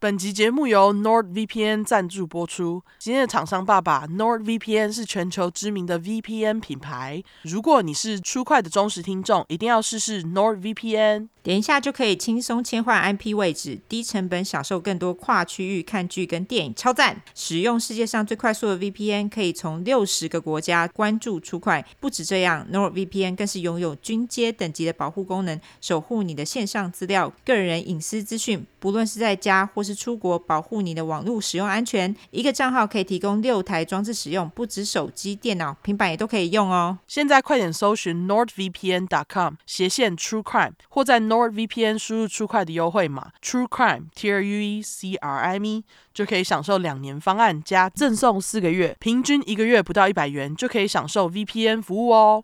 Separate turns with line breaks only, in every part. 本集节目由 NordVPN 赞助播出。今天的厂商爸爸 NordVPN 是全球知名的 VPN 品牌。如果你是出快的忠实听众，一定要试试 NordVPN。
点一下就可以轻松切换 IP 位置，低成本享受更多跨区域看剧跟电影，超赞！使用世界上最快速的 VPN，可以从六十个国家关注出快。不止这样，NordVPN 更是拥有军阶等级的保护功能，守护你的线上资料、个人隐私资讯，不论是在家或是出国，保护你的网络使用安全。一个账号可以提供六台装置使用，不止手机、电脑、平板也都可以用哦。
现在快点搜寻 NordVPN.com 斜线 True Crime，或在 NordVPN 输入 True Crime 的优惠码 True Crime T R U E C R I M E 就可以享受两年方案加赠送四个月，平均一个月不到一百元就可以享受 VPN 服务哦。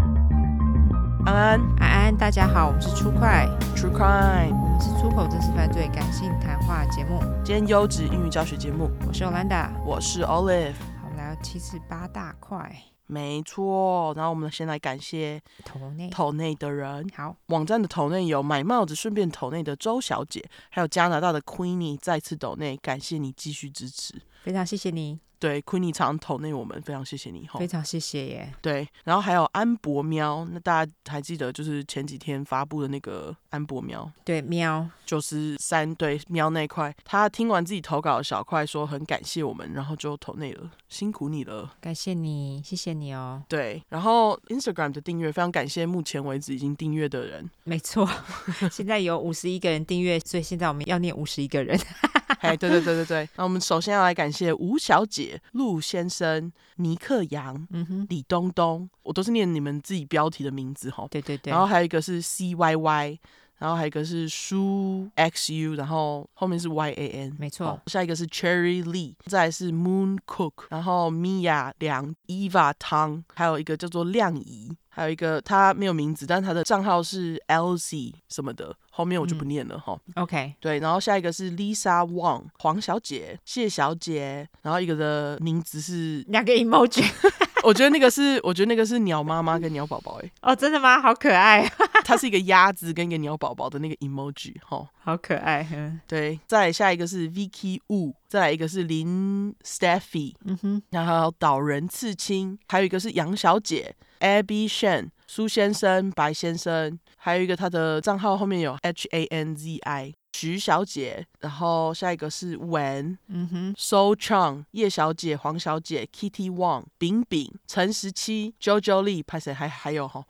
安安
安安，大家好，我们是出快，
True Crime，
我嗯们是出口真实犯罪感性谈话节目，
今天优质英语教学节目，
我是 Olanda，
我是 Olive，
好，我们来到七十八大块
没错。然后我们先来感谢
头内，
头内的人。
好，
网站的投内有买帽子，顺便投内的周小姐，还有加拿大的 Queenie 再次投内，感谢你继续支持。
非常谢谢你，
对，Queenie 常投内我们，非常谢谢你吼
非。常谢谢耶，
对，然后还有安博喵，那大家还记得就是前几天发布的那个安博喵
对，喵，
九十三对喵那一块，他听完自己投稿的小块说很感谢我们，然后就投内了，辛苦你了。
感谢你，谢谢你哦，
对，然后 Instagram 的订阅非常感谢目前为止已经订阅的人，
没错，现在有五十一个人订阅，所以现在我们要念五十一个人，
哎，对对对对对，那我们首先要来感谢吴小姐、陆先生、尼克杨、
嗯哼，
李东东，我都是念你们自己标题的名字哈。
对对对
然，后还有一个是 C Y Y，然后还有一个是舒 X U，然后后面是 Y A N。
没错
好，下一个是 Cherry Lee，再来是 Moon Cook，然后 Mia 梁、Eva 汤，还有一个叫做亮怡，还有一个她没有名字，但她的账号是 L Z 什么的，后面我就不
嗯
念了哈。
，OK，
对，然后下一个是 Lisa Wang 黄小姐、谢小姐，然后一个的名字是，
两个 emoji，
我觉得那个是，我觉得那个是鸟妈妈跟鸟宝宝，哎，
哦，真的吗？好可爱，
它是一个鸭子跟一个鸟宝宝的那个 emoji 哈。
好可爱，嗯
对，再来下一个是 Vicky Wu，再来一个是林 Steffi，
嗯哼，
然后还有岛人刺青，还有一个是杨小姐 Abby Shen 苏先生、白先生，还有一个他的账号后面有 H A N Z I 徐小姐，然后下一个是文。
嗯哼，
So Chang、叶小姐、黄小姐、Kitty Wang、饼饼、陈十七、JoJo Lee，拍谁还还有 哈，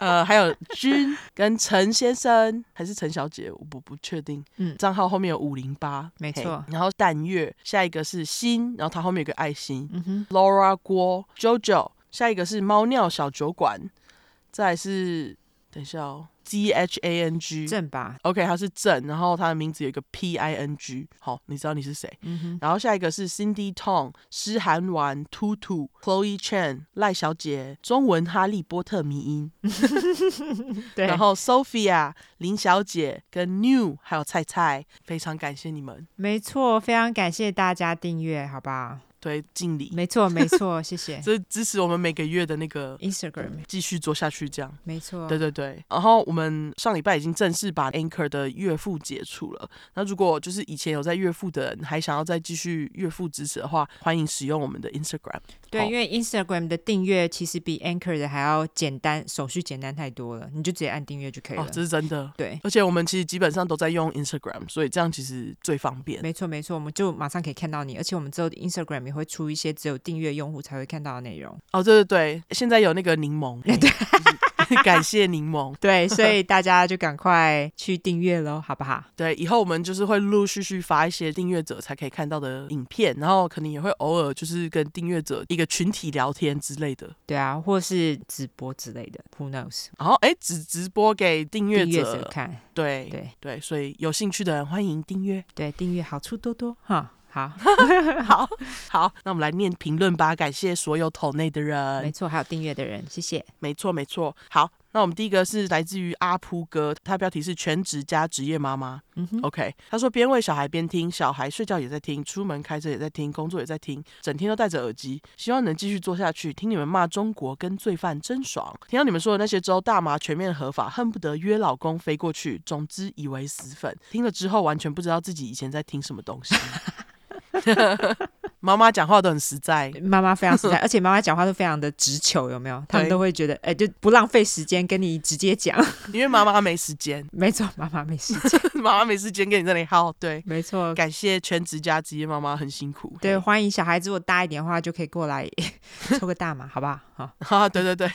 呃，还有君跟陈先生还是陈小姐，我不不确定。
嗯
账号后面有五零八，
没
嘿
错
然后淡月，下一个是心，然后它后面有个爱心。
嗯哼，
Laura 郭、JoJo，下一个是猫尿小酒馆，再来是等一下哦，Z H A N G。
正吧，
OK，他是正，然后他的名字有一个 P I N G，好，你知道你是谁。
嗯哼，
然后下一个是 Cindy Tong、施涵丸、兔兔、Chloe Chen、赖小姐，中文哈利波特迷音，
对，
然后 Sophia、林小姐跟 New 还有菜菜，非常感谢你们，
没错，非常感谢大家订阅，好不好？
对，敬礼，
没错，没错，谢谢。
这支持我们每个月的那个
Instagram，
继续做下去，这样。
没错，
对对对，然后我们上礼拜已经正式把 Anchor 的月付解除了。那如果就是以前有在月付的人还想要再继续月付支持的话，欢迎使用我们的 Instagram。
对
好
因为 Instagram 的订阅其实比 Anchor 的还要简单，手续简单太多了，你就直接按订阅就可以了。
哦，这是真的。
对，
而且我们其实基本上都在用 Instagram，所以这样其实最方便。
没错没错，我们就马上可以看到你，而且我们之后的 Instagram 也会出一些只有订阅用户才会看到的 内容。
哦，对对对，现在有那个柠 檬，对，就是 感谢柠檬。
对，所以大家就赶快去订阅喽，好不好？
对，以后我们就是会陆陆续续发一些订阅者才可以看到的影片，然后可能也会偶尔就是跟订阅者一个群体聊天之类的。
对啊，或是直播之类的，Who knows？
然后哎，只直播给订阅
订
者，
阅者看，
对
对
对，所以有兴趣的人欢迎订 阅。
对，订阅好处多多哈。 好，
好好，那我们来念评论吧，感谢所有投内的人
没。错，还有订阅的人，谢谢。
没错，没错。好，那我们第一个是来自于阿扑哥，他标题是“全职加职业妈妈”。
嗯哼，
OK，他说边喂小孩边听，小孩睡觉也在听，出门开车也在听，工作也在听，整天都戴着耳机，希望能继续做下去。听你们骂中国跟罪犯真爽，听到你们说的那些州大麻全面合法，恨不得约老公飞过去。总之以为死粉，听了之后完全不知道自己以前在听什么东西。 妈妈讲话都很实在，
妈妈非常实 在，而且妈妈讲话都非常的直球，有没有？他们
对
都会觉得，哎、就不浪费时间跟你直接讲。
因为妈妈没时间，
没错，妈妈没时间，
妈妈没时间跟你这里耗。对，
没错。
感谢全职家职业妈妈很辛苦。
对，欢迎小孩子，如果大一点的话，就可以过来 抽个大麻，好不好？好，
啊，对对 对，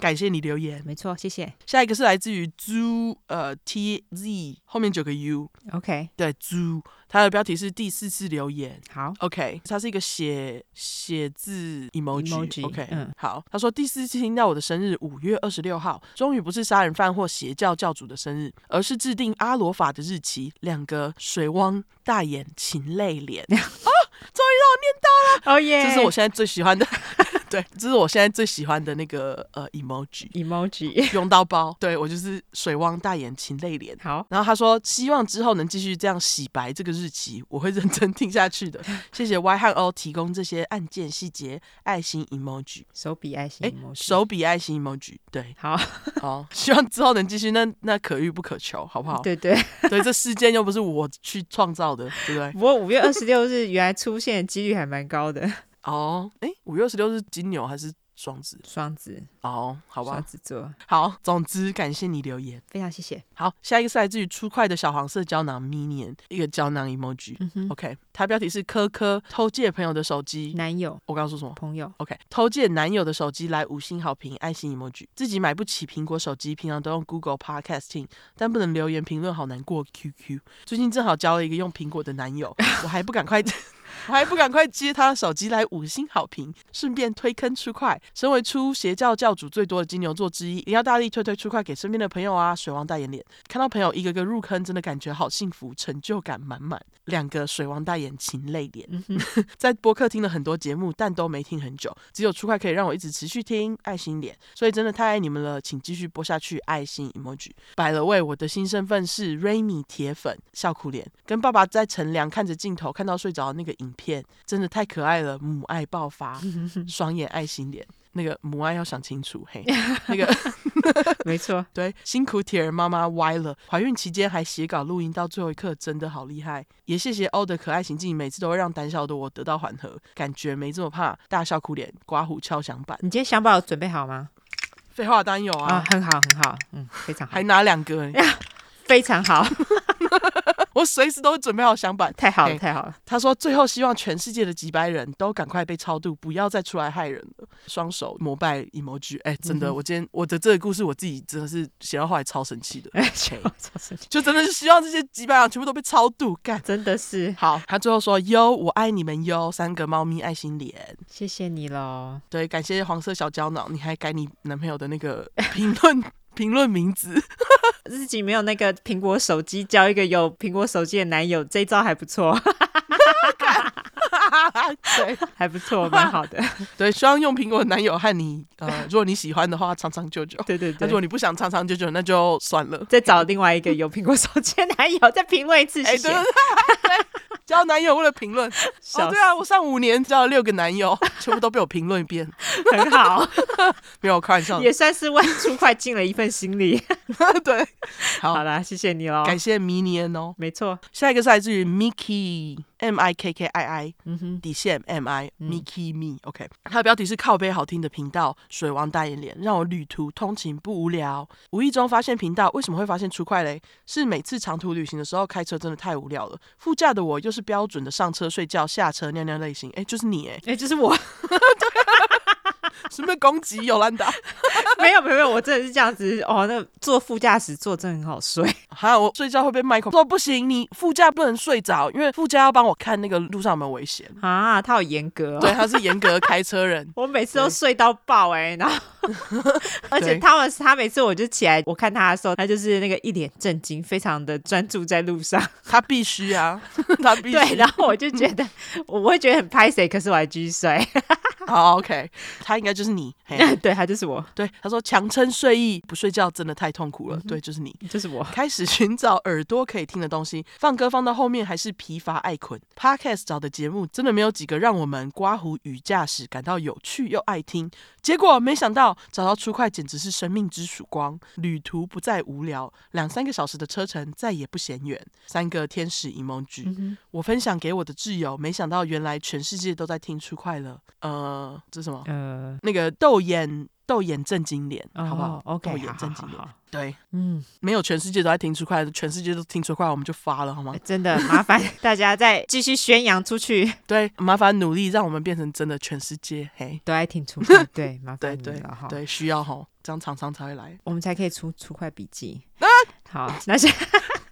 感谢你留言。
没错，谢谢。
下一个是来自于 zoo 呃 t z 后面九个 u，
OK，
对 zoo，它的标题是第四次留言。
好，
OK，它是一个写写字 emoji。
Emoji，
OK，
嗯
好。他说第四次听到我的生日，五月二十六号，终于不是杀人犯或邪教教主的生日，而是制定阿罗法的日期。两个水汪大眼噙泪脸，
哦耶
这是我现在最喜欢的。 对，这是我现在最喜欢的那个呃 emoji，
emoji。
用到包。对我就是水汪大眼噙泪脸。
好，
然后他说，希望之后能继续这样洗白这个日期，我会认真听下去的。谢谢 Y 和 O 提供这些案件细节，爱心 emoji，
手比爱心
哎
emoji。，
手比爱心 emoji，对，
好，
哦，希望之后能继续，那那可遇不可求，好不好？
对对。
对，这事件又不是我去创造的，对不对？
不过五月二十六日原来出现的几率还蛮高的，
哦，哎，五月二十六日金牛还是双子？
双子，
哦，好
双
吧，
子座，嗯
好，总之感谢你留言。
非常谢谢。
好，下一个是来自于粗快的小黄色胶囊 minion，一个胶囊 emoji。
嗯哼，
OK，它标题是科科偷借朋友的手机，
男友、
我刚刚说什么
朋 友，
？OK，偷借男友的手机来五星好评，爱心 emoji。自己买不起苹果手机，平常都用 Google Podcasting，但不能留言评论，好难过。QQ，最近正好交了一个用苹果的男友，我还不赶快。 我还不赶快接他的手机来五星好评，顺便推坑出快。身为出邪教教主最多的金牛座之一，也要大力推推出快给身边的朋友啊！水王大眼脸，看到朋友一个个入坑，真的感觉好幸福，成就感满满。两个水王大眼噙泪脸，
嗯哼，
在播客听了很多节目，但都没听很久，只有出快可以让我一直持续听，爱心脸，所以真的太爱你们了，请继续播下去，爱心 emoji。摆了位，我的新身份是 Raymi 铁粉，笑哭脸，跟爸爸在乘凉，看着镜头，看到睡着的那个影片，真的太可爱了，母爱爆发，双眼爱心脸。那个母爱要想清楚，嘿，那个
没错，
对，辛苦铁人妈妈歪了。怀孕期间还写稿录音到最后一刻，真的好厉害。也谢谢欧的可爱行径，每次都会让胆小的我得到缓和，感觉没这么怕。大笑哭脸，刮胡敲响板。
你今天想把我准备好吗？
废话当然有
啊、
啊，
很好，很好，嗯，非常好
还，拿两个呢，
非常好，
我随时都会准备好响板。
太好了，
嘿
太好了，
他说最后希望全世界的几百人都赶快被超度，不要再出来害人了。双手膜拜 emoji，哎、真的，
嗯哼
我今天我的这个故事我自己真的是写到后来超生气的，
哎，超超神奇
就真的是希望这些几百人全部都被超度干。
真的是
好，他最后说：“哟，我爱你们哟！”三个猫咪爱心脸。
谢谢你喽，
对，感谢黄色小胶囊，你还改你男朋友的那 个评论评论名字，
自己没有那个苹果手机，交一个有苹果手机的男友，这一招还不错，
对
还不错，蛮好的，
对，希望用苹果的男友和你，呃，如果你喜欢的话，长长久久；
对对
那如果
对。
你不想长长久久，那就算了。
再找另外一个有苹果手机的男友，再评论一次，谢
哎，
谢
对。对对， 交男友为了评论，哦，
笑
对啊，我上五年交了六个男 友，全部都被我评论一遍，
死很好，
没有开玩笑的，
也算是万出快尽了一份心力。
嗯 对，
好
好。
啦，谢谢你喽。
感谢迷年哦，
没错，
下一个是来自于 Mickey M I K K I I，
嗯哼，
底线 M I
嗯
Mickey Me OK，它的标题是靠背好听的频道，水王大眼脸让我旅途通勤不无聊。无意中发现频道为什么会发现出快嘞？是每次长途旅行的时候开车真的太无聊了，副驾的我又是标准的上车睡觉、下车尿尿类型，哎，就是你哎，
哎、就是我，
是不是攻击尤兰达？
没有没有没有，我真的是这样子哦。那坐副驾驶座真的很好睡，
哈，我睡觉会被 Michael 说不行，你副驾不能睡着，因为副驾要帮我看那个路上有没有危险。
啊，他好严格、哦。。
对，，他是严格的开车人
我每次都睡到爆哎、然后而且他们他每次我就起来，我看他的时候，他就是那个一脸震惊，非常的专注在路上。
他必须啊，他必须。
对，然后我就觉得我会觉得很拍谁，可是我还继续睡。
好，OK，他应该就是你。 嘿
对，他就是我，
对，他说强撑睡意，不睡觉真的太痛苦了。对，就是你。
就是我。
开始寻找耳朵可以听的东西，放歌放到后面还是疲乏爱困。Podcast 找的节目真的没有几个让我们刮胡与驾驶感到有趣又爱听。结果没想到找到出快简直是生命之曙光，旅途不再无聊，两三个小时的车程再也不嫌远。三个天使 emoji，、我分享给我的挚友，没想到原来全世界都在听出快乐。呃，这是什么？
呃，
那个豆眼豆眼正经脸，好不好
哦，OK，
豆眼
好
正
好
经脸
好，
对。
嗯，
没有全世界都在听出快，全世界都听出快，我们就发了好吗？
呃真的麻烦大家再继续宣扬出去，
对，麻烦努力让我们变成真的全世界，嘿，
都爱听出快，对，麻
对
烦你
对
了哈，
对，需要吼，这样常常才会来，
我们才可以出出块笔记。
啊
好，那下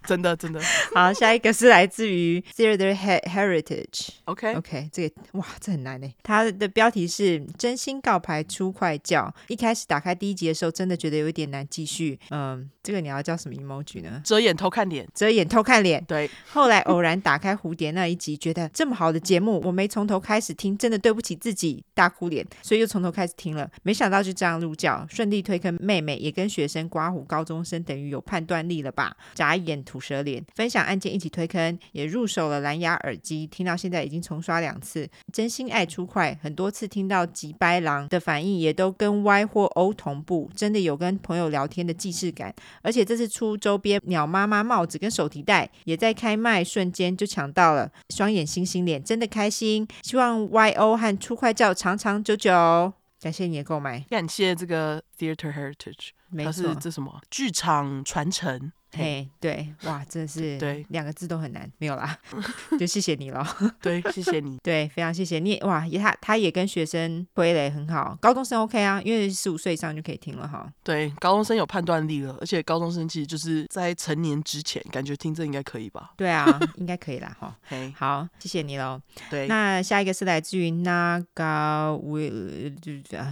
真的真的
好，下一个是来自于 Theater Heritage。
，OK，
OK，这个哇，这很难呢。欸它的标题是“真心告白出快教”。一开始打开第一集的时候，真的觉得有一点难继续。嗯，这个你要叫什么 emoji 呢？
遮掩偷看脸，
遮掩偷看脸。
对，
后来偶然打开蝴蝶那一集，觉得这么好的节目，我没从头开始听，真的对不起自己，大哭脸，所以又从头开始听了。没想到就这样入教，顺利推坑妹妹，也跟学生刮胡高中生，等于有判断力了吧？眨眼吐舌脸，分享案件一起推坑，也入手了蓝牙耳机，听到现在已经重刷两次，真心爱出快，很多次听到吉白狼的反应也都跟 Y 或 O 同步，真的有跟朋友聊天的既视感，而且这次出周边鸟妈妈帽子跟手提袋，也在开卖瞬间就抢到了，双眼星星脸，真的开心。希望 YO 和出快教长长久久。感谢你的购买，
感谢这个 Theater Heritage，
没
它
错
是，这什么剧场传承，嘿，
嘿，对，哇，真的是
对
两个字都很难，没 有啦，就谢谢你了。，
对，谢谢你
对，非常谢谢你，哇，也他他也跟学生傀儡很好，高中生 OK 啊，因为十五岁以上就可以听了哈。
对，高中生有判断力了，而且高中生其实就是在成年之前，感觉听这应该可以吧，
对啊，应该可以啦哈。
嘿，
好，谢谢你喽。
对，
那下一个是来自于 Naga Will 呃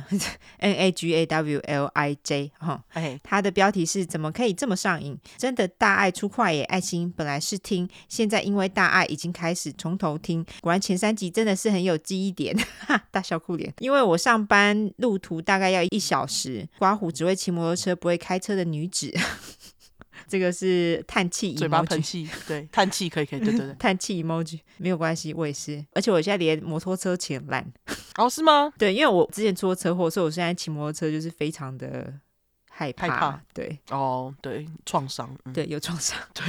N A G A W L I J 哈。
哎，
它的标题是“怎么可以这么上瘾？真的大爱出快耶！爱心本来是听，现在因为大爱已经开始从头听。果然前三集真的是很有记忆点，哈，大笑哭脸。因为我上班路途大概要一小时，刮胡只会骑摩托车不会开车的女子， 这个是叹气 emoji，
嘴巴喷气，对，叹气可以可以，对对 对，
叹气 emoji 没有关系，我也是。而且我现在连摩托车骑很烂，
哦，是吗？
对，因为我之前出过车祸，所以我现在骑摩托车就是非常的害怕，
害怕
对
哦，对，创伤，嗯，
对，有创伤，
对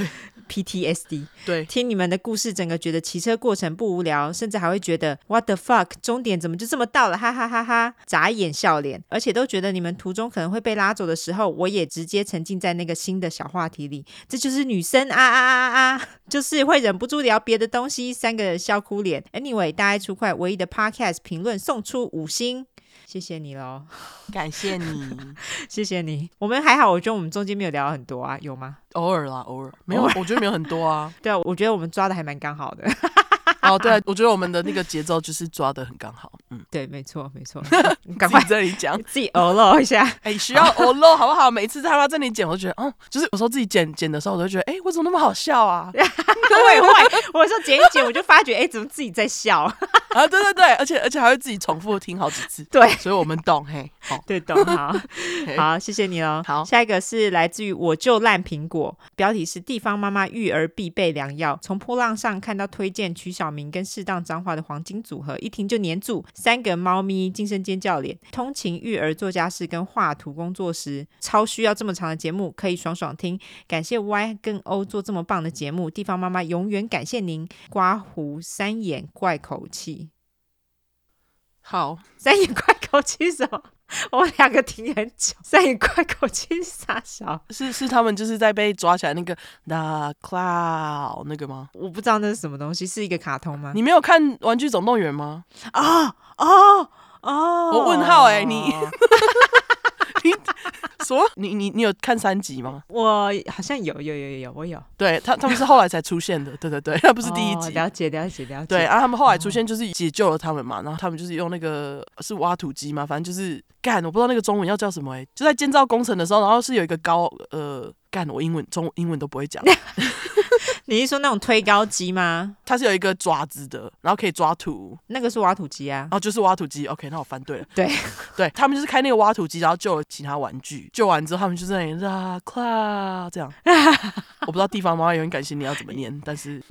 PTSD。
对，
听你们的故事，整个觉得骑车过程不无聊，甚至还会觉得 What the fuck，终点怎么就这么到了？哈哈哈哈！眨眼笑脸，而且都觉得你们途中可能会被拉走的时候，我也直接沉浸在那个新的小话题里。这就是女生啊啊啊啊 啊，就是会忍不住聊别的东西。三个笑哭脸。Anyway，大爱出快唯一的 Podcast 评论送出五星。谢谢你喽，
感谢你。
谢谢你。我们还好，我觉得我们中间没有聊很多啊，有吗？
偶尔啦，偶尔没有，我觉得没有很多啊。
对啊，我觉得我们抓的还蛮刚好的。
哦，对啊，我觉得我们的那个节奏就是抓的很刚好。嗯，
对，没错，没错，
赶
赶快，
这里讲
自 己偶漏一下。
哎、需要我漏好不好？每次在他这里剪，我就觉得，嗯，就是有时候自己剪剪的时候，我就觉得，哎、我怎么那么好笑啊？
我也会，我说剪一剪，我就发觉，哎、怎么自己在笑？
啊，对对对，而且而且还会自己重复听好几次，
对
所以我们懂嘿。好、
对，懂好，好，谢谢你哦。
好
下一个是来自于我就烂苹果，标题是地方妈妈育儿必备良药。从波浪上看到推荐曲小明跟适当脏话的黄金组合，一听就黏住。三个猫咪惊声尖叫脸，通勤育儿做家事跟画图工作时，超需要这么长的节目，可以爽爽听。感谢 Y 跟 O 做这么棒的节目，地方妈妈永远感谢您。刮胡三眼怪口气。
好，
三眼怪口气是什么？我们两个停很久。三眼怪口气是啥小？
是是他们就是在被抓起来那个 The Cloud 那个吗？
我不知道那是什么东西，是一个卡通吗？
你没有看《玩具总动员》吗？
哦哦哦！
我问号欸你什么？你你你有看三集吗？
我好像有有有有有，我有
对他他们是后来才出现的，对对对，他不
不
是第一集。
哦了解了解了解。
对，然、啊、后他们后来出现就是解救了他们嘛，然后他们就是用那个是挖土机嘛，反正就是干，我不知道那个中文要叫什么哎、就在建造工程的时候，然后是有一个高呃干，我英文中英文都不会讲，
你是说那种推高机吗？
它是有一个爪子的，然后可以抓土，
那个是挖土机啊
然。后哦就是挖土机。OK，那我翻对了。
对
对，他们就是开那个挖土机，然后救了其他玩具。救完之后，他们就在那里啦 c l 这样。我不知道地方妈妈有点感谢你要怎么念，但是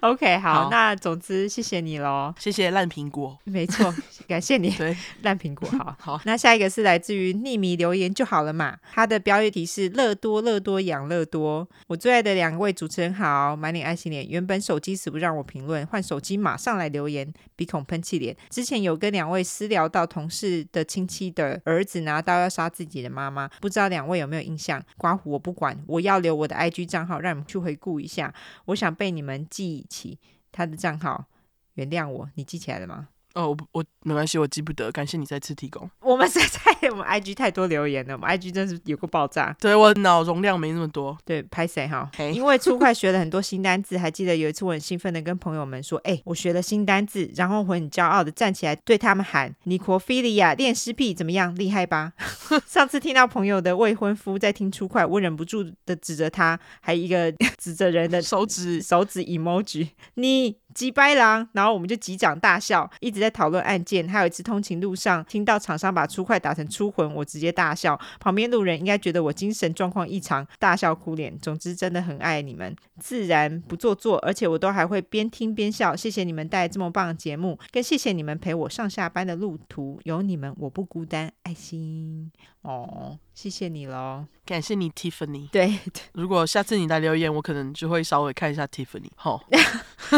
OK，好，
好
那总之谢谢你喽。
谢谢烂苹果。
没错，感谢你。
对，
烂苹果，好
好
那下一个是来自于匿名留言就好了嘛。它的标题是“乐多乐多养乐多”，我最爱的两位主持人好，满脸爱心脸。原本手机死不让我评论，换手机马上来留言，鼻孔喷气脸。之前有跟两位私聊到同事的亲戚的儿子拿刀要杀自己的妈妈，不知道两位有没有印象？刮胡我不管，我要留我的 IG 账号，让你们去回顾一下。我想被你们记起他的账号，原谅我，你记起来了吗？
哦，我不我没关系，我记不得，感谢你再次提供。
我们实在我们 IG 太多留言了，我们 IG 真是有个爆炸。
对我脑容量没那么多。
对，拍谁哈？
嘿
因为初快学了很多新单字，还记得有一次我很兴奋的跟朋友们说：“哎、我学了新单字。”然后我很骄傲的站起来对他们喊：“尼科菲利亚啊恋尸癖怎么样？厉害吧？” 上次听到朋友的未婚夫在听初快，我忍不住的指着他，还一个 指着人的
手指
手指 emoji，你 急掰狼，然后我们就击掌大笑，一直在讨论案件。还有一次通勤路上听到厂商把出快打成出魂，我直接大笑，旁边路人应该觉得我精神状况异常，大笑哭脸。总之真的很爱你们，自然不做作，而且我都还会边听边笑。谢谢你们带来这么棒的节目，更谢谢你们陪我上下班的路途，有你们我不孤单，爱心哦，谢谢你喽。
感谢你，Tiffany。
对，
如果下次你来留言，我可能就会稍微看一下 Tiffany。好，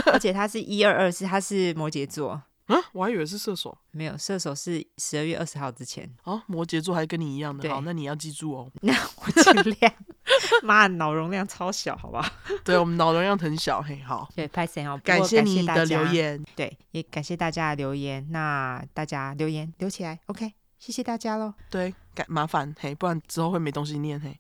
而且他是一二二四，他是摩羯座。
嗯，我还以为是射手。
没有，射手是十二月二十号之前。
哦，摩羯座还跟你一样的。
对
好，那你要记住哦。
那 我尽量，妈，脑容量超小，好不好？
对我们脑容量很小，嘿，好。
对，拍谁哦？
感
谢
谢你的留，言，
对，也感谢大家的留言。那大家留言留起来，OK，谢谢大家喽。
对，感麻烦嘿，不然之后会没东西念嘿。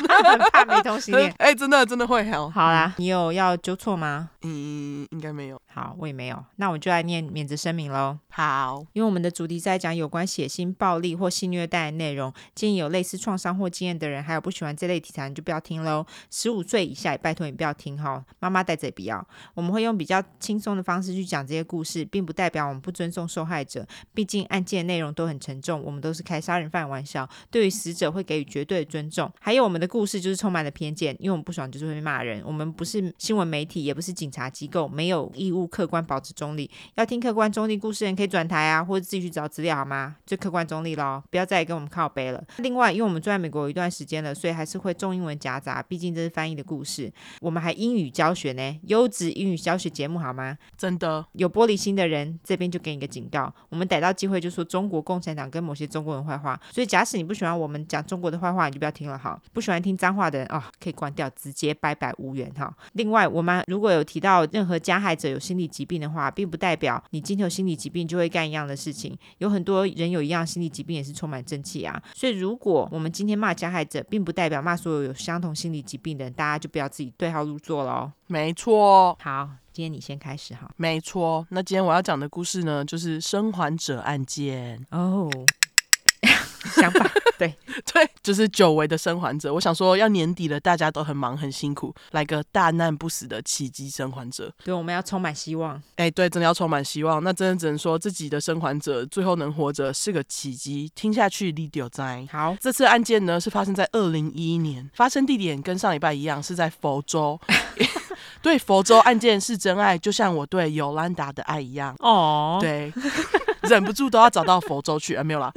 很 怕没同性恋
。哎、真的真的会哦。
好啦，你有要纠错吗？
嗯，应该没有。
好，我也没有，那我就来念免责声明喽。
好，
因为我们的主题在讲有关血腥、暴力或性虐待的内容，建议有类似创伤或经验的人，还有不喜欢这类题材你就不要听喽。十五岁以下也拜托你不要听哈，妈妈带着也不要。我们会用比较轻松的方式去讲这些故事，并不代表我们不尊重受害者，毕竟案件内容都很沉重，我们都是开杀人犯玩笑，对于死者会给予绝对的尊重。还有我们的故事就是充满了偏见，因为我们不爽就是会骂人，我们不是新闻媒体，也不是警察机构，没有义务客观保持中立，要听客观中立故事的人可以转台啊，或者自己去找资料好吗？最客观中立咯，不要再跟我们靠背了。另外，因为我们住在美国有一段时间了，所以还是会中英文夹杂，毕竟这是翻译的故事。我们还英语教学呢，优质英语教学节目好吗？
真的
有玻璃心的人，这边就给你一个警告：我们逮到机会就说中国共产党跟某些中国人坏话。所以，假使你不喜欢我们讲中国的坏话，你就不要听了哈。不喜欢听脏话的人哦，可以关掉，直接拜拜无缘哈。另外，我们如果有提到任何加害者有心理疾病的话，并不代表你今天有心理疾病就会干一样的事情。有很多人有一样心理疾病也是充满正气啊。所以，如果我们今天骂加害者，并不代表骂所有有相同心理疾病的人，大家就不要自己对号入座喽。
没错，
好，今天你先开始哈。
没错。那今天我要讲的故事呢，就是生还者案件。
哦， 想法对，
对，就是久违的生还者。我想说，要年底了，大家都很忙很辛苦，来个大难不死的奇迹生还者。
对，我们要充满希望。
哎、对，真的要充满希望。那真的只能说，自己的生还者最后能活着是个奇迹。听下去，你有灾。
好，
这次案件呢是发生在二零一一年，发生地点跟上礼拜一样是在佛州。 对佛州案件是真爱，就像我对尤兰达的爱一样。
哦，
对，忍不住都要找到佛州去啊，没有啦。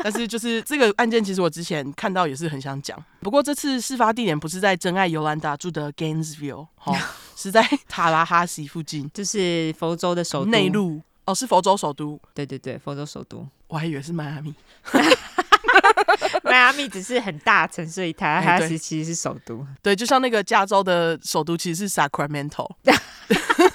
但是就是这个案件，其实我之前看到也是很想讲，不过这次事发地点不是在真爱尤兰达住的 Gainesville，哦， 是在塔拉哈西附近
就是佛州的首都
内。陆，哦，是佛州首都，
对对对，佛州首都，
我还以为是迈阿密。
迈阿密只是很大的城市而已，台
哎
哈
对
斯其实是首都。
对，就像那个加州的首都其实是 Sacramento，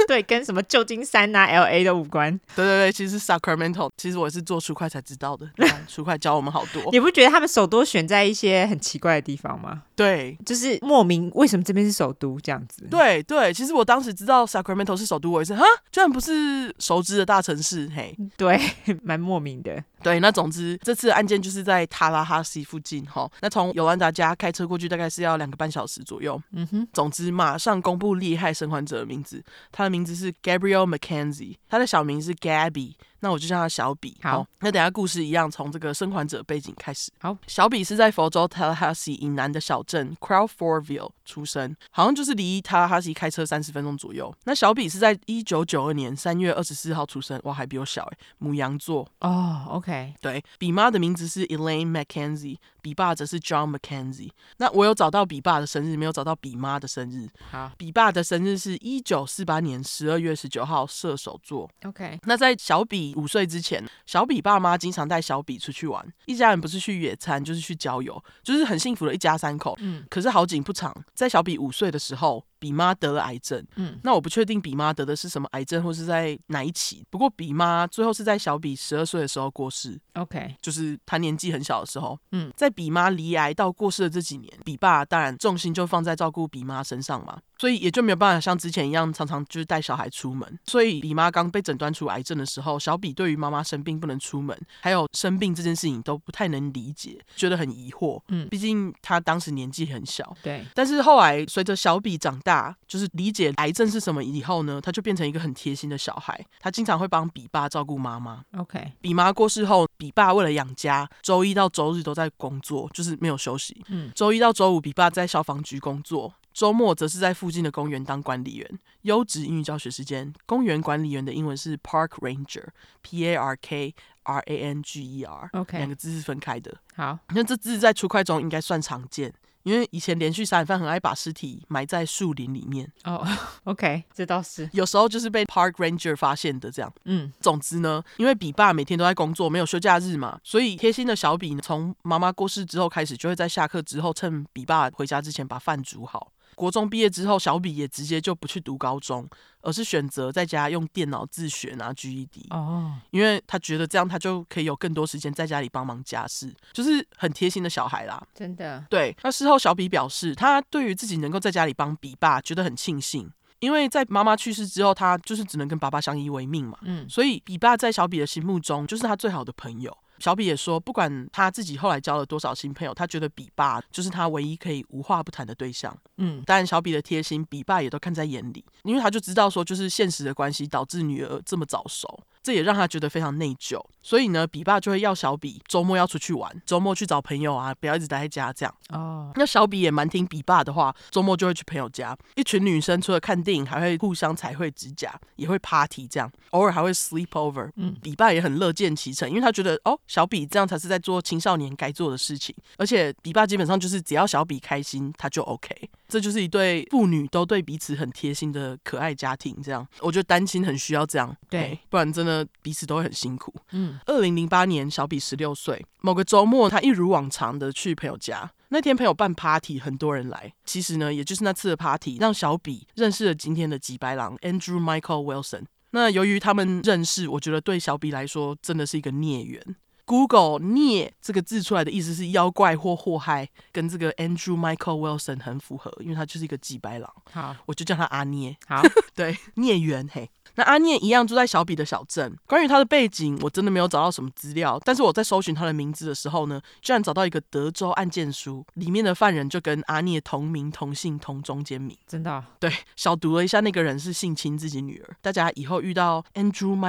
对，跟什么旧金山啊、L A 都无关。
对对对，其实是 Sacramento，其实我是做 书块才知道的，对吧书块教我们好多。
你不觉得他们首都选在一些很奇怪的地方吗？
对
就是莫名为什么这边是首都这样子。
对对，其实我当时知道 Sacramento 是首都，我也是哈，居然不是熟知的大城市，嘿。
对， 蛮莫名的。
对，那总之这次案件就是在塔拉哈西附近哈，那从尤兰达家开车过去大概是要两个半小时左右。
嗯哼，
总之，马上公布厉害生还者的名字，他的名字是 Gabriel McKenzie，他的小名是 Gabby，那我就叫他小比。
好
那等一下故事一样，从这个生还者背景开始。
好，
小比是在佛州 Tallahassee 以南的小镇 Crawfordville 出生，好像就是离 Tallahassee 开车三十分钟左右。那小比是在一九九二年三月二十四号出生，哇，还比我小诶，母羊座。
哦，OK，
对，比妈的名字是 Elaine McKenzie，比爸则是 John McKenzie。那我有找到比爸的生日，没有找到比妈的生日。
好
比爸的生日是一九四八年十二月十九号，射手座。
，OK，
那在小比五岁之前，小比爸妈经常带小比出去玩，一家人不是去野餐就是去郊游，就是很幸福的一家三口。
嗯
可是好景不长，在小比五岁的时候，比妈得了癌症。
嗯，
那我不确定比妈得的是什么癌症，或是在哪一期。不过比妈最后是在小比十二岁的时候过世。
，OK，
就是他年纪很小的时候，
嗯
嗯，在比妈离癌到过世的这几年，比爸当然重心就放在照顾比妈身上嘛，所以也就没有办法像之前一样常常就是带小孩出门。所以比妈刚被诊断出癌症的时候，小比对于妈妈生病不能出门，还有生病这件事情都不太能理解，觉得很疑惑。
嗯
嗯，毕竟他当时年纪很小，
对，
但是后来随着小比长大，就是理解癌症是什么以后呢，他就变成一个很贴心的小孩，他经常会帮比爸照顾妈妈。
，OK，
比妈过世后，比爸为了养家，周一到周日都在工作，就是没有休息。
嗯
周一到周五，比爸在消防局工作，周末则是在附近的公园当管理员。优质英语教学时间，公园管理员的英文是 Park Ranger，P A R K R A N G E R，
哦 OK
两个字是分开的。
好，
那这字在出快中应该算常见，因为以前连续杀人犯很爱把尸体埋在树林里面，
哦 ，OK，这倒是，
有时候就是被 Park Ranger 发现的这样。
嗯
总之呢，因为比爸每天都在工作，没有休假日嘛，所以贴心的小比呢从妈妈过世之后开始，就会在下课之后趁比爸回家之前把饭煮好。国中毕业之后，小比也直接就不去读高中，而是选择在家用电脑自学拿 GED，
哦，
因为他觉得这样他就可以有更多时间在家里帮忙家事，就是很贴心的小孩啦。
真的，
对，那事后小比表示，他对于自己能够在家里帮比爸觉得很庆幸，因为在妈妈去世之后，他就是只能跟爸爸相依为命嘛。
嗯
所以比爸在小比的心目中就是他最好的朋友。小比也说，不管他自己后来交了多少新朋友，他觉得比爸就是他唯一可以无话不谈的对象。
嗯
当然，小比的贴心，比爸也都看在眼里，因为他就知道说，就是现实的关系导致女儿这么早熟，这也让他觉得非常内疚。所以呢，比爸就会要小比周末要出去玩，周末去找朋友啊，不要一直待在家这样。
哦，
那小比也蛮听比爸的话，周末就会去朋友家，一群女生除了看电影，还会互相彩绘指甲，也会 party 这样，偶尔还会 sleep over。
嗯
比爸也很乐见其成，因为他觉得哦，小比这样才是在做青少年该做的事情，而且比爸基本上就是只要小比开心，他就 OK。这就是一对父女都对彼此很贴心的可爱家庭，这样我觉得单亲很需要这样，
对
嘿，不然真的彼此都会很辛苦。
嗯
二零零八年，小比十六岁，某个周末，他一如往常的去朋友家。那天朋友办 party，很多人来。其实呢，也就是那次的 party 让小比认识了今天的吉白狼 Andrew Michael Wilson。那由于他们认识，我觉得对小比来说真的是一个孽缘。Google“ 孽”这个字出来的意思是妖怪或祸害，跟这个 Andrew Michael Wilson 很符合，因为他就是一个吉白狼，
好
我就叫他阿孽。
好
对，孽缘嘿。那阿念一样住在小比的小镇。关于他的背景，我真的没有找到什么资料，但是我在搜寻他的名字的时候呢，居然找到一个德州案件书，里面的犯人就跟阿念同名、同姓、同中间名。
真的哦、
对，小读了一下，那个人是性侵自己女儿。大家以后遇到 Andrew Michael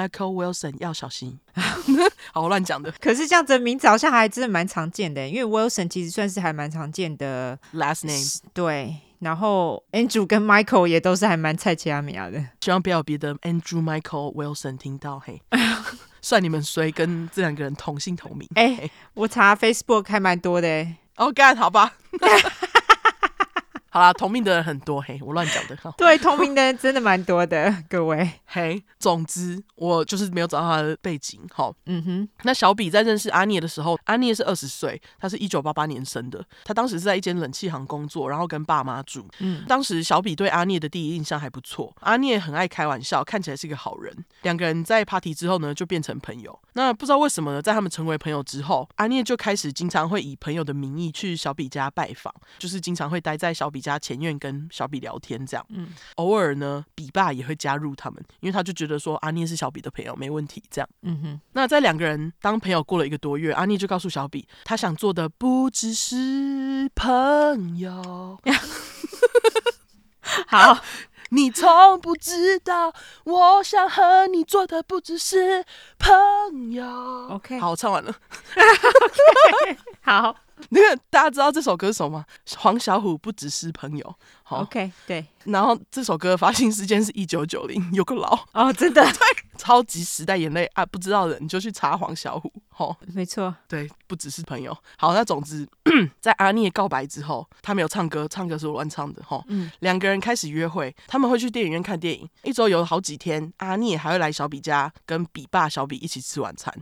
Wilson 要小 心。好，我乱讲的。
可是这样子的名字好像还真的蛮常见的，因为 Wilson 其实算是还蛮常见的，
Last name，
对。然后 Andrew 跟 Michael 也都是还蛮菜奇阿米亚的，
希望不要有别的 Andrew Michael Wilson 听到 嘿。算你们谁跟这两个人同姓同名。
哎、
哎 ，Oh
我查 Facebook 还蛮多的、欸，
哦，干好吧。 好啦，同命的人很多，嘿，我乱讲的。好
对，通明的人真的蛮多的， 各位。
嘿，总之我就是没有找到他的背景。好，
嗯哼，
那小比在认识阿涅的时候，阿涅是二十岁，他是一九八八年生的，他当时是在一间冷气行工作，然后跟爸妈住。
嗯，
当时小比对阿涅的第一印象还不错，阿涅很爱开玩笑，看起来是个好人。两个人在 party 之后呢，就变成朋友。那不知道为什么呢，在他们成为朋友之后，阿涅就开始经常会以朋友的名义去小比家拜访，就是经常会待在小比家前院跟小比聊天这样。
嗯，
偶尔呢，比爸也会加入他们，因为他就觉得说阿涅是小比的朋友，没问题这样。
嗯哼，
那在两个人当朋友过了一个多月，阿妮就告诉小比，她想做的不只是朋友。
好，
你从不知道，我想和你做的不只是朋友。
OK
好，我唱完了。
好
那个大家知道这首歌是什么吗？黄小琥不只是朋友。好
，OK，对，
然后这首歌的发行时间是一九九零，有个老
哦，真的，
超级时代眼泪啊！不知道的你就去查黄小琥。好、
没错，
对，不只是朋友。好，那总之， 在阿聂告白之后，他没有唱歌，唱歌是我乱唱的哈。吼
嗯
两个人开始约会，他们会去电影院看电影，一周有好几天，阿聂还会来小比家跟比爸、小比一起吃晚餐。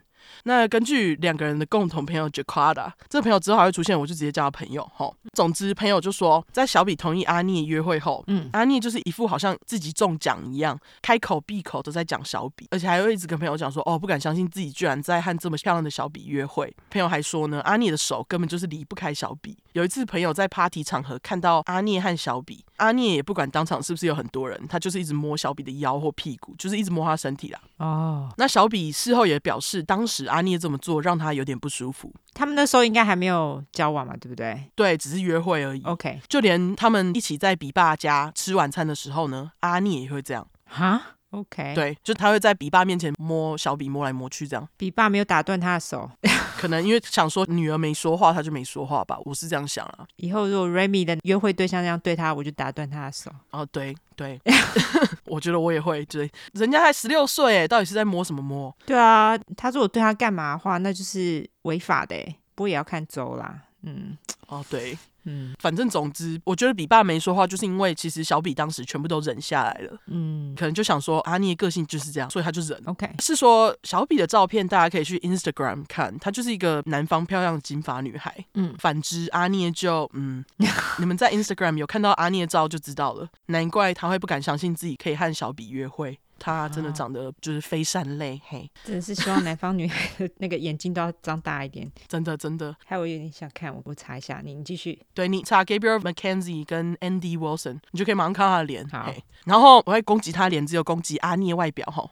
那根据两个人的共同朋友 Jakarta，这个朋友之后还会出现，我就直接叫他朋友哈。吼
嗯
总之，朋友就说，在小比同意阿聂约会后，
嗯
阿聂就是一副好像自己中奖一样，开口闭口都在讲小比，而且还会一直跟朋友讲说，哦，不敢相信自己居然在和这么漂亮的小比约会。朋友还说呢，阿聂的手根本就是离不开小比。有一次，朋友在 party 场合看到阿聂和小比，阿聂也不管当场是不是有很多人，他就是一直摸小比的腰或屁股，就是一直摸他身体啦。
哦，
那小比事后也表示，当时阿聂这么做让他有点不舒服，
他们那时候应该还没有交往嘛，对不对
对，只是约会而已。
？OK，
就连他们一起在比爸家吃晚餐的时候呢，阿聂也会这样。
哈，OK，，
对，就他会在比爸面前摸小比，摸来摸去这样。
比爸没有打断他的手，
可能因为想说女儿没说话，他就没说话吧，我是这样想啊。
以后如果 Remy 的约会对象这样对他，我就打断他的手。
哦，对对， 我觉得我也会。对，人家才十六岁哎，到底是在摸什么摸？
对啊，他如果对他干嘛的话，那就是违法的欸，不过也要看州啦。嗯
哦，对，
嗯
反正总之，我觉得比爸没说话，就是因为其实小比当时全部都忍下来了，
嗯
可能就想说阿聂个性就是这样，所以他就忍。
，OK，
是说小比的照片，大家可以去 Instagram 看，她就是一个南方漂亮的金发女孩。
嗯
反之，阿聂就嗯，你们在 Instagram 有看到阿聂照就知道了，难怪他会不敢相信自己可以和小比约会。他真的
啊
长得就是非善类，嘿，
真的是希望南方女孩的那个眼睛都要张大一点。
真的真的，
还有有点想看，我我查一下，你你继续。
对你查 Gabriel McKenzie 跟 Andy Wilson，你就可以马上看到他的脸。
好
嘿，然后我会攻击他的脸，只有攻击阿聂外表 哈，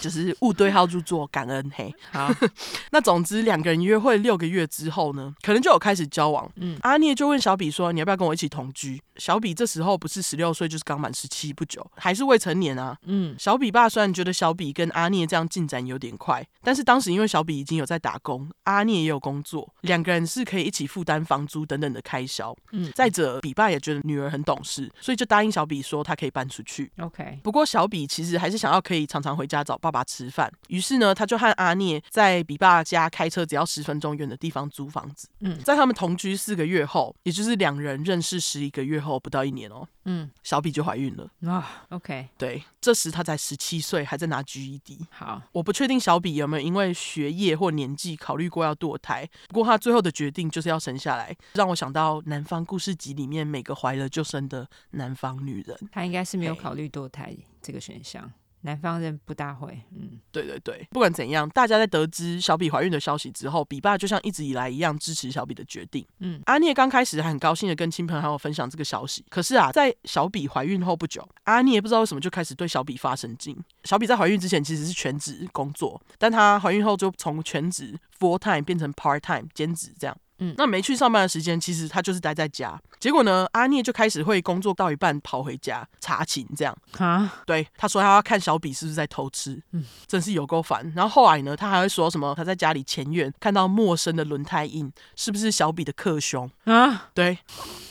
就是勿对号入座，感恩嘿。
好，
那总之，两个人约会六个月之后呢，可能就有开始交往。
嗯
阿聂就问小比说：“你要不要跟我一起同居？”小比这时候不是十六岁，就是刚满十七不久，还是未成年啊。
嗯
小比爸虽然觉得小比跟阿聂这样进展有点快，但是当时因为小比已经有在打工，阿聂也有工作，两个人是可以一起负担房租等等的开销。
嗯
再者，比爸也觉得女儿很懂事，所以就答应小比说他可以搬出去。
，OK，
不过小比其实还是想要可以常常回家找爸爸吃饭，于是呢，他就和阿聂在比爸家开车只要十分钟远的地方租房子。
嗯
在他们同居四个月后，也就是两人认识十一个月后，不到一年哦，
嗯
小比就怀孕了。
啊、o k
对，这时她才十七岁，还在拿 E GED。
好，
我不确定小比有没有因为学业或年纪考虑过要堕胎，不过她最后的决定就是要生下来，让我想到《南方故事集》里面每个怀了就生的南方女人。
他应该是没有
嘿
考虑堕胎这个选项，南方人不大会，嗯
对对对，不管怎样，大家在得知小比怀孕的消息之后，比爸就像一直以来一样支持小比的决定。
嗯，
阿聂刚开始还很高兴的跟亲朋好友分享这个消息，可是啊，在小比怀孕后不久，阿聂不知道为什么就开始对小比发神经。小比在怀孕之前其实是全职工作，但她怀孕后就从全职 full time 变成 part time 兼职这样。
嗯
那没去上班的时间，其实她就是待在家。结果呢，阿聂就开始会工作到一半跑回家查寝这样。
啊，
对，他说他要看小比是不是在偷吃，嗯，真是有够烦。然后后来呢，他还会说什么他在家里前院看到陌生的轮胎印，是不是小比的克凶？
啊，
对，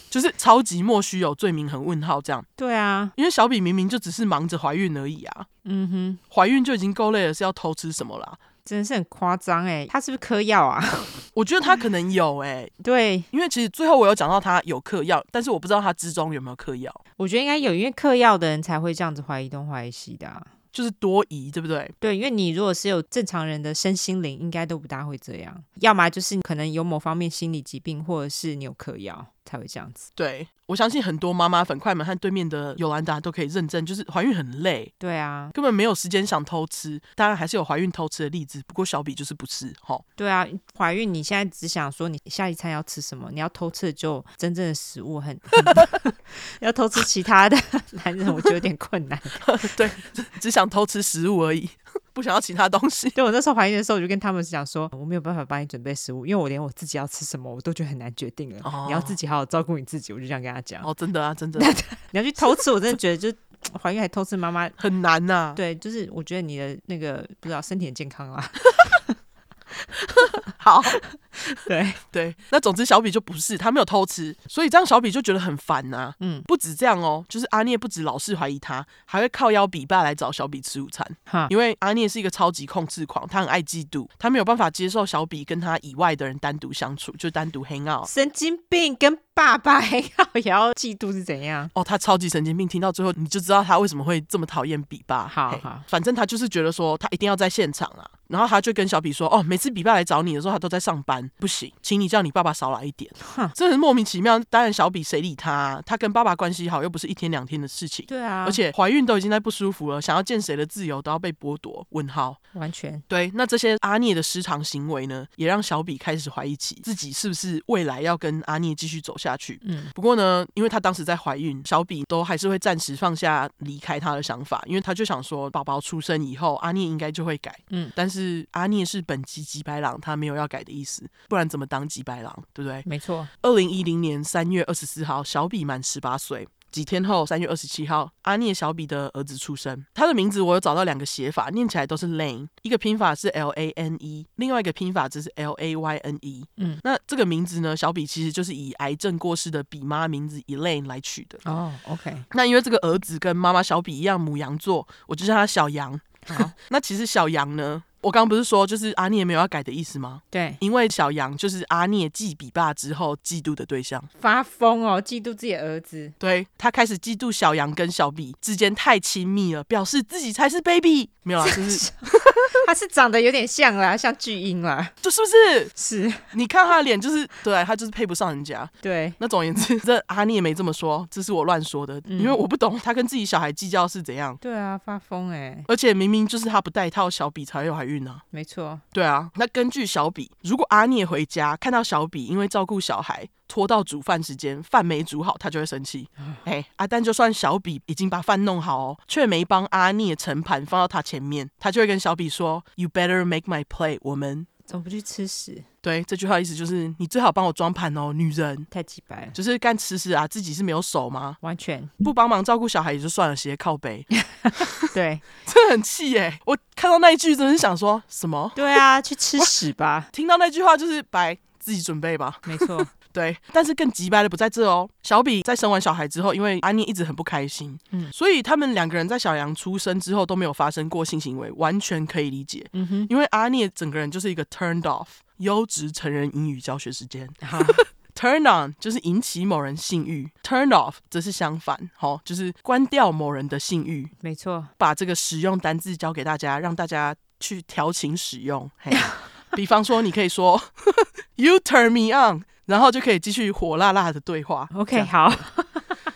就是超级莫须有罪名，很问号这样。
对啊，
因为小比明明就只是忙着怀孕而已啊，
嗯哼，
怀孕就已经够累了，是要偷吃什么啦？
真的是很夸张哎，他是不是嗑药啊？
我觉得他可能有哎、
对，
因为其实最后我有讲到他有嗑药，但是我不知道他之中有没有嗑药，
我觉得应该有，因为嗑药的人才会这样子怀疑东怀疑西的啊、
就是多疑，对不对？
对，因为你如果是有正常人的身心灵，应该都不大会这样，要么就是你可能有某方面心理疾病，或者是你有嗑药才会这样子。
对我相信很多妈妈粉快门和对面的尤兰达都可以认证，就是怀孕很累，
对啊，
根本没有时间想偷吃。当然还是有怀孕偷吃的例子，不过小比就是不是哈。
对啊，怀孕你现在只想说你下一餐要吃什么，你要偷吃的就真正的食物很， 很要偷吃其他的 男人，我觉得有点困难。
对，只只想偷吃食物而已， 不想要其他东 西。
对我那时候怀孕的时候，我就跟他们讲说，我没有办法帮你准备食物，因为我连我自己要吃什么我都觉得很难决定了。
哦
你要自己好好照顾你自己，我就这样跟他讲。
哦，真的啊，真的
你要去偷吃，我 真的觉得就怀孕还偷吃妈妈
很难呐、
对，就是我觉得你的那个不知道身体很健康啦。
好，
对，
对，那总之小比就不是，他没有偷吃，所以这样小比就觉得很烦呐、
嗯，
不止这样哦，就是阿涅不止老是怀疑他，还会靠邀比爸来找小比吃午餐。
哈，
因为阿涅是一个超级控制狂，他很爱嫉妒，他没有办法接受小比跟他以外的人单独相处，就单独 hang out。
神经病跟爸爸还要也要嫉妒是怎样？
哦，他超级神经病，听到最后你就知道他为什么会这么讨厌比爸。
好
嘿
好
反正他就是觉得说他一定要在现场啊，然后他就跟小比说，哦，每次比爸来找你的时候，他都在上班，不行，请你叫你爸爸少来一点。真的是莫名其妙。当然，小比谁理他啊、他跟爸爸关系好又不是一天两天的事情。
对啊，
而且怀孕都已经在不舒服了，想要见谁的自由都要被剥夺。问号，
完全
对，那这些阿聂的失常行为呢，也让小比开始怀疑起自己是不是未来要跟阿聂继续走下去。
嗯，
不过呢，因为她当时在怀孕，小比都还是会暂时放下离开她的想法，因为她就想说，宝宝出生以后，阿聂应该就会改。
嗯，
但是阿聂是本集吉白狼，他没有要改的意思，不然怎么当吉白狼，对不对？
没错，
二零一零年三月二十四号，小比满十八岁。几天后，三月二十七号，阿涅小比的儿子出生。他的名字我有找到两个写法，念起来都是 Lane，一个拼法是 L A N E，另外一个拼法就是 L A Y N E。
嗯，
那这个名字呢，小比其实就是以癌症过世的比妈名字 Elaine 来取的。
哦，OK，
那因为这个儿子跟妈妈小比一样母羊座，我就叫他小羊。
好，
那其实小羊呢，我刚刚不是说就是阿涅没有要改的意思吗？
对，
因为小羊就是阿涅继比爸之后嫉妒的对象。
发疯哦，嫉妒自己的儿子，
对他开始嫉妒小羊跟小比之间太亲密了，表示自己才是 baby。没有啦，就是
他是长得有点像啦，像巨婴啦，
就是不是？
是
你看他的脸，就是对啊他就是配不上人家。
对，
那总而言之，这阿聂没这么说，这是我乱说的，因为我不懂他跟自己小孩计较是怎样。
对啊，发疯哎，
而且明明就是他不戴套，小比才会怀孕呢、
没错，
对啊，那根据小比，如果阿聂回家看到小比因为照顾小孩拖到煮饭时间，饭没煮好，他就会生气。 哎、阿丹就算小比已经把饭弄好哦，却没帮阿聂盛盘放到他前面，他就会跟小比说：“You better make my plate，我们。
怎么不去吃屎？”
对，这句话意思就是你最好帮我装盘哦，女人。
太鸡白了，
就是干吃屎啊，自己是没有手吗？
完 全
不帮忙照顾小孩也就算了，斜靠背，
对，
真的很气耶、我看到那一句，真的是想说什么？
对啊，去吃屎吧，
听到那句话就是白，自己准备吧。
没错，
对，但是更急掰的不在这哦。小比在生完小孩之后，因为阿妮一直很不开心，
嗯
所以他们两个人在小羊出生之后都没有发生过性行为，完全可以理解。
嗯哼，
因为阿妮整个人就是一个 turned off，优质成人英语教学时间。
好，
turn on 就是引起某人性欲，turn off 则是相反，好、就是关掉某人的性欲。
没错，
把这个使用单字交给大家，让大家去调情使用。嘿比方说，你可以说 “You turn me on”，然后就可以继续火辣辣的对话。这
OK，
样
好，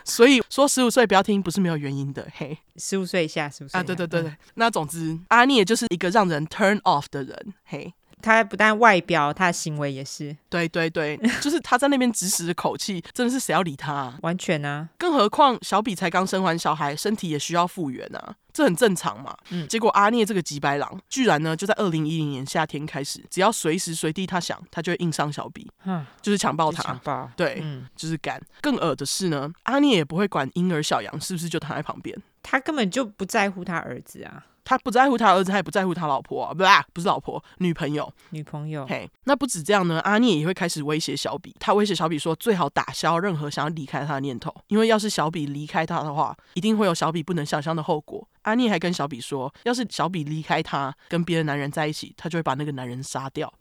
所以说十五岁不要听，不是没有原因的。嘿
十五岁以下是不是？
啊，对对对
嗯
对。那总之，阿聂就是一个让人 turn off 的人。嘿。
他不但外表，他的行为也是
对对 对，就是他在那边指使的口气，真的是谁要理他、啊？
完全啊，
更何况小比才刚生完小孩，身体也需要复原啊，这很正常嘛。
嗯
结果阿聂这个吉白狼，居然呢就在二零一零年夏天开始，只要随时随地他想，他就会硬上小比，
哼，
就是强暴
就
他
强。暴，
对，
嗯，
就是干。更恶的是呢，阿聂也不会管婴儿小羊是不是就躺在旁边，
他根本就不在乎他儿子啊，
他不在乎他儿子，他也不在乎他老婆、啊，不啦，不是老婆，女朋友。
女朋友，
嘿，那不止这样呢，阿聂也会开始威胁小比，他威胁小比说最好打消任何想要离开他的念头，因为要是小比离开他的话，一定会有小比不能想象的后果。阿念还跟小比说，要是小比离开他，跟别的男人在一起，他就会把那个男人杀掉。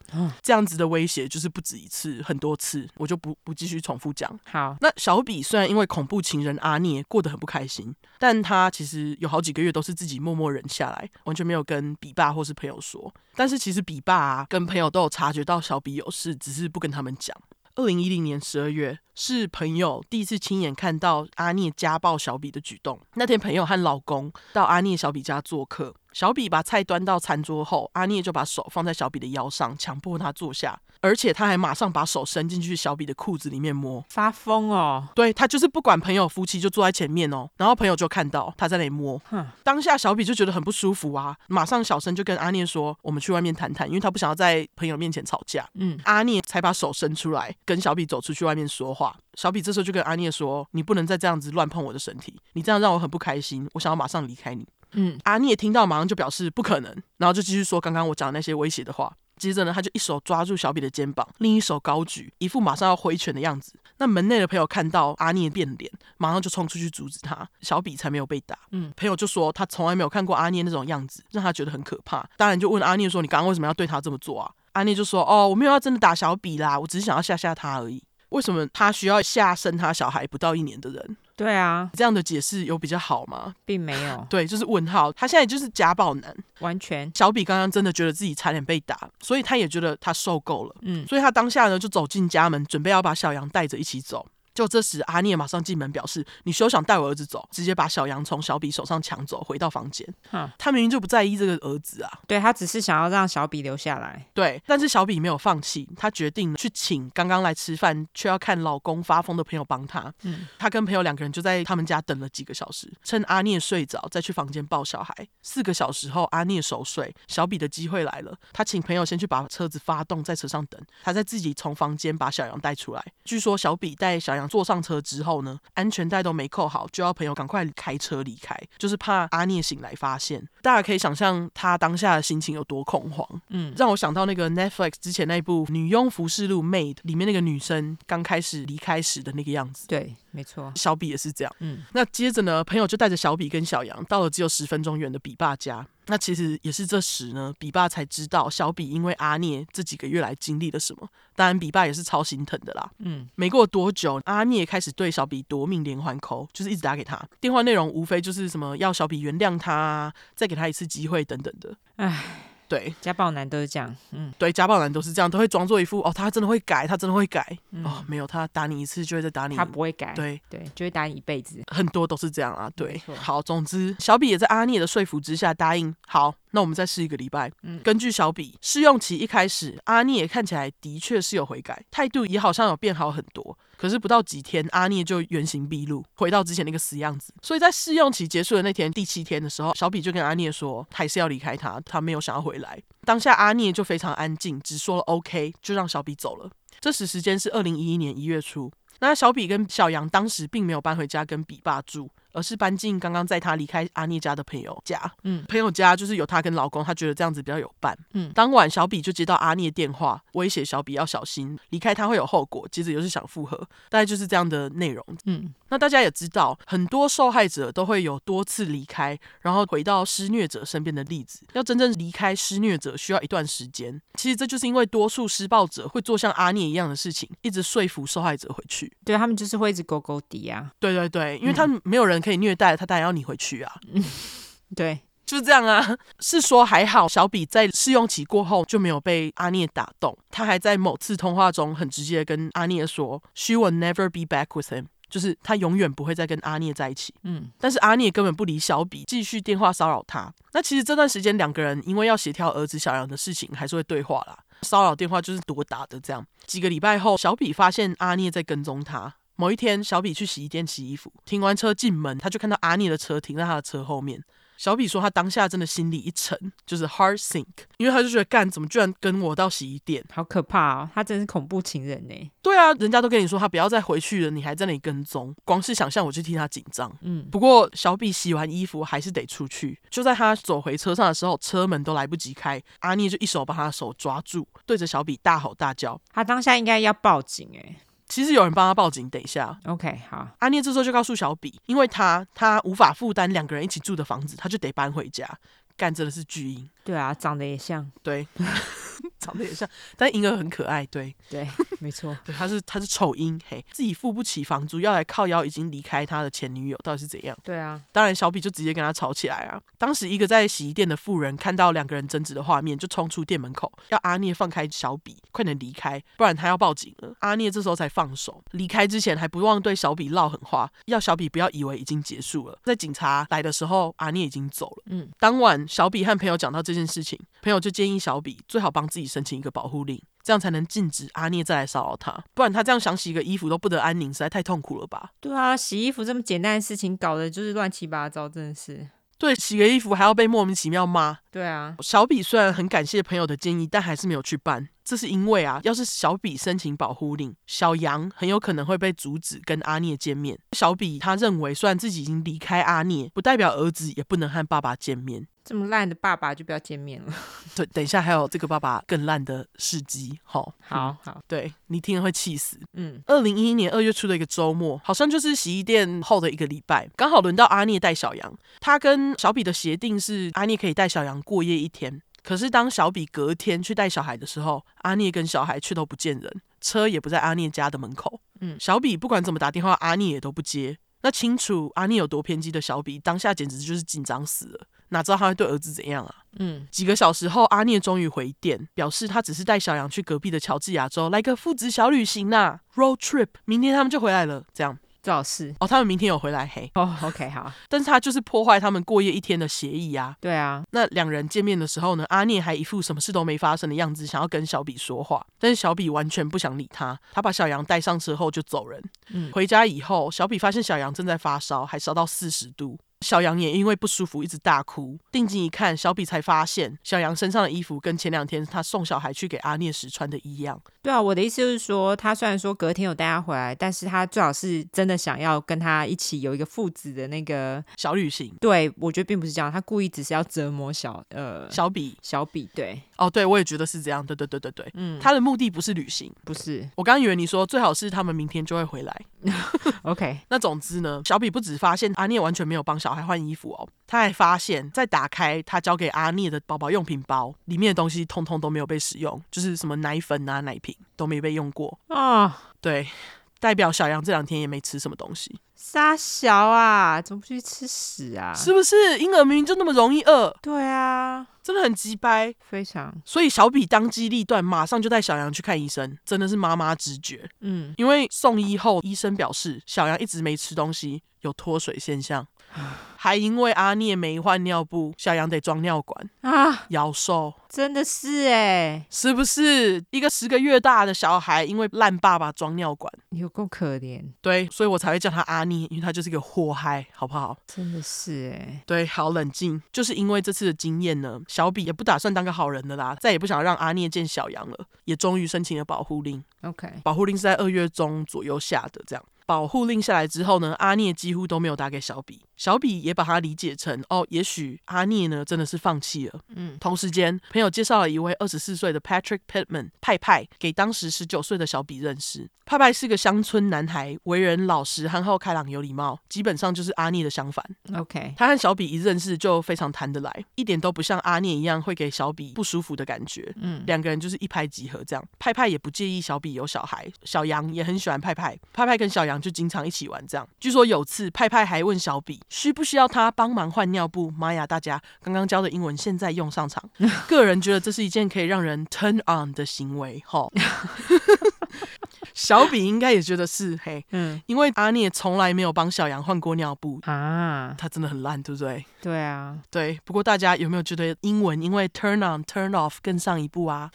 这样子的威胁就是不止一次，很多次，我就不不继续重复讲。
好，
那小比虽然因为恐怖情人阿涅过得很不开心，但他其实有好几个月都是自己默默忍下来，完全没有跟比爸或是朋友说。但是其实比爸、啊、跟朋友都有察觉到小比有事，只是不跟他们讲。二零一零年十二月，是朋友第一次亲眼看到阿涅家暴小比的举动。那天，朋友和老公到阿涅小比家做客，小比把菜端到餐桌后，阿涅就把手放在小比的腰上，强迫他坐下，而且他还马上把手伸进去小比的裤子里面摸。
发疯哦，
对他就是不管朋友夫妻就坐在前面哦，然后朋友就看到他在那里摸
哼，
当下小比就觉得很不舒服啊，马上小声就跟阿念说：“我们去外面谈谈，因为他不想要在朋友面前吵架。”
嗯，
阿念才把手伸出来跟小比走出去外面说话。小比这时候就跟阿念说：“你不能再这样子乱碰我的身体，你这样让我很不开心，我想要马上离啊开你。”
嗯，
阿念听到马上就表示不可能，然后就继续说刚刚我讲的那些威胁的话。接着呢，他就一手抓住小比的肩膀，另一手高举，一副马上要挥拳的样子。那门内的朋友看到阿念变脸，马上就冲出去阻止他，小比才没有被打。
嗯，
朋友就说他从来没有看过阿念那种样子，让他觉得很可怕。当然就问阿念说：“你刚刚为什么要对他这么做啊？”阿念就说：“哦，我没有要真的打小比啦，我只是想要吓吓他而已。”为什么他需要吓生他小孩不到一年的人？
对啊，
这样的解释有比较好吗？
并没 有
对，就是问号。他现在就是家暴男。
完全，
小比刚刚真的觉得自己差点被打，所以他也觉得他受够了，
嗯
所以他当下呢就走进家门，准备要把小杨带着一起休走。就这时，阿聂马上进门表示：“你休想带我儿子走！”直接把小杨从小比手上抢走，回到房间
哼。
他明明就不在意这个儿子啊，
对他只是想要让小比留下来，
对。但是小比没有放弃，他决定去请刚刚来吃饭却要看老公发疯的朋友帮他。
嗯，
他跟朋友两个人就在他们家等了几个小时，趁阿聂睡着再去房间抱小孩。四个小时后，阿聂熟睡，小比的机会来了。他请朋友先去把车子发动，在车上等，他再自己从房间把小杨带出来。据说小比带小杨坐上车之后呢，安全带都没扣好，就要朋友赶快开车离开，就是怕阿聂醒来发现。大家可以想象他当下的心情有多恐慌。
嗯，
让我想到那个 Netflix 之前那一部《女佣服饰录 Maid》里面那个女生刚开始离开时的那个样子。
对，没错，
小比也是这样。
嗯，
那接着呢，朋友就带着小比跟小杨到了只有十分钟远的比爸家。那其实也是这时呢，比爸才知道小比因为阿聂这几个月来经历了什么。当然，比爸也是超心疼的啦。
嗯，
没过多久，阿聂开始对小比夺命连环 call，就是一直打给他。电话内容无非就是什么要小比原谅他、啊，再给他一次机会等等的。
唉，
对
家暴男都是这样，嗯
对，家暴男都是这样，都会装作一副哦，他真的会改，他真的会改。哦
嗯，，
没有，他打你一次就会再打你。
他不会改，
对，
嗯对，就会打你一辈子，
很多都是这样啊，
没
对
错。
好，总之，小比也在阿聂的说服之下答应。好，那我们再试一个礼拜。
嗯
根据小比试用期一开始，阿聂看起来的确是有悔改，态度也好像有变好很多。可是不到几天，阿聂就原形毕露，回到之前那个死样子。所以在试用期结束的那天，第七天的时候，小比就跟阿聂说，还是要离开他，他没有想要回来。当下阿聂就非常安静，只说了 OK，就让小比走了。这时时间是二零一一年一月初，那小比跟小杨当时并没有搬回家跟比爸住，而是搬进刚刚在他离开阿聂家的朋友家。
嗯，
朋友家就是有她跟老公，她觉得这样子比较有伴。
嗯
当晚小比就接到阿聂电话，威胁小比要小心，离开他会有后果。接着又是想复合，大概就是这样的内容。
嗯，
那大家也知道，很多受害者都会有多次离开，然后回到施虐者身边的例子。要真正离开施虐者，需要一段时间。其实这就是因为多数施暴者会做像阿聂一样的事情，一直说服受害者回去。
对他们就是会一直勾勾底啊，
对对对，因为他没有人可以虐待，他当然要你回去啊。
对，
就是这样啊，是说还好，小比在试用期过后就没有被阿聂打动，他还在某次通话中很直接地跟阿聂说，She will never be back with him，就是他永远不会再跟阿聂在一起。
嗯
但是阿聂根本不理小比，继续电话骚扰他。那其实这段时间两个人因为要协调儿子小杨的事情，还是会对话啦。骚扰电话就是多打的这样。几个礼拜后，小比发现阿聂在跟踪他。某一天，小比去洗衣店洗衣服，停完车进门，他就看到阿聂的车停在他的车后面。小比说，他当下真的心里一沉，就是 heart sink，因为他就觉得干怎么居然跟我到洗衣店？
好可怕哦，他真是恐怖情人呢，
对啊，人家都跟你说他不要再回去了，你还在那里跟踪，光是想象我就替他紧张。
嗯，
不过小比洗完衣服还是得出去。就在他走回车上的时候，车门都来不及开，阿聂就一手把他的手抓住，对着小比大吼大叫。
他当下应该要报警哎，
其实有人帮他报警，等一下。
OK，好，
阿念这时候就告诉小比，因为他他无法负担两个人一起住的房子，他就得搬回家。干真的是巨婴，
对啊，长得也像，
对， 长得也像，但婴儿很可爱，对，
对，没错，
对，他是他是丑婴，嘿，自己付不起房租，要来靠腰已经离开他的前女友，到底是怎样？
对啊，
当然，小比就直接跟他吵起来啊。当时一个在洗衣店的妇人看到两个人争执的画面，就冲出店门口，要阿聂放开小比，快点离开，不然他要报警了。阿聂这时候才放手，离开之前还不忘对小比唠狠话，要小比不要以为已经结束了。在警察来的时候，阿聂已经走了。
嗯，
当晚小比和朋友讲到这件事情，朋友就建议小比最好帮自己申请一个保护令。这样才能禁止阿聂再来骚扰他，不然他这样想洗个衣服都不得安宁，实在太痛苦了吧？
对啊，洗衣服这么简单的事情，搞得就是乱七八糟，真的是，
对，洗个衣服还要被莫名其妙骂，
对啊，
小比虽然很感谢朋友的建议，但还是没有去办。这是因为啊，要是小比申请保护令，小杨很有可能会被阻止跟阿聂见面。小比他认为，虽然自己已经离开阿聂，不代表儿子也不能和爸爸见面。
这么烂的爸爸就不要见面了。
对，等一下还有这个爸爸更烂的事迹。好，
好好，
对你听了会气死。
嗯，
二零一一年二月初的一个周末，好像就是洗衣店后的一个礼拜，刚好轮到阿聂带小杨。他跟小比的协定是，阿聂可以带小杨过夜一天。可是当小比隔天去带小孩的时候，阿聂跟小孩却都不见人，车也不在阿聂家的门口。
嗯
小比不管怎么打电话，阿聂也都不接。那清楚阿聂有多偏激的小比，当下简直就是紧张死了，哪知道他会对儿子怎样啊？
嗯，
几个小时后，阿聂终于回电，表示他只是带小杨去隔壁的乔治亚州来个父子小旅行呐、road trip。明天他们就回来了，这样
最好是
哦，他们明天有回来嘿，
哦，OK，好，
但是他就是破坏他们过夜一天的协议啊。
对啊，
那两人见面的时候呢，阿聂还一副什么事都没发生的样子，想要跟小比说话，但是小比完全不想理他。他把小杨带上车后就走人。
嗯
回家以后，小比发现小杨正在发烧，还烧到四十度。小杨也因为不舒服一直大哭。定睛一看，小比才发现小杨身上的衣服跟前两天他送小孩去给阿聂时穿的一样。
对啊，我的意思就是说，他虽然说隔天有带他回来，但是他最好是真的想要跟他一起有一个父子的那个，
小旅行，
对我觉得并不是这样，他故意只是要折磨小呃
小比
小比，对，
哦，对我也觉得是这样。对对对对对，
嗯，
他的目的不是旅行。
不是
我刚以为你说最好是他们明天就会回来。
OK，
那总之呢，小比不止发现阿聂完全没有帮小孩换衣服哦，他还发现，在打开他交给阿聂的宝宝用品包，里面的东西通通都没有被使用，就是什么奶粉啊、奶瓶都没被用过。
哦，
对，代表小杨这两天也没吃什么东西，
傻小啊，怎么不去吃屎啊？
是不是？婴儿明明就那么容易饿，
对啊，
真的很鸡掰。
非常，
所以小比当机立断，马上就带小杨去看医生，真的是妈妈直觉。
嗯，
因为送医后，医生表示小杨一直没吃东西，有脱水现象，还因为阿聂没换尿布，小杨得装尿管，
啊，
夭寿，
真的是哎，
是不是？一个十个月大的小孩，因为烂爸爸装尿管，
有够可怜，
对，所以我才会叫他阿聂，因为他就是个祸害，好不好？
真的是哎，
对，好冷静，就是因为这次的经验呢，小比也不打算当个好人的啦，再也不想让阿聂见小杨了，也终于申请了保护令。
OK，
保护令是在二月中左右下的，这样。保护令下来之后呢，阿聂几乎都没有打给小比，小比也把他理解成哦，也许阿聂呢真的是放弃了。
嗯，
同时间，朋友介绍了一位二十四岁的 Patrick Pittman 派派给当时十九岁的小比认识。派派是个乡村男孩，为人老实、憨厚、开朗、有礼貌，基本上就是阿聂的相反。
OK，
他和小比一认识就非常谈得来，一点都不像阿聂一样会给小比不舒服的感觉。
嗯
两个人就是一拍即合这样。派派也不介意小比有小孩，小杨也很喜欢派派，派派跟小杨就经常一起玩这样。据说有次派派还问小比需不需要他帮忙换尿布，妈呀，大家刚刚教的英文现在用上场。个人觉得这是一件可以让人 turn on 的行为，吼。小比应该也觉得是嘿，
嗯
因为阿聂从来没有帮小杨换过尿布，
啊，
他真的很烂，对不对？
对啊，
对，不过大家有没有觉得英文因为 turn on turn off 更上一步啊？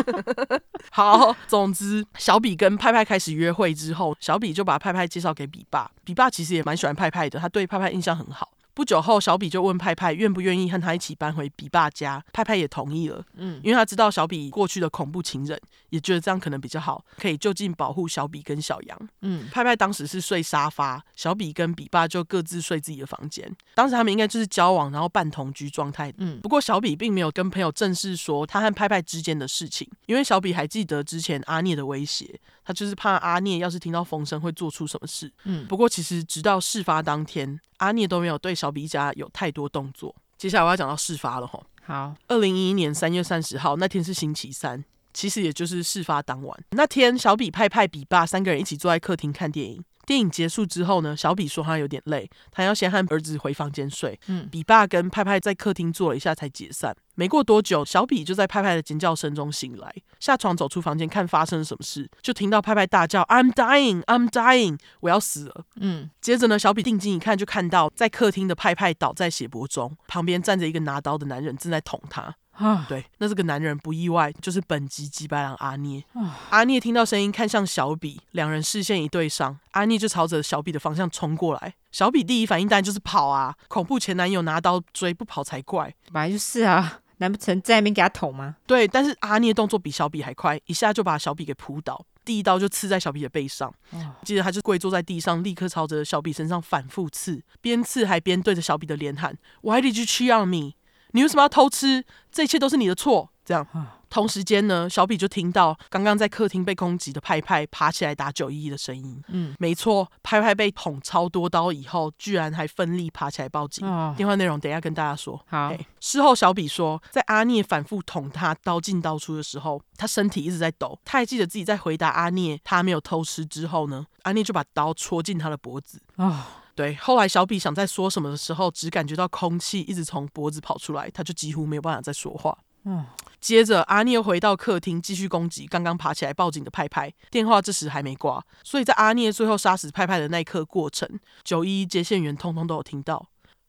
好，总之，小比跟派派开始约会之后，小比就把派派介绍给比爸。比爸其实也蛮喜欢派派的，他对派派印象很好。不久后，小比就问派派愿不愿意和他一起搬回比爸家，派派也同意了。
嗯
因为他知道小比过去的恐怖情人，也觉得这样可能比较好，可以就近保护小比跟小杨。
嗯
派派当时是睡沙发，小比跟比爸就各自睡自己的房间。当时他们应该就是交往，然后半同居状态。
嗯
不过小比并没有跟朋友正式说他和派派之间的事情，因为小比还记得之前阿聂的威胁，他就是怕阿聂要是听到风声会做出什么事。
嗯
不过其实直到事发当天，阿聂都没有对小比家有太多动作。接下来我要讲到事发了吼，
好，
二零一一年三月三十号那天是星期三，其实也就是事发当晚。那天，小比、派派、比爸三个人一起坐在客厅看电影。电影结束之后呢，小比说他有点累，他要先和儿子回房间睡。
嗯
比爸跟派派在客厅坐了一下才解散。没过多久，小比就在派派的尖叫声中醒来，下床走出房间看发生了什么事，就听到派派大叫：“I'm dying, I'm dying，我要死了。”
嗯
接着呢，小比定睛一看，就看到在客厅的派派倒在血泊中，旁边站着一个拿刀的男人正在捅他。
啊，
对，那这个男人不意外，就是本集击败狼阿聂
哇。
阿聂听到声音，看向小比，两人视线一对上，阿聂就朝着小比的方向冲过来。小比第一反应当然就是跑啊，恐怖前男友拿刀追，不跑才怪。
本来就是啊， 难不成在那边给他捅吗？
对，但是阿聂动作比小比还快，一下就把小比给扑倒，第一刀就刺在小比的背上
哇。
接着他就跪坐在地上，立刻朝着小比身上反复刺，边刺还边对着小比的脸喊：“Why did you cheat on me？你为什么要偷吃？这一切都是你的错。”这样
啊。
同时间呢，小比就听到刚刚在客厅被攻击的派派爬起来打九一一的声音。
嗯，
没错，派派被捅超多刀以后，居然还奋力爬起来报警。
哦，
电话内容等一下跟大家说。
好
嘿事后小比说，在阿聂反复捅他刀进刀出的时候，他身体一直在抖。他还记得自己在回答阿聂他没有偷吃之后呢，阿聂就把刀戳进他的脖子。
哦，
对，后来小比想再说什么的时候，只感觉到空气一直从脖子跑出来，他就几乎没有办法再说话。
嗯，
接着阿聂又回到客厅继续攻击刚刚爬起来报警的派派，电话这时还没挂，所以在阿聂最后杀死派派的那一刻过程，九一一接线员通通都有听到。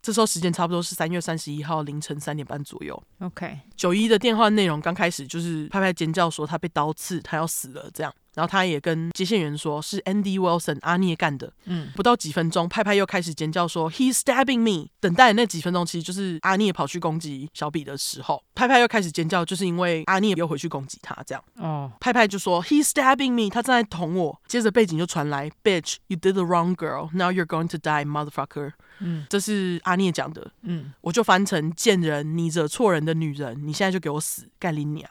这时候时间差不多是三月三十一号凌晨三点半左右。
OK，
九一的电话内容刚开始就是拍拍尖叫说他被刀刺，他要死了这样。然后他也跟接线员说是 Andy Wilson 阿聂干的。
嗯，
不到几分钟，派派又开始尖叫说 He's stabbing me。等待的那几分钟其实就是阿聂跑去攻击小比的时候，派派又开始尖叫，就是因为阿聂又回去攻击他这样。
哦，
派派就说 He's stabbing me，他正在捅我。接着背景就传来 Bitch, you did the wrong girl. Now you're going to die, motherfucker。
嗯
这是阿聂讲的，
嗯，
我就翻成贱人，你惹错人的女人，你现在就给我死，干你 娘！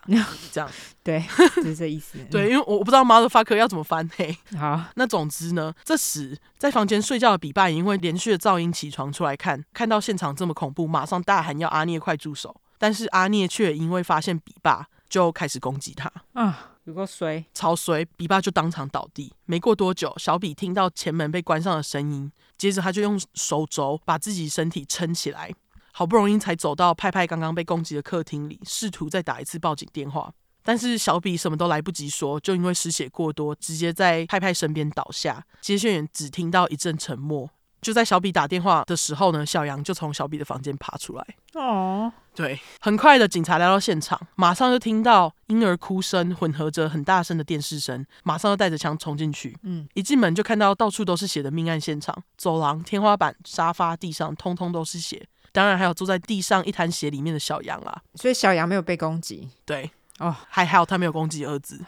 这样
对，就是这意思。嗯，
对，因为我我不知道 motherfucker 要怎么翻嘿。
好，
那总之呢，这时在房间睡觉的比爸也因为连续的噪音起床出来看，看到现场这么恐怖，马上大喊要阿聂快住手，但是阿聂却因为发现比爸就开始攻击他。
啊，如果谁，
超衰，比爸就当场倒地。没过多久，小比听到前门被关上的声音，接着他就用手肘把自己身体撑起来，好不容易才走到派派刚刚被攻击的客厅里，试图再打一次报警电话。但是小比什么都来不及说，就因为失血过多，直接在派派身边倒下。接线员只听到一阵沉默。就在小比打电话的时候呢，小杨就从小比的房间爬出来。
哦，
对，很快的，警察来到现场，马上就听到婴儿哭声混合着很大声的电视声，马上就带着枪冲进去。
嗯，
一进门就看到到处都是血的命案现场，走廊、天花板、沙发、地上，通通都是血。当然还有坐在地上一滩血里面的小羊啦。
所以小杨没有被攻击，
对，
哦，
还好他没有攻击儿子，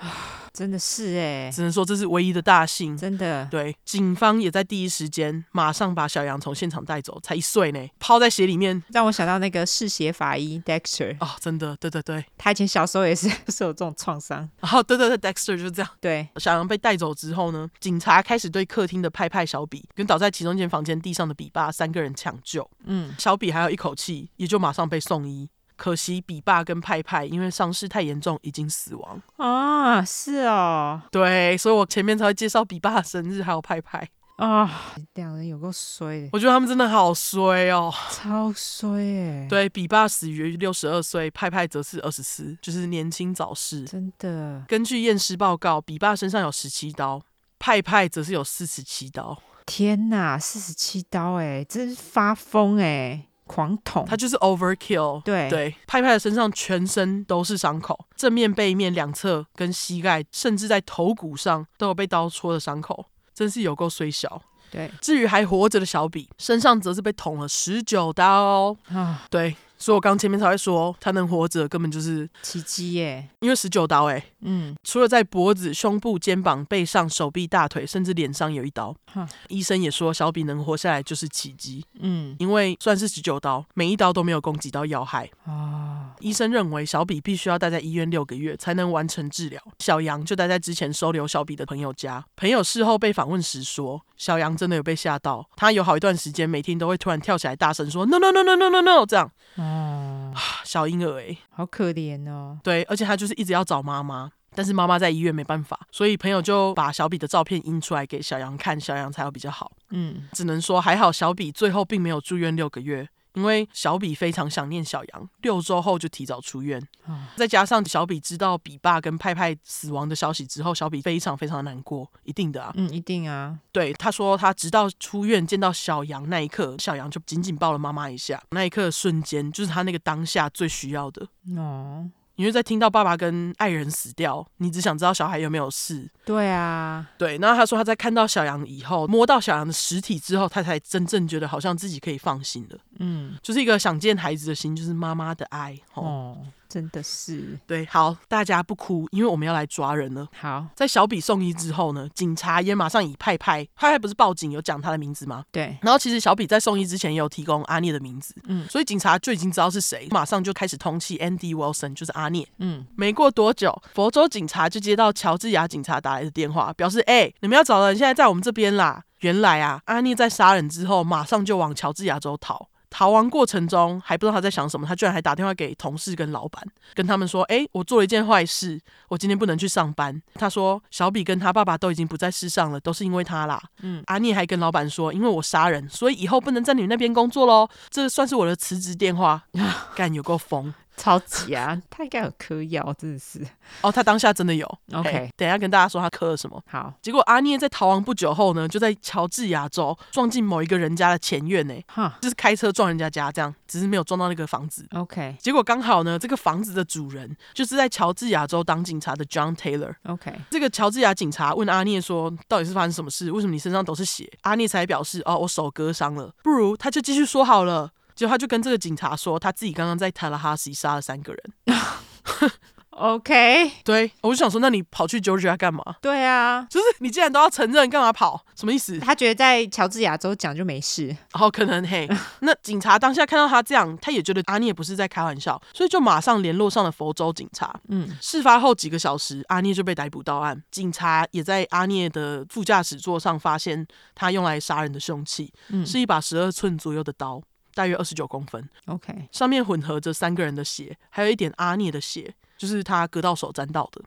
真的是哎，
只能说这是唯一的大幸。
真的，
对，警方也在第一时间马上把小羊从现场带走，才一岁呢，泡在血里面。
让我想到那个嗜血法医 Dexter，
哦，真的，对对对，
他以前小时候也是是有这种创伤，
然后对对对，Dexter 就是这样。
对，
小杨被带走之后呢，警察开始对客厅的派派、小比跟倒在其中一间房间地上的比爸三个人抢救。
嗯，
小比还有一口气，也就马上被送医。可惜比爸跟派派因为伤势太严重，已经死亡。
啊，是哦，
对，所以我前面才会介绍比爸的生日还有派派。
啊，两人有够衰的，
我觉得他们真的好衰哦。
超衰哎，，
对比爸死于六十二岁，派派则是二十四，就是年轻早逝。
真的，
根据验尸报告，比爸身上有十七刀，派派则是有四十七刀。
天哪，四十七刀哎，真是发疯哎，狂捅，
他就是 overkill。
对
对，派派的身上全身都是伤口，正面、背面、两侧跟膝盖，甚至在头骨上都有被刀戳的伤口，真是有够虽小。
对
至于还活着的小比，身上则是被捅了十九刀。
啊，
对，所以我刚前面才会说他能活着，根本就是
奇迹耶，
因为十九刀哎、欸
嗯，
除了在脖子、胸部、肩膀、背上、手臂、大腿，甚至脸上有一刀
哈。
医生也说，小比能活下来就是奇迹，
嗯，
因为算是十九刀，每一刀都没有攻击到要害。
哦，
医生认为小比必须要待在医院六个月才能完成治疗。小杨就待在之前收留小比的朋友家。朋友事后被访问时说，小杨真的有被吓到，他有好一段时间每天都会突然跳起来大声说 “no no no no no no no” 这样，
哦，
小婴儿诶、欸
好可怜哦，
对，而且他就是一直要找妈妈。但是妈妈在医院没办法，所以朋友就把小比的照片印出来给小杨看，小杨才有比较好。
嗯，
只能说还好小比最后并没有住院六个月，因为小比非常想念小杨，六周后就提早出院。
啊
再加上小比知道比爸跟派派死亡的消息之后，小比非常非常难过，一定的啊。
嗯，一定啊，
对，他说他直到出院见到小杨那一刻，小杨就紧紧抱了妈妈一下，那一刻瞬间就是他那个当下最需要的。
哦，
因为在听到爸爸跟爱人死掉，你只想知道小孩有没有事。
对啊，
对，然后他说他在看到小杨以后，摸到小杨的实体之后，他才真正觉得好像自己可以放心了，
嗯，
就是一个想见孩子的心，就是妈妈的爱。哦，
哦，真的是
对，好，大家不哭，因为我们要来抓人了。
好，
在小比送医之后呢，警察也马上以派派，派派不是报警有讲他的名字吗？
对，
然后其实小比在送医之前也有提供阿聂的名字，
嗯
所以警察就已经知道是谁，马上就开始通缉 Andy Wilson，就是阿聂。
嗯，
没过多久，佛州警察就接到乔治亚警察打来的电话，表示：“哎、你们要找的人现在在我们这边啦。”原来啊，阿聂在杀人之后，马上就往乔治亚州逃。逃亡过程中还不知道他在想什么，他居然还打电话给同事跟老板，跟他们说：“哎、我做了一件坏事，我今天不能去上班。”他说：“小比跟他爸爸都已经不在世上了，都是因为他啦。”
嗯，
阿聂还跟老板说：“因为我杀人，所以以后不能在你们那边工作喽。”这算是我的辞职电话。干有够疯
超级啊， 他应该有嗑药，真的是
哦！他当下真的有。
，OK，、
嘿哎等一下跟大家说他磕了什么。
好，
结果阿聂在逃亡不久后呢，就在乔治亚州撞进某一个人家的前院呢，
哈
就是开车撞人家家这样，只是没有撞到那个房子。
，OK，OK，、
结果刚好呢，这个房子的主人就是在乔治亚州当警察的 John Taylor。这个乔治亚警察问阿聂说：“到底是发生什么事？为什么你身上都是血？”阿聂才表示：“哦，我手割伤了。”不如他就继续说好了。结果他就跟这个警察说，他自己刚刚在塔拉哈西杀了三个人。
OK，
对，我就想说，那你跑去 Georgia 干嘛？
对啊，
就是你既然都要承认，干嘛跑？什么意思？
他觉得在乔治亚州讲就没事，
然后可能 嘿，那警察当下看到他这样，他也觉得阿聂不是在开玩笑，所以就马上联络上了佛州警察。
嗯，
事发后几个小时，阿聂就被逮捕到案，警察也在阿聂的副驾驶座上发现他用来杀人的凶器，
嗯
是一把十二寸左右的刀。大约二十九公分，
，OK，OK，、
上面混合着三个人的血，还有一点阿聂的血，就是他割到手沾到的。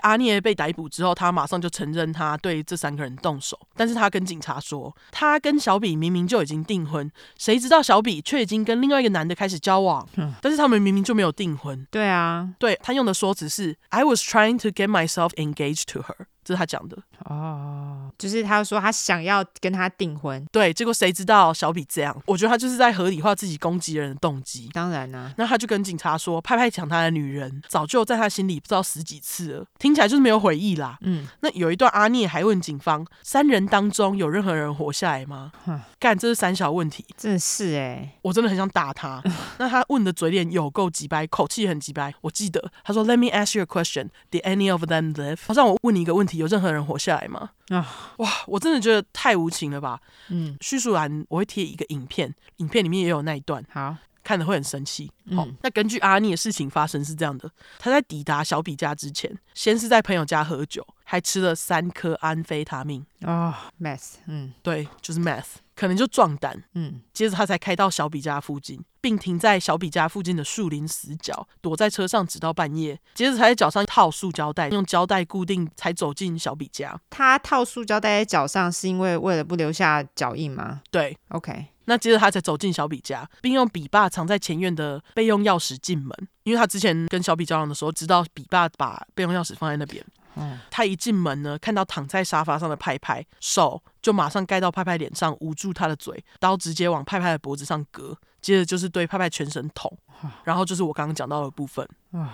阿聂被逮捕之后，他马上就承认他对这三个人动手，但是他跟警察说，他跟小比明明就已经订婚，谁知道小比却已经跟另外一个男的开始交往
嗯，
但是他们明明就没有订婚。
对啊，
对他用的说辞是 "I was trying to get myself engaged to her"，这是他讲的。
哦，就是他说他想要跟他订婚，
对，结果谁知道小比这样？我觉得他就是在合理化自己攻击人的动机。
当然啊啦、
那他就跟警察说，派派抢他的女人，早就在他心里不知道十几次了，听起来就是没有悔意啦。
嗯，
那有一段阿聂还问警方，三人当中有任何人活下来吗
哼？
干，这是三小问题，
真的是哎、
我真的很想打 他。那他问的嘴脸有够急掰，口气很急掰。我记得他说，Let me ask you a question. Did any of them live？好像我问你一个问题，有任何人活下来吗？
啊，
哇，我真的觉得太无情了吧！
嗯，
叙述栏我会贴一个影片，影片里面也有那一段。
好，
看了会很生气。
嗯
哦，那根据阿聂的事情发生是这样的：他在抵达小比家之前，先是在朋友家喝酒，还吃了三颗安非他命，
哦，mess，嗯
对，就是 meth，可能就壮胆。
嗯，
接着他才开到小比家附近，并停在小比家附近的树林死角，躲在车上直到半夜。接着才在脚上套塑胶带，用胶带固定，才走进小比家。
他套塑胶带在脚上是因为为了不留下脚印吗
对，
？OK，
那接着他才走进小比家，并用比爸藏在前院的备用钥匙进门，因为他之前跟小比交往的时候，知道比爸把备用钥匙放在那边。
嗯
他一进门呢，看到躺在沙发上的派派，手、就马上盖到派派脸上，捂住他的嘴，刀直接往派派的脖子上割，接着就是对派派全身捅，然后就是我刚刚讲到的部分。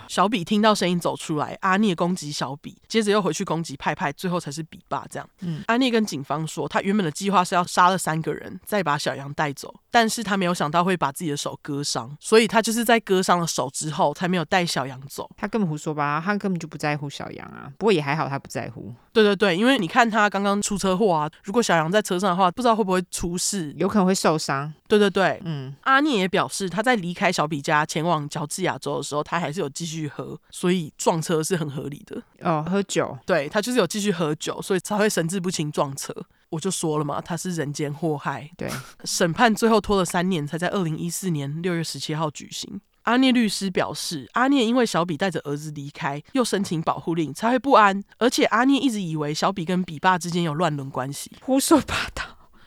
小比听到声音走出来，阿聂攻击小比，接着又回去攻击派派，最后才是比爸这样。
嗯
阿聂跟警方说，他原本的计划是要杀了三个人，再把小羊带走，但是他没有想到会把自己的手割伤，所以他就是在割伤了手之后，才没有带小羊走。
他根本胡说八道，他根本就不在乎小杨啊。不过也还好，他不在乎，
对对对，因为你看他刚刚出车祸啊，如果小羊在车上的话，不知道会不会出事。
有可能会受伤。
对对对，
嗯，
阿聂也表示，他在离开小比家前往乔治亚州的时候，他还是有继续喝，所以撞车是很合理的。
哦，喝酒，
对他就是有继续喝酒，所以才会神志不清撞车。我就说了嘛，他是人间祸害。
对，
审判最后拖了三年，才在二零一四年六月十七号举行。阿聂律师表示，阿聂因为小比带着儿子离开，又申请保护令，才会不安。而且阿聂一直以为小比跟比爸之间有乱伦关系，
胡说八道。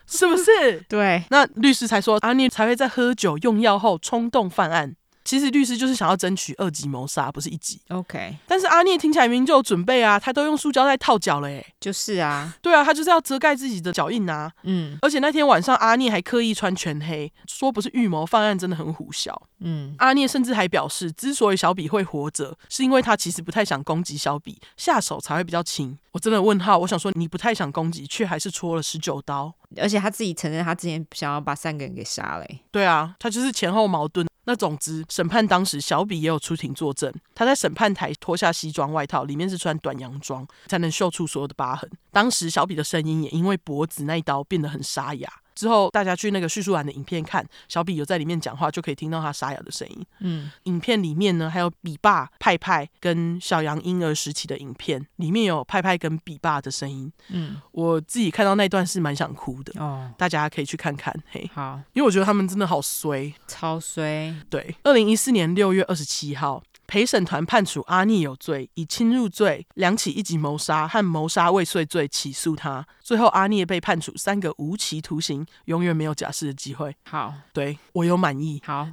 是不是？
对，
那律师才说阿聂才会在喝酒用药后冲动犯案。其实律师就是想要争取二级谋杀，不是一级。
OK，
但是阿聂听起来明明就有准备啊，他都用塑胶袋套脚了耶。
就是啊，
对啊，他就是要遮盖自己的脚印啊。
嗯
而且那天晚上，阿聂还刻意穿全黑，说不是预谋犯案，真的很虎啸。
嗯，
阿聂甚至还表示，之所以小比会活着，是因为他其实不太想攻击小比，下手才会比较轻。我真的问号，我想说你不太想攻击，却还是戳了十九刀。
而且他自己承认他之前想要把三个人给杀了欸、
对啊，他就是前后矛盾。那总之，审判当时小比也有出庭作证，他在审判台脱下西装外套，里面是穿短洋装，才能秀出所有的疤痕。当时小比的声音也因为脖子那一刀变得很沙哑。之后大家去那个叙述栏的影片看，小比有在里面讲话，就可以听到他沙哑的声音。
嗯，
影片里面呢，还有比爸、派派跟小羊婴儿时期的影片，里面有派派跟比爸的声音。
嗯，
我自己看到那段是蛮想哭的，
哦，
大家可以去看看。嘿，
好，
因为我觉得他们真的好衰。
超衰，
对，二零一四年六月二十七号，陪审团判处阿逆有罪，以侵入罪、两起一级谋杀和谋杀未遂罪起诉他。最后，阿逆被判处三个无期徒刑，永远没有假释的机会。
好
对我有满意，
好，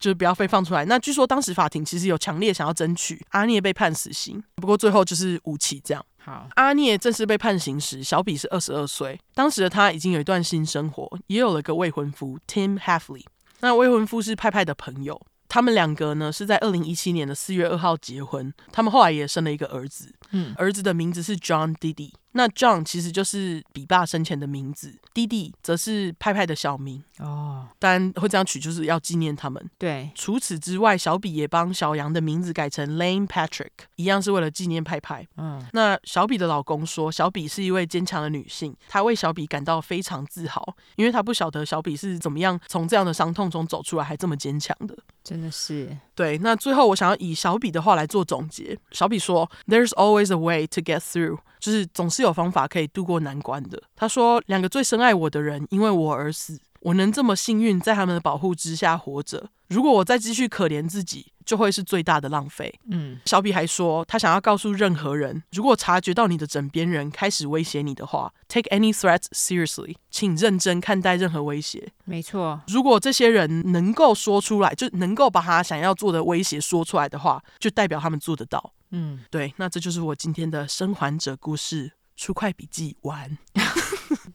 就是不要被放出来。那据说当时法庭其实有强烈想要争取阿聂被判死刑，不过最后就是无期这样。
好，
阿聂正式被判刑时，小比是二十二岁，当时的他已经有一段新生活，也有了个未婚夫 Tim Halfley。那未婚夫是派派的朋友，他们两个呢是在二零一七年的四月二号结婚，他们后来也生了一个儿子，
嗯
儿子的名字是 John Didi。那 John 其实就是比爸生前的名字，Didi 则是派派的小名。
哦，
当然会这样取，就是要纪念他们。
对，
除此之外，小比也帮小羊的名字改成 Lane Patrick，一样是为了纪念派派。
嗯
那小比的老公说，小比是一位坚强的女性，她为小比感到非常自豪，因为她不晓得小比是怎么样从这样的伤痛中走出来，还这么坚强的。
真的是，
对，那最后我想要以小比的话来做总结。小比说：“There's always a way to get through，就是总是有方法可以度过难关的。”他说：“两个最深爱我的人因为我而死，我能这么幸运在他们的保护之下活着。如果我再继续可怜自己，就会是最大的浪费。”
嗯
小比还说，他想要告诉任何人，如果察觉到你的枕边人开始威胁你的话，take any threats seriously，请认真看待任何威胁。
没错，
如果这些人能够说出来，就能够把他想要做的威胁说出来的话，就代表他们做得到。
嗯，
对，那这就是我今天的生还者故事。出快笔记完，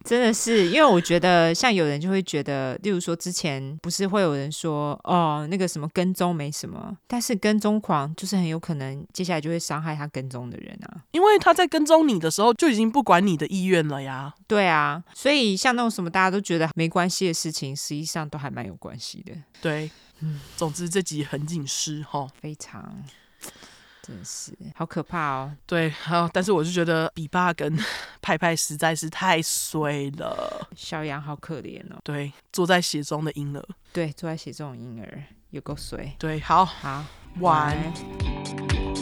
真的是，因为我觉得像有人就会觉得，例如说之前不是会有人说，哦，那个什么跟踪没什么，但是跟踪狂就是很有可能接下来就会伤害他跟踪的人啊。
因为他在跟踪你的时候就已经不管你的意愿了呀。
对啊，所以像那种什么大家都觉得没关系的事情，实际上都还蛮有关系的，
对，总之这集很警示哈。
非常，真的是好可怕哦。
对，好，但是我就觉得比爸跟 派派实在是太衰了。
小羊好可怜哦，
对，坐在血中的婴儿。
对，坐在写这种婴儿有够衰。
对，好，
好，
晚安。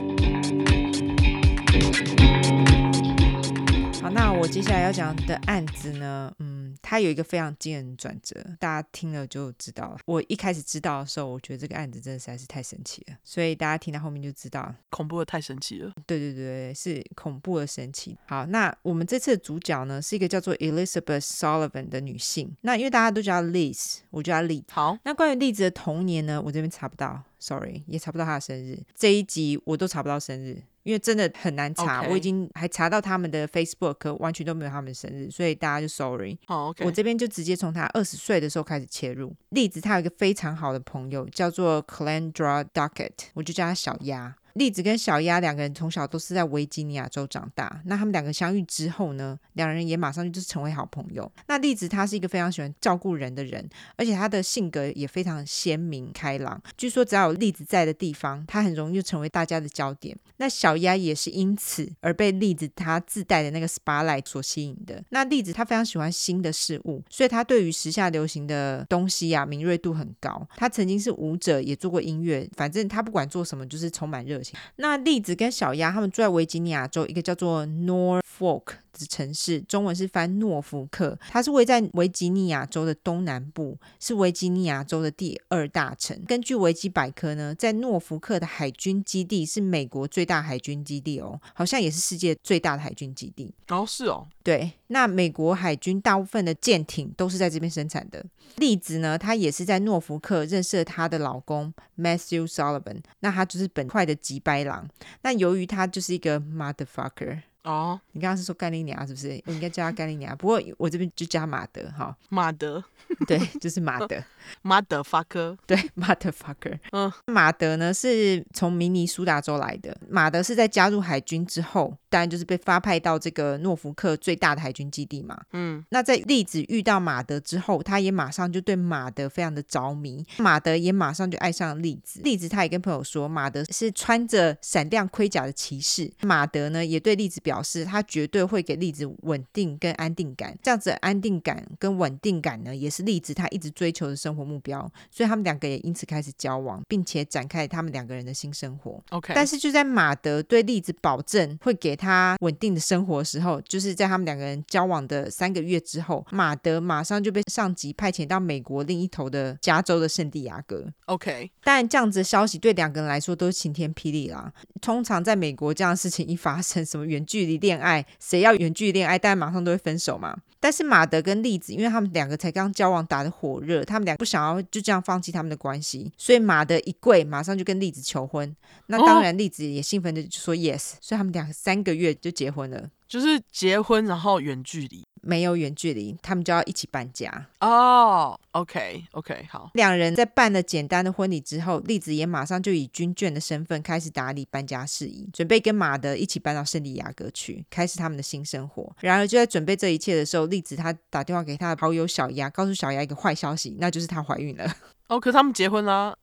好，那我接下来要讲的案子呢，嗯，它有一个非常惊人的转折，大家听了就知道了。我一开始知道的时候，我觉得这个案子真的实在是太神奇了，所以大家听到后面就知道，
恐怖的太神奇了。
对对对，是恐怖的神奇。好，那我们这次的主角呢，是一个叫做 Elizabeth Sullivan 的女性。那因为大家都叫她 Liz，我叫她 Liz。
好，
那关于栗子的童年呢，我这边查不到，sorry，也查不到她的生日。这一集我都查不到生日，因因为真的很难查。
OK
我已经还查到他们的 Facebook，可完全都没有他们的生日，所以大家就 sorry。
好，OK，
我这边就直接从他二十岁的时候开始切入。栗子他有一个非常好的朋友叫做 Calandra Duckett，我就叫他小鸭。栗子跟小鸭两个人从小都是在维吉尼亚州长大。那他们两个相遇之后呢，两人也马上就是成为好朋友。那栗子他是一个非常喜欢照顾人的人，而且他的性格也非常鲜明开朗。据说只要有栗子在的地方，他很容易就成为大家的焦点。那小鸭也是因此而被栗子他自带的那个 spotlight 所吸引的。那栗子他非常喜欢新的事物，所以他对于时下流行的东西啊敏锐度很高。他曾经是舞者，也做过音乐，反正他不管做什么就是充满热情。那栗子跟小鸭他们住在维吉尼亚州一个叫做 Norfolk 的城市，中文是翻诺福克，它是位在维吉尼亚州的东南部，是维吉尼亚州的第二大城。根据维基百科呢，在诺福克的海军基地是美国最大海军基地哦，好像也是世界最大的海军基地。
哦是哦，
对，那美国海军大部分的舰艇都是在这边生产的。栗子呢，她也是在诺福克认识了她的老公 Matthew Sullivan，那他就是本块的吉白狼。那由于他就是一个 motherfucker，
哦
你刚刚是说干利尼亚是不是？我应该叫他干利尼亚，不过我这边就叫他马德哈。
马德
对，就是马德。
马德发科，
对，motherfucker。
嗯，
马德呢是从明尼苏达州来的。马德是在加入海军之后，当然就是被发派到这个诺福克最大的海军基地嘛。
嗯，
那在栗子遇到马德之后，他也马上就对马德非常的着迷，马德也马上就爱上了栗子。栗子他也跟朋友说，马德是穿着闪亮盔甲的骑士。马德呢也对栗子表示，他绝对会给栗子稳定跟安定感。这样子的安定感跟稳定感呢，也是栗子他一直追求的生活目标。所以他们两个也因此开始交往，并且展开他们两个人的新生活。
，OK，
但是就在马德对栗子保证会给他稳定的生活的时候，就是在他们两个人交往的三个月之后，马德马上就被上级派遣到美国另一头的加州的圣地亚哥。
OK，
当然，这样子的消息对两个人来说都是晴天霹雳啦。通常在美国，这样的事情一发生，什么远距离恋爱，谁要远距离恋爱，大家马上都会分手嘛。但是马德跟栗子，因为他们两个才刚交往，打得火热，他们俩不想要就这样放弃他们的关系，所以马德一跪，马上就跟栗子求婚。那当然，栗子也兴奋的就说 yes，、所以他们两个三个月就结婚了，
就是结婚然后远距离。
没有远距离，他们就要一起搬家。
哦，OK，OK、o k OK，好，
两人在办了简单的婚礼之后，栗子也马上就以军眷的身份开始打理搬家事宜，准备跟马德一起搬到圣地亚哥去，开始他们的新生活。然而就在准备这一切的时候，栗子她打电话给她的好友小鸭，告诉小鸭一个坏消息，那就是她怀孕了。
哦，可是他们结婚啦，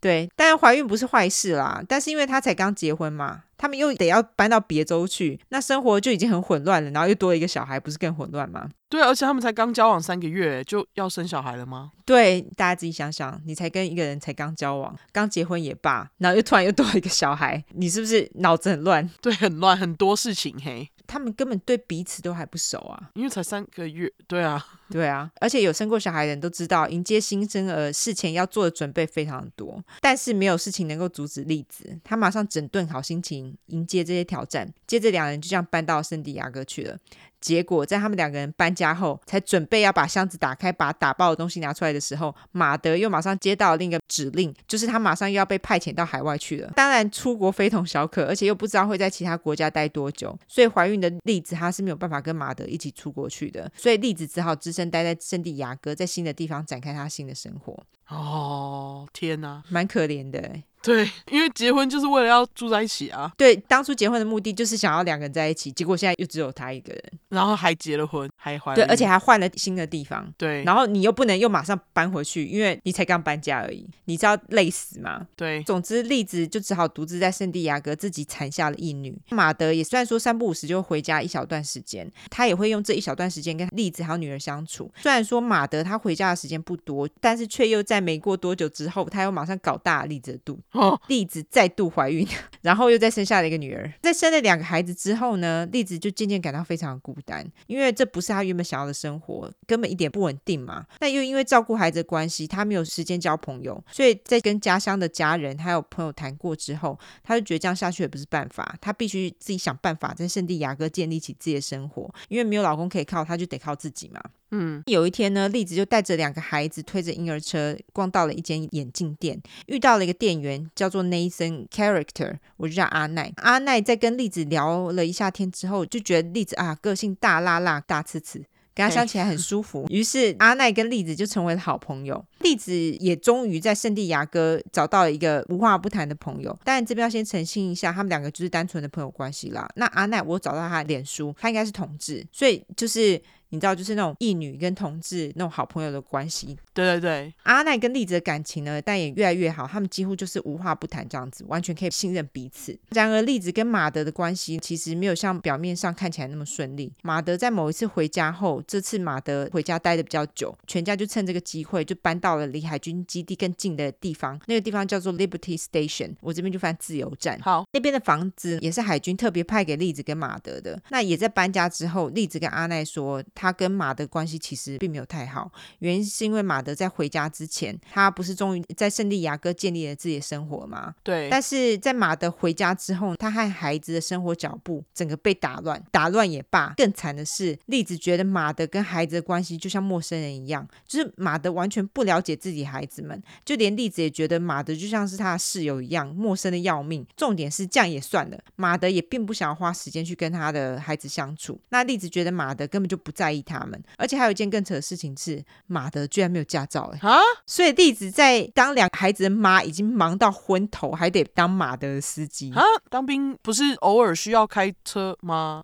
对，当然怀孕不是坏事啦，但是因为她才刚结婚嘛，他们又得要搬到别州去，那生活就已经很混乱了，然后又多了一个小孩，不是更混乱吗？
对，而且他们才刚交往三个月就要生小孩了吗？
对，大家自己想想，你才跟一个人才刚交往，刚结婚也罢，然后又突然又多了一个小孩，你是不是脑子很乱？
对，很乱，很多事情嘿，
他们根本对彼此都还不熟啊。
因为才三个月，对啊，
对啊，而且有生过小孩的人都知道，迎接新生儿事前要做的准备非常多，但是没有事情能够阻止栗子，她马上整顿好心情，迎接这些挑战。接着两人就这样搬到圣地亚哥去了。结果在他们两个人搬家后，才准备要把箱子打开，把打包的东西拿出来的时候，马德又马上接到另一个指令，就是他马上又要被派遣到海外去了。当然，出国非同小可，而且又不知道会在其他国家待多久，所以怀孕的栗子她是没有办法跟马德一起出国去的，所以栗子只好只身待在圣地亚哥，在新的地方展开她新的生活，
哦，天哪，
蛮可怜的欸。
对，因为结婚就是为了要住在一起啊，
对，当初结婚的目的就是想要两个人在一起，结果现在又只有她一个人，
然后还结了婚，还怀
对，
孕
而且还换了新的地方。
对
然后你又不能又马上搬回去，因为你才刚搬家而已，你知道累死吗？
对，
总之，栗子就只好独自在圣地亚哥自己产下了一女。马德也虽然说三不五时就回家一小段时间，他也会用这一小段时间跟栗子还有女儿相处。虽然说马德他回家的时间不多，但是却又在没过多久之后，他又马上搞大了栗子的肚子
哦，
栗子再度怀孕， 然后又再生下了一个女儿。在生了两个孩子之后呢，栗子就渐渐感到非常孤单，因为这不是她原本想要的生活，根本一点不稳定嘛。但又因为照顾孩子的关系，她没有时间交朋友，所以在跟家乡的家人还有朋友谈过之后，她就觉得这样下去也不是办法，她必须自己想办法在圣地亚哥建立起自己的生活，因为没有老公可以靠，她就得靠自己嘛。
嗯，
有一天呢，栗子就带着两个孩子推着婴儿车逛到了一间眼镜店，遇到了一个店员叫做 Nathan Character，我就叫阿奈。阿奈在跟栗子聊了一下天之后，就觉得栗子啊个性大辣辣大刺刺。跟他相起来很舒服，于是阿奈跟栗子就成为了好朋友。栗子也终于在圣地亚哥找到了一个无话不谈的朋友。但这边要先澄清一下，他们两个就是单纯的朋友关系啦。那阿奈，我找到他的脸书，他应该是同志，所以就是你知道，就是那种异女跟同志那种好朋友的关系。
对对对，
阿奈跟栗子的感情呢，但也越来越好，他们几乎就是无话不谈这样子，完全可以信任彼此。然而，栗子跟马德的关系其实没有像表面上看起来那么顺利。马德在某一次回家后，这次马德回家待的比较久，全家就趁这个机会就搬到了离海军基地更近的地方，那个地方叫做 Liberty Station，我这边就翻自由站。
好，
那边的房子也是海军特别派给栗子跟马德的。那也在搬家之后，栗子跟阿奈说，他跟马德关系其实并没有太好，原因是因为马德在回家之前，他不是终于在圣地亚哥建立了自己的生活吗？
对，
但是在马德回家之后，他和孩子的生活脚步整个被打乱，打乱也罢，更惨的是，栗子觉得马德跟孩子的关系就像陌生人一样，就是马德完全不了解自己孩子们，就连栗子也觉得马德就像是他的室友一样，陌生的要命。重点是这样也算了，马德也并不想要花时间去跟他的孩子相处。那栗子觉得马德根本就不在意他们，而且还有一件更扯的事情是，马德居然没有驾照、欸，
啊，
所以栗子在当两个孩子的妈，已经忙到昏头，还得当马德的司机。
啊，当兵不是偶尔需要开车吗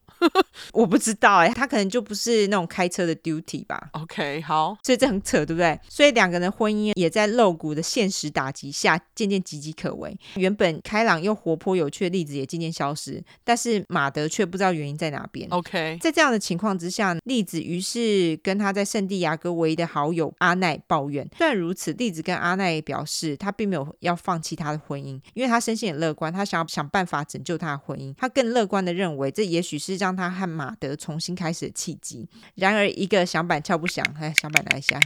我不知道哎、欸，他可能就不是那种开车的 duty 吧。
？OK，好，
所以这很扯，对不对？所以两个人的婚姻也在露骨的现实打击下，渐渐岌岌可危。原本开朗又活泼有趣的栗子也渐渐消失，但是马德却不知道原因在哪边。
，OK，
嗯在这样的情况之下，栗子于是跟他在圣地亚哥唯一的好友阿奈抱怨。虽然如此，栗子跟阿奈表示，他并没有要放弃他的婚姻，因为他深信很乐观，他想要想办法拯救他的婚姻。他更乐观的认为，这也许是让他和马德重新开始的契机。然而，一个响板敲不 响，哎，响板来一下。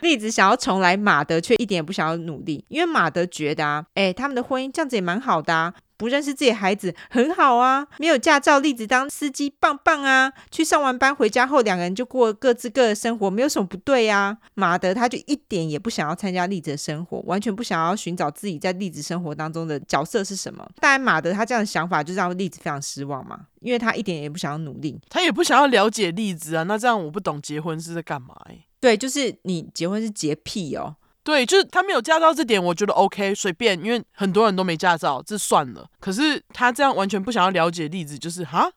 栗子想要重来，马德却一点也不想要努力，因为马德觉得啊，哎，他们的婚姻这样子也蛮好的啊。不认识自己的孩子很好啊，没有驾照，栗子当司机棒棒啊！去上完班回家后，两个人就过各自各的生活，没有什么不对啊。马德他就一点也不想要参加栗子的生活，完全不想要寻找自己在栗子生活当中的角色是什么。当然，马德他这样的想法就让栗子非常失望嘛，因为他一点也不想要努力。
他也不想要了解例子啊，那这样我不懂结婚是在干嘛哎、
对，就是你结婚是结屁哦，
对，就是他没有驾照这点，我觉得 OK，随便，因为很多人都没驾照，这算了。可是他这样完全不想要了解例子，就是哈，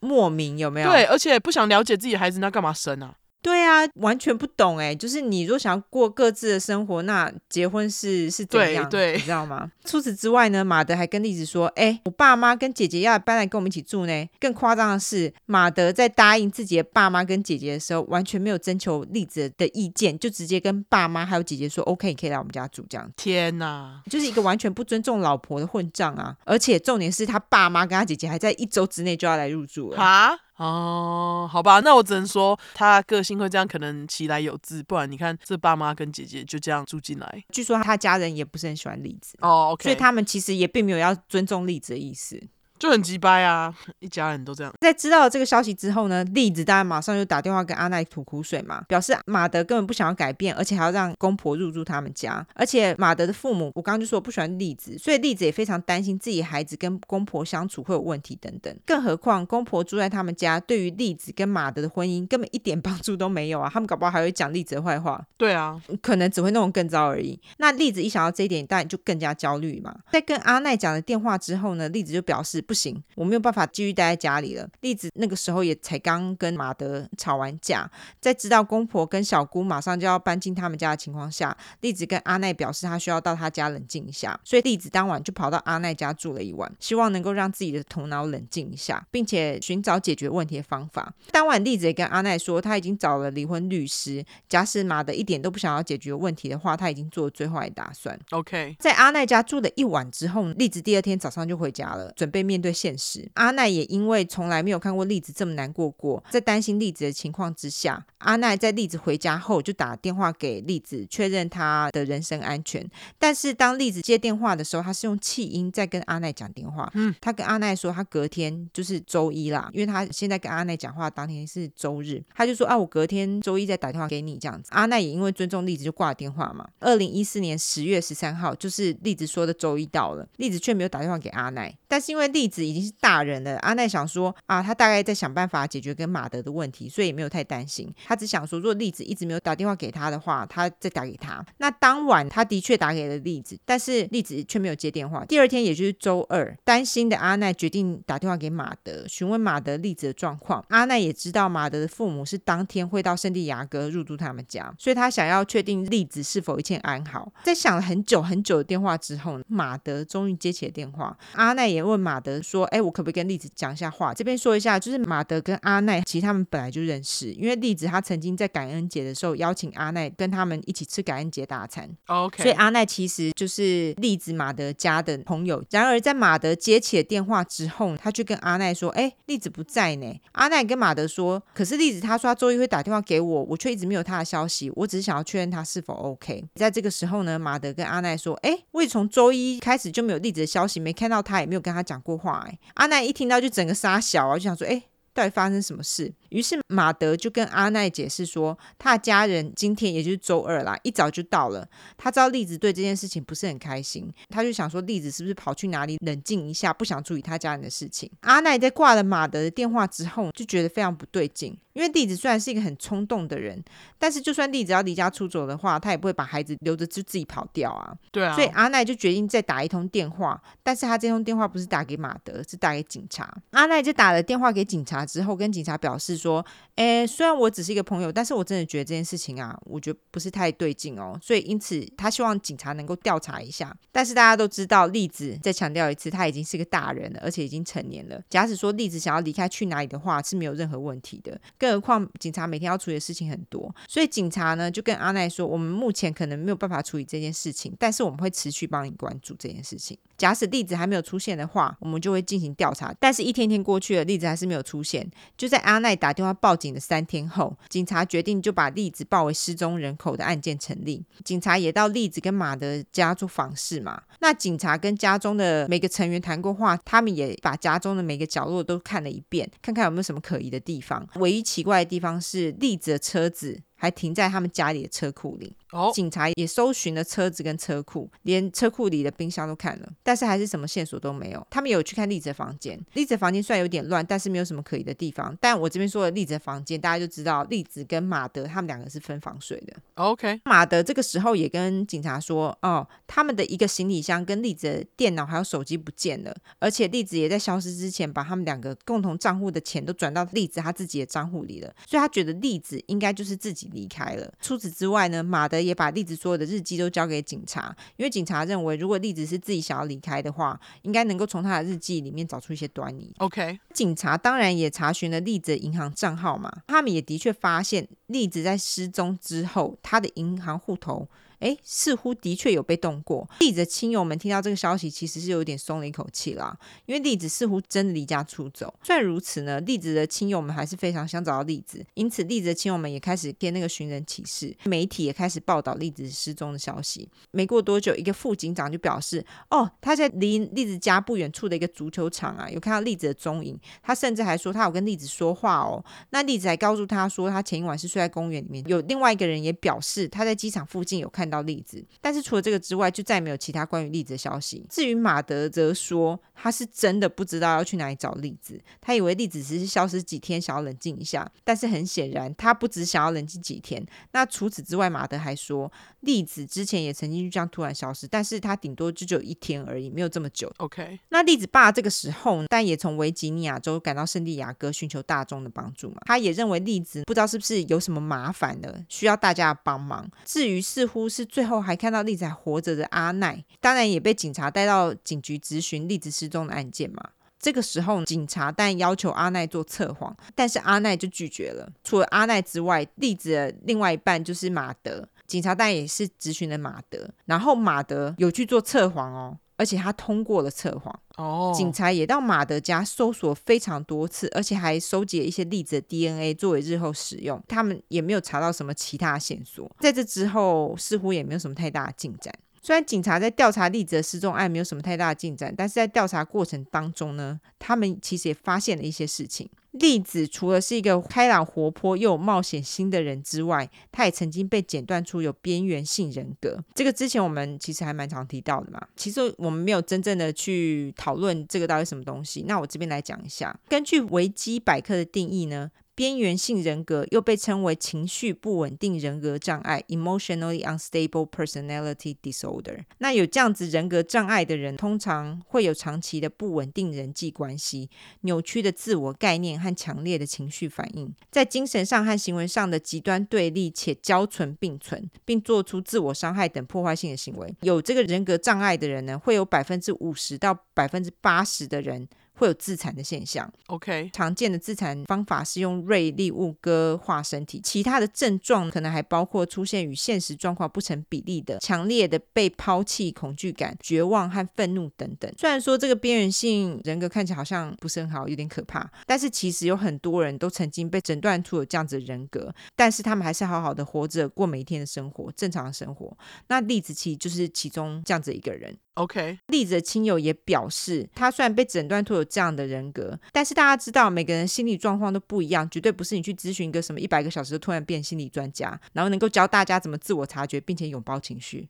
莫名有没有？
对，而且不想了解自己孩子，那干嘛生啊？
对啊，完全不懂哎、就是你如果想要过各自的生活，那结婚是是怎
对
样，
对
你知道吗？除此之外呢，马德还跟栗子说：“哎、我爸妈跟姐姐要搬来跟我们一起住呢。”更夸张的是，马德在答应自己的爸妈跟姐姐的时候，完全没有征求栗子的意见，就直接跟爸妈还有姐姐说：“OK，你可以来我们家住。”这样
天哪，
就是一个完全不尊重老婆的混账啊！而且重点是他爸妈跟他姐姐还在一周之内就要来入住了。
哈，哦，好吧，那我只能说他个性会这样，可能其来有自，不然你看这爸妈跟姐姐就这样住进来。
据说他家人也不是很喜欢栗子。
哦，OK，
所以他们其实也并没有要尊重栗子的意思。
就很鸡掰啊，一家人都这样。
在知道了这个消息之后呢，栗子当然马上就打电话跟阿奈吐苦水嘛，表示马德根本不想要改变，而且还要让公婆入住他们家。而且马德的父母，我刚刚就说不喜欢栗子，所以栗子也非常担心自己孩子跟公婆相处会有问题等等。更何况公婆住在他们家，对于栗子跟马德的婚姻根本一点帮助都没有啊！他们搞不好还会讲栗子的坏话。
对啊，
可能只会弄得更糟而已。那栗子一想到这一点，当然就更加焦虑嘛。在跟阿奈讲了电话之后呢，栗子就表示不行，我没有办法继续待在家里了。栗子那个时候也才刚跟马德吵完架，在知道公婆跟小姑马上就要搬进他们家的情况下，栗子跟阿奈表示她需要到她家冷静一下，所以栗子当晚就跑到阿奈家住了一晚，希望能够让自己的头脑冷静一下，并且寻找解决问题的方法。当晚，栗子也跟阿奈说，她已经找了离婚律师，假使马德一点都不想要解决问题的话，她已经做了最坏的打算。
，OK，
在阿奈家住了一晚之后，栗子第二天早上就回家了，准备面面对现实。阿奈也因为从来没有看过栗子这么难过过，在担心栗子的情况之下，阿奈在栗子回家后就打电话给栗子，确认她的人身安全。但是当栗子接电话的时候，她是用气音在跟阿奈讲电话。嗯，她跟阿奈说，她隔天就是周一啦，因为她现在跟阿奈讲话当天是周日，她就说啊，我隔天周一再打电话给你这样子。阿奈也因为尊重栗子就挂了电话嘛。二零一四年十月十三号，就是栗子说的周一到了，栗子却没有打电话给阿奈。但是因为栗子已经是大人了，阿奈想说啊，他大概在想办法解决跟马德的问题，所以也没有太担心。他只想说，如果栗子一直没有打电话给他的话，他再打给他。那当晚他的确打给了栗子，但是栗子却没有接电话。第二天，也就是周二，担心的阿奈决定打电话给马德，询问马德栗子的状况。阿奈也知道马德的父母是当天会到圣地亚哥入住他们家，所以他想要确定栗子是否一切安好。在想了很久很久的电话之后呢，马德终于接起了电话。阿奈也问马德说：“哎，我可不可以跟栗子讲一下话？”这边说一下，就是马德跟阿奈其实他们本来就认识，因为栗子她曾经在感恩节的时候邀请阿奈跟他们一起吃感恩节大餐，
OK，
所以阿奈其实就是栗子马德家的朋友。然而在马德接起了电话之后，他就跟阿奈说：“哎、栗子不在呢。”阿奈跟马德说：“可是栗子他说他周一会打电话给我，我却一直没有他的消息，我只是想要确认他是否 OK。”在这个时候呢，马德跟阿奈说：“哎、我也从周一开始就没有栗子的消息，没看到他，也没有跟他讲过话。”哎，阿奈一听到就整个傻小啊，就想说：“哎、到底发生什么事？于是马德就跟阿奈解释说，他的家人今天也就是周二啦，一早就到了。他知道栗子对这件事情不是很开心，他就想说栗子是不是跑去哪里冷静一下，不想处理他家人的事情。阿奈在挂了马德的电话之后，就觉得非常不对劲，因为栗子虽然是一个很冲动的人，但是就算栗子要离家出走的话，他也不会把孩子留着就自己跑掉啊。
对啊，
所以阿奈就决定再打一通电话，但是他这通电话不是打给马德，是打给警察。阿奈就打了电话给警察之后，跟警察表示说：“诶，虽然我只是一个朋友，但是我真的觉得这件事情啊，我觉得不是太对劲哦。所以因此，他希望警察能够调查一下。但是大家都知道，栗子再强调一次，他已经是个大人了，而且已经成年了。假使说栗子想要离开去哪里的话，是没有任何问题的。更何况警察每天要处理的事情很多，所以警察呢就跟阿奈说，我们目前可能没有办法处理这件事情，但是我们会持续帮你关注这件事情。假使栗子还没有出现的话，我们就会进行调查。但是，一天天过去了，栗子还是没有出现。就在阿奈打电话报警的三天后，警察决定就把栗子报为失踪人口的案件成立。警察也到栗子跟马德家做访视嘛。那警察跟家中的每个成员谈过话，他们也把家中的每个角落都看了一遍，看看有没有什么可疑的地方。唯一奇怪的地方是栗子的车子还停在他们家里的车库里。
哦，
警察也搜寻了车子跟车库，连车库里的冰箱都看了，但是还是什么线索都没有。他们有去看栗子的房间，栗子的房间虽然有点乱，但是没有什么可疑的地方。但我这边说的栗子的房间，大家就知道栗子跟马德他们两个是分房睡的。
OK，
马德这个时候也跟警察说，哦，他们的一个行李箱跟栗子的电脑还有手机不见了，而且栗子也在消失之前把他们两个共同账户的钱都转到栗子他自己的账户里了，所以他觉得栗子应该就是自己离开了。除此之外呢，马德也把栗子所有的日记都交给警察，因为警察认为如果栗子是自己想要离开的话，应该能够从他的日记里面找出一些端倪。
OK，
警察当然也查询了栗子的银行账号嘛，他们也的确发现栗子在失踪之后，她的银行户头。诶，似乎的确有被动过。栗子的亲友们听到这个消息，其实是有点松了一口气啦，因为栗子似乎真的离家出走。虽然如此呢，栗子的亲友们还是非常想找到栗子，因此栗子的亲友们也开始贴那个寻人启事，媒体也开始报道栗子失踪的消息。没过多久，一个副警长就表示，哦，他在离栗子家不远处的一个足球场啊，有看到栗子的踪影。他甚至还说他有跟栗子说话哦。那栗子还告诉他说，他前一晚是睡在公园里面。有另外一个人也表示他在机场附近有看到栗子，但是除了这个之外，就再也没有其他关于栗子的消息。至于马德则说，他是真的不知道要去哪里找栗子，他以为栗子只是消失几天，想要冷静一下。但是很显然，他不只想要冷静几天。那除此之外，马德还说，栗子之前也曾经就这样突然消失，但是他顶多就只有一天而已，没有这么久。
OK，
那栗子爸这个时候，但也从维吉尼亚州赶到圣地亚哥寻求大众的帮助嘛。他也认为栗子不知道是不是有什么麻烦了，需要大家的帮忙。至于似乎是最后还看到栗子还活着的阿奈，当然也被警察带到警局咨询栗子失踪的案件嘛。这个时候，警察但要求阿奈做测谎，但是阿奈就拒绝了。除了阿奈之外，栗子的另外一半就是马德。警察但也是咨询了马德，然后马德有去做测谎哦，而且他通过了测谎。
哦，
警察也到马德家搜索非常多次，而且还收集了一些例子的 DNA 作为日后使用。他们也没有查到什么其他线索，在这之后似乎也没有什么太大的进展。虽然警察在调查栗子的失踪案没有什么太大的进展，但是在调查过程当中呢，他们其实也发现了一些事情。栗子除了是一个开朗活泼又有冒险心的人之外，他也曾经被诊断出有边缘性人格。这个之前我们其实还蛮常提到的嘛。其实我们没有真正的去讨论这个到底是什么东西。那我这边来讲一下，根据维基百科的定义呢。边缘性人格又被称为情绪不稳定人格障碍 （emotionally unstable personality disorder）。那有这样子人格障碍的人，通常会有长期的不稳定人际关系、扭曲的自我概念和强烈的情绪反应，在精神上和行为上的极端对立且交存并存，并做出自我伤害等破坏性的行为。有这个人格障碍的人呢，会有百分之五十到百分之八十的人会有自残的现象。
OK，
常见的自残方法是用锐利物割化身体，其他的症状可能还包括出现与现实状况不成比例的强烈的被抛弃恐惧感、绝望和愤怒等等。虽然说这个边缘性人格看起来好像不是很好，有点可怕，但是其实有很多人都曾经被诊断出有这样子的人格，但是他们还是好好的活着，过每一天的生活，正常的生活。那栗子其实就是其中这样子一个人。
OK，
栗子的亲友也表示，他虽然被诊断出有这样的人格，但是大家知道每个人心理状况都不一样，绝对不是你去咨询一个什么一百个小时就突然变心理专家，然后能够教大家怎么自我察觉，并且拥抱情绪。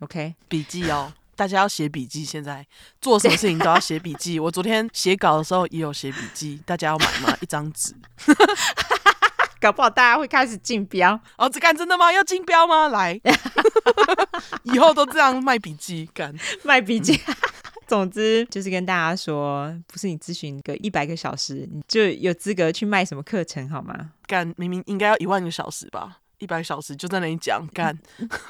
OK，
笔记哦，大家要写笔记。现在做什么事情都要写笔记。我昨天写稿的时候也有写笔记，大家要买吗？一张纸。
搞不好大家会开始竞标。
哦，这干真的吗？要竞标吗？ 来，以后都这样卖笔记干。
卖笔记。 总之就是跟大家说，不是你咨询个一百个小时，你就有资格去卖什么课程好吗？
干明明应该要一万个小时吧，一百小时就在那里讲 干，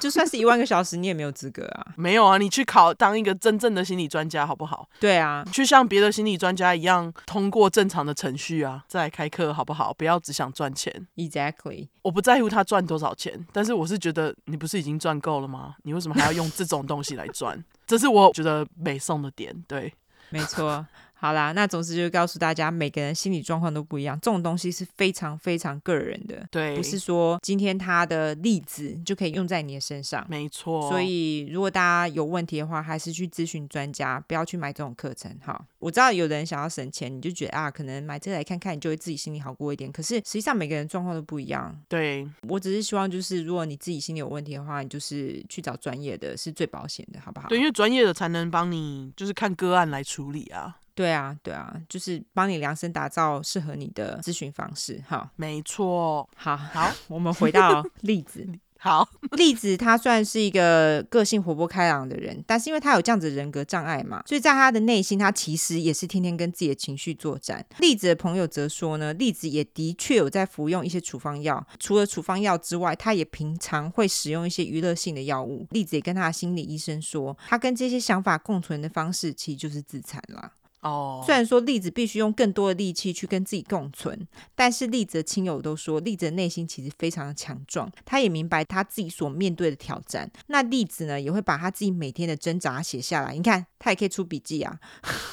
就算是一万个小时，你也没有资格啊。
没有啊，你去考当一个真正的心理专家好不好？
对啊，
去像别的心理专家一样通过正常的程序啊，再来开课好不好？不要只想赚钱，
Exactly，
我不在乎他赚多少钱，但是我是觉得你不是已经赚够了吗？你为什么还要用这种东西来赚？这是我觉得美颂的点，对。
没错。好啦，那总之就是告诉大家，每个人心理状况都不一样，这种东西是非常非常个人的，
对，
不是说今天他的例子就可以用在你的身上。
没错，
所以，如果大家有问题的话，还是去咨询专家，不要去买这种课程。哈，我知道有的人想要省钱，你就觉得啊，可能买这个来看看，你就会自己心里好过一点。可是实际上每个人状况都不一样，
对
我只是希望就是，如果你自己心里有问题的话，你就是去找专业的，是最保险的，好不好？
对，因为专业的才能帮你，就是看个案来处理啊。
对啊，对啊，就是帮你量身打造适合你的咨询方式。好，
没错，
好，
好，
我们回到栗子。
好，
栗子他虽然是一个个性活泼开朗的人，但是因为他有这样子的人格障碍嘛，所以在他的内心，他其实也是天天跟自己的情绪作战。栗子的朋友则说呢，栗子也的确有在服用一些处方药，除了处方药之外，他也平常会使用一些娱乐性的药物。栗子也跟他的心理医生说，他跟这些想法共存的方式其实就是自残啦。
哦，
虽然说栗子必须用更多的力气去跟自己共存，但是栗子的亲友都说，栗子的内心其实非常的强壮，他也明白他自己所面对的挑战。那栗子呢，也会把他自己每天的挣扎写下来。你看，他也可以出笔记啊，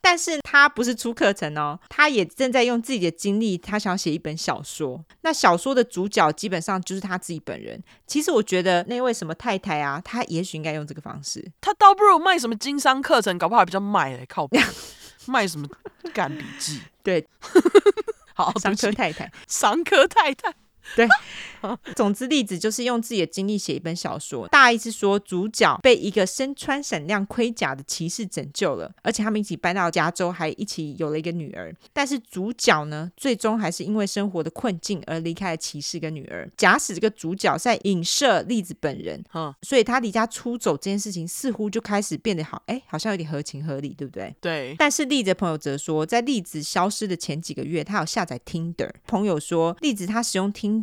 但是他不是出课程哦，他也正在用自己的经历，他想要写一本小说。那小说的主角基本上就是他自己本人。其实我觉得那位什么太太啊，她也许应该用这个方式。
他倒不如卖什么经商课程，搞不好还比较卖嘞，靠 谱卖什么干笔记？
对，
好，对
上
不
车
起，
太太。
商科太太，
总之，栗子就是用自己的经历写一本小说。大意是说，主角被一个身穿闪亮盔甲的骑士拯救了，而且他们一起搬到加州，还一起有了一个女儿。但是主角呢，最终还是因为生活的困境而离开了骑士跟女儿。假使这个主角在影射栗子本人，
嗯，
所以他离家出走这件事情似乎就开始变得好，哎，好像有点合情合理，对不对？
对，
但是栗子的朋友则说，在栗子消失的前几个月，他有下载 Tinder。朋友说，栗子他使用 Tinder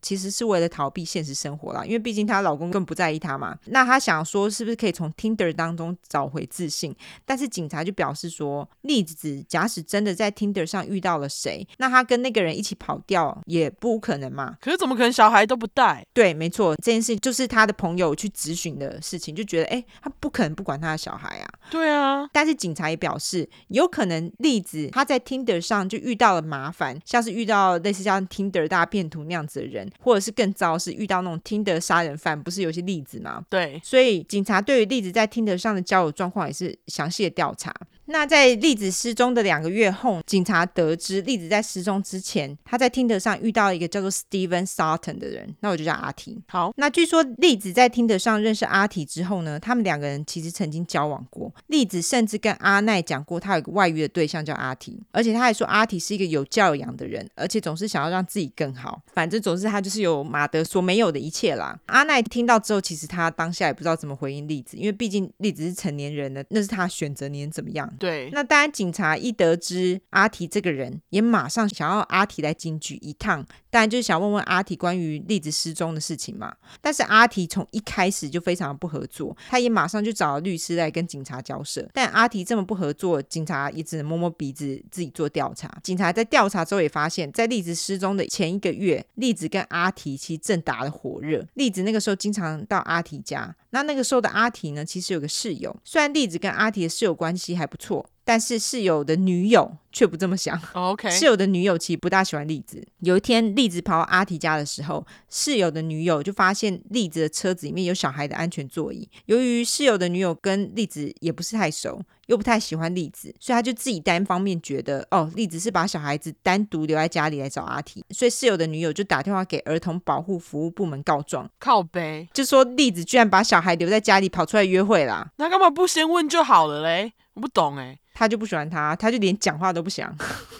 其实是为了逃避现实生活啦，因为毕竟她老公更不在意她嘛。那她想说，是不是可以从 Tinder 当中找回自信？但是警察就表示说，栗子假使真的在 Tinder 上遇到了谁，那她跟那个人一起跑掉也不可能嘛。
可是怎么可能小孩都不带？
对，没错，这件事就是她的朋友去咨询的事情，就觉得哎，她不可能不管她的小孩啊。
对啊，
但是警察也表示，有可能栗子她在 Tinder 上就遇到了麻烦，像是遇到类似像 Tinder 大变图那样子的人，或者是更糟是遇到那种 Tinder 杀人犯，不是有些例子吗？
对，
所以警察对于栗子在 Tinder 上的交友状况也是详细的调查。那在栗子失踪的两个月后，警察得知栗子在失踪之前，她在 Tinder 上遇到一个叫做 Steven Sutton 的人，那我就叫阿 T。
好，
那据说栗子在听得上认识阿体之后呢，他们两个人其实曾经交往过。栗子甚至跟阿奈讲过，她有个外遇的对象叫阿体，而且她还说阿体是一个有教养的人，而且总是想要让自己更好。反正总之，她就是有马德所没有的一切啦。阿奈听到之后，其实她当下也不知道怎么回应栗子，因为毕竟栗子是成年人了，那是她的选择，你能怎么样？
对，
那当然，警察一得知阿提这个人，也马上想要阿提来警局一趟，当然就是想问问阿提关于栗子失踪的事情嘛。但是阿提从一开始就非常不合作，他也马上就找了律师来跟警察交涉。但阿提这么不合作，警察也只能摸摸鼻子自己做调查。警察在调查之后也发现，在栗子失踪的前一个月，栗子跟阿提其实正打得火热。栗子那个时候经常到阿提家，那那个时候的阿提呢，其实有个室友，虽然栗子跟阿提的室友关系还不错，但是室友的女友却不这么想。
哦 OK，
室友的女友其实不大喜欢栗子。有一天，栗子跑到阿提家的时候，室友的女友就发现栗子的车子里面有小孩的安全座椅。由于室友的女友跟栗子也不是太熟，又不太喜欢栗子，所以他就自己单方面觉得，哦，栗子是把小孩子单独留在家里来找阿提。所以室友的女友就打电话给儿童保护服务部门告状，
靠背，
就说栗子居然把小孩留在家里跑出来约会啦。
那干嘛不先问就好了嘞？我不懂哎，
他就不喜欢他，他就连讲话都不想。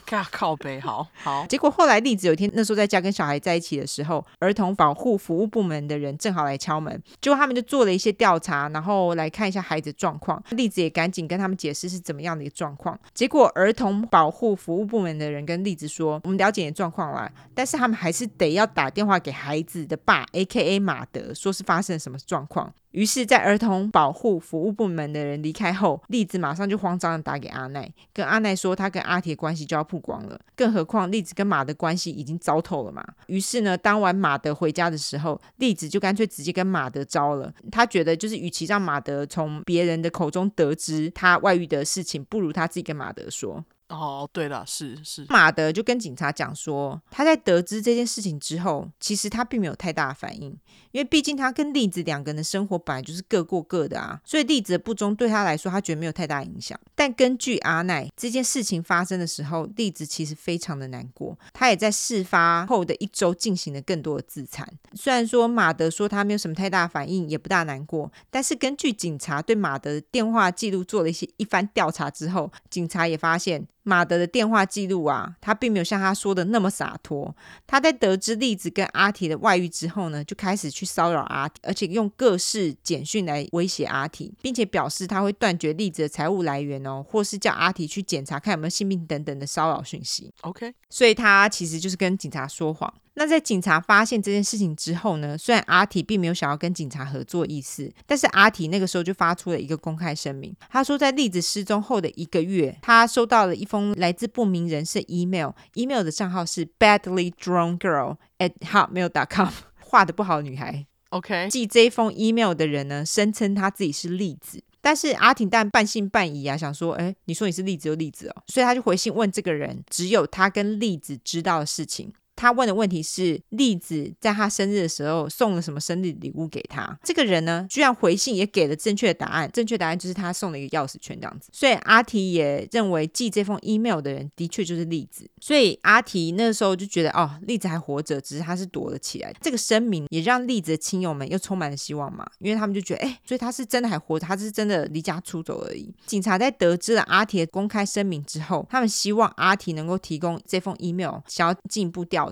靠靠背，好好，
结果后来栗子有一天那时候在家跟小孩在一起的时候，儿童保护服务部门的人正好来敲门，结果他们就做了一些调查，然后来看一下孩子的状况。栗子也赶紧跟他们解释是怎么样的一个状况。结果儿童保护服务部门的人跟栗子说：“我们了解你的状况啦，但是他们还是得要打电话给孩子的爸 （A.K.A. 马德），说是发生了什么状况。”于是，在儿童保护服务部门的人离开后，栗子马上就慌张的打给阿奈，跟阿奈说她跟阿铁关系就要曝光了，更何况栗子跟马的关系已经糟透了嘛。于是呢，当晚马德回家的时候，栗子就干脆直接跟马德招了。她觉得就是，与其让马德从别人的口中得知他外遇的事情，不如她自己跟马德说。
哦，对了，是是，
马德就跟警察讲说，他在得知这件事情之后，其实他并没有太大的反应，因为毕竟他跟栗子两个人的生活本来就是各过各的啊，所以栗子的不忠对他来说，他觉得没有太大影响。但根据阿奈这件事情发生的时候，栗子其实非常的难过，他也在事发后的一周进行了更多的自残。虽然说马德说他没有什么太大的反应，也不大难过，但是根据警察对马德的电话记录做了一些一番调查之后，警察也发现马德的电话记录啊，他并没有像他说的那么洒脱。他在得知栗子跟阿提的外遇之后呢，就开始去骚扰阿提，而且用各式简讯来威胁阿提，并且表示他会断绝栗子的财务来源哦，或是叫阿提去检查看有没有性病等等的骚扰讯息。
OK，
所以他其实就是跟警察说谎。那在警察发现这件事情之后呢，虽然阿提并没有想要跟警察合作意思，但是阿提那个时候就发出了一个公开声明，他说在栗子失踪后的一个月，他收到了一封来自不明人士的 email，email 的账号是 badly drawn girl at hotmail.com，画的不好的女孩。
OK，
寄这一封 email 的人呢，声称他自己是栗子。但是阿婷但半信半疑啊，想说，哎，你说你是栗子就栗子哦，所以他就回信问这个人，只有他跟栗子知道的事情。他问的问题是，栗子在他生日的时候送了什么生日礼物给他？这个人呢，居然回信也给了正确的答案，正确答案就是他送了一个钥匙圈这样子。所以阿提也认为寄这封 email 的人的确就是栗子，所以阿提那时候就觉得，哦，栗子还活着，只是他是躲了起来。这个声明也让栗子的亲友们又充满了希望嘛，因为他们就觉得，哎、所以他是真的还活着，他是真的离家出走而已。警察在得知了阿提的公开声明之后，他们希望阿提能够提供这封 email，想要进一步调查。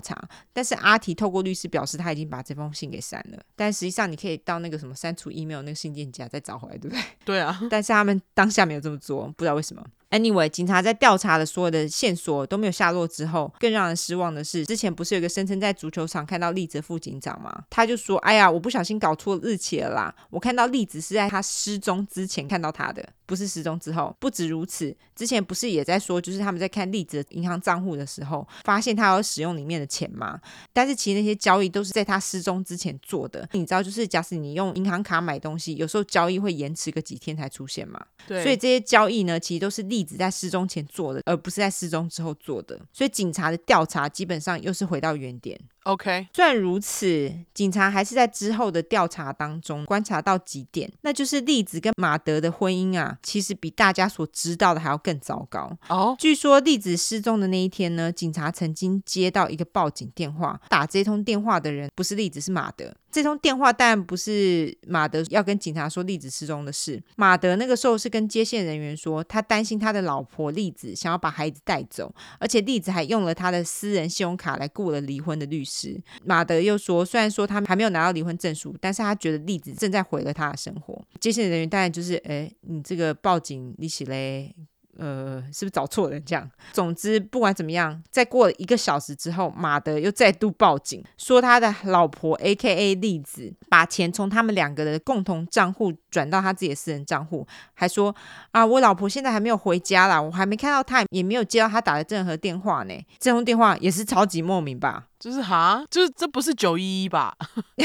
但是阿提透过律师表示，他已经把这封信给删了。但实际上，你可以到那个什么删除 email 那个信件夹再找回来，对不对？
对啊，
但是他们当下没有这么做，不知道为什么。 Anyway，警察在调查的所有的线索都没有下落之后，更让人失望的是，之前不是有一个声称在足球场看到栗子副警长吗？他就说：“哎呀，我不小心搞错日期了啦，我看到栗子是在他失踪之前看到他的，不是失踪之后。”不止如此，之前不是也在说，就是他们在看栗子的银行账户的时候，发现他有使用里面的钱吗？但是其实那些交易都是在他失踪之前做的。你知道，就是假使你用银行卡买东西，有时候交易会延迟个几天才出现嘛。
对，
所以这些交易呢，其实都是栗子在失踪前做的，而不是在失踪之后做的。所以警察的调查基本上又是回到原点。
OK，
虽然如此，警察还是在之后的调查当中观察到几点，那就是栗子跟马德的婚姻啊，其实比大家所知道的还要更糟糕。
哦，
据说栗子失踪的那一天呢，警察曾经接到一个报警电话，打这通电话的人不是栗子，是马德。这通电话当然不是马德要跟警察说栗子失踪的事，马德那个时候是跟接线人员说，他担心他的老婆栗子想要把孩子带走，而且栗子还用了他的私人信用卡来雇了离婚的律师。马德又说，虽然说他还没有拿到离婚证书，但是他觉得栗子正在毁了他的生活。接线人员当然就是，哎，你这个报警利息嘞，呃，是不是找错人这样？总之，不管怎么样，在过了一个小时之后，马德又再度报警，说他的老婆 A.K.A 栗子把钱从他们两个的共同账户转到他自己的私人账户，还说啊，我老婆现在还没有回家啦，我还没看到她，也没有接到她打的任何电话呢。这通电话也是超级莫名吧？
就是哈，就是这不是九一一吧？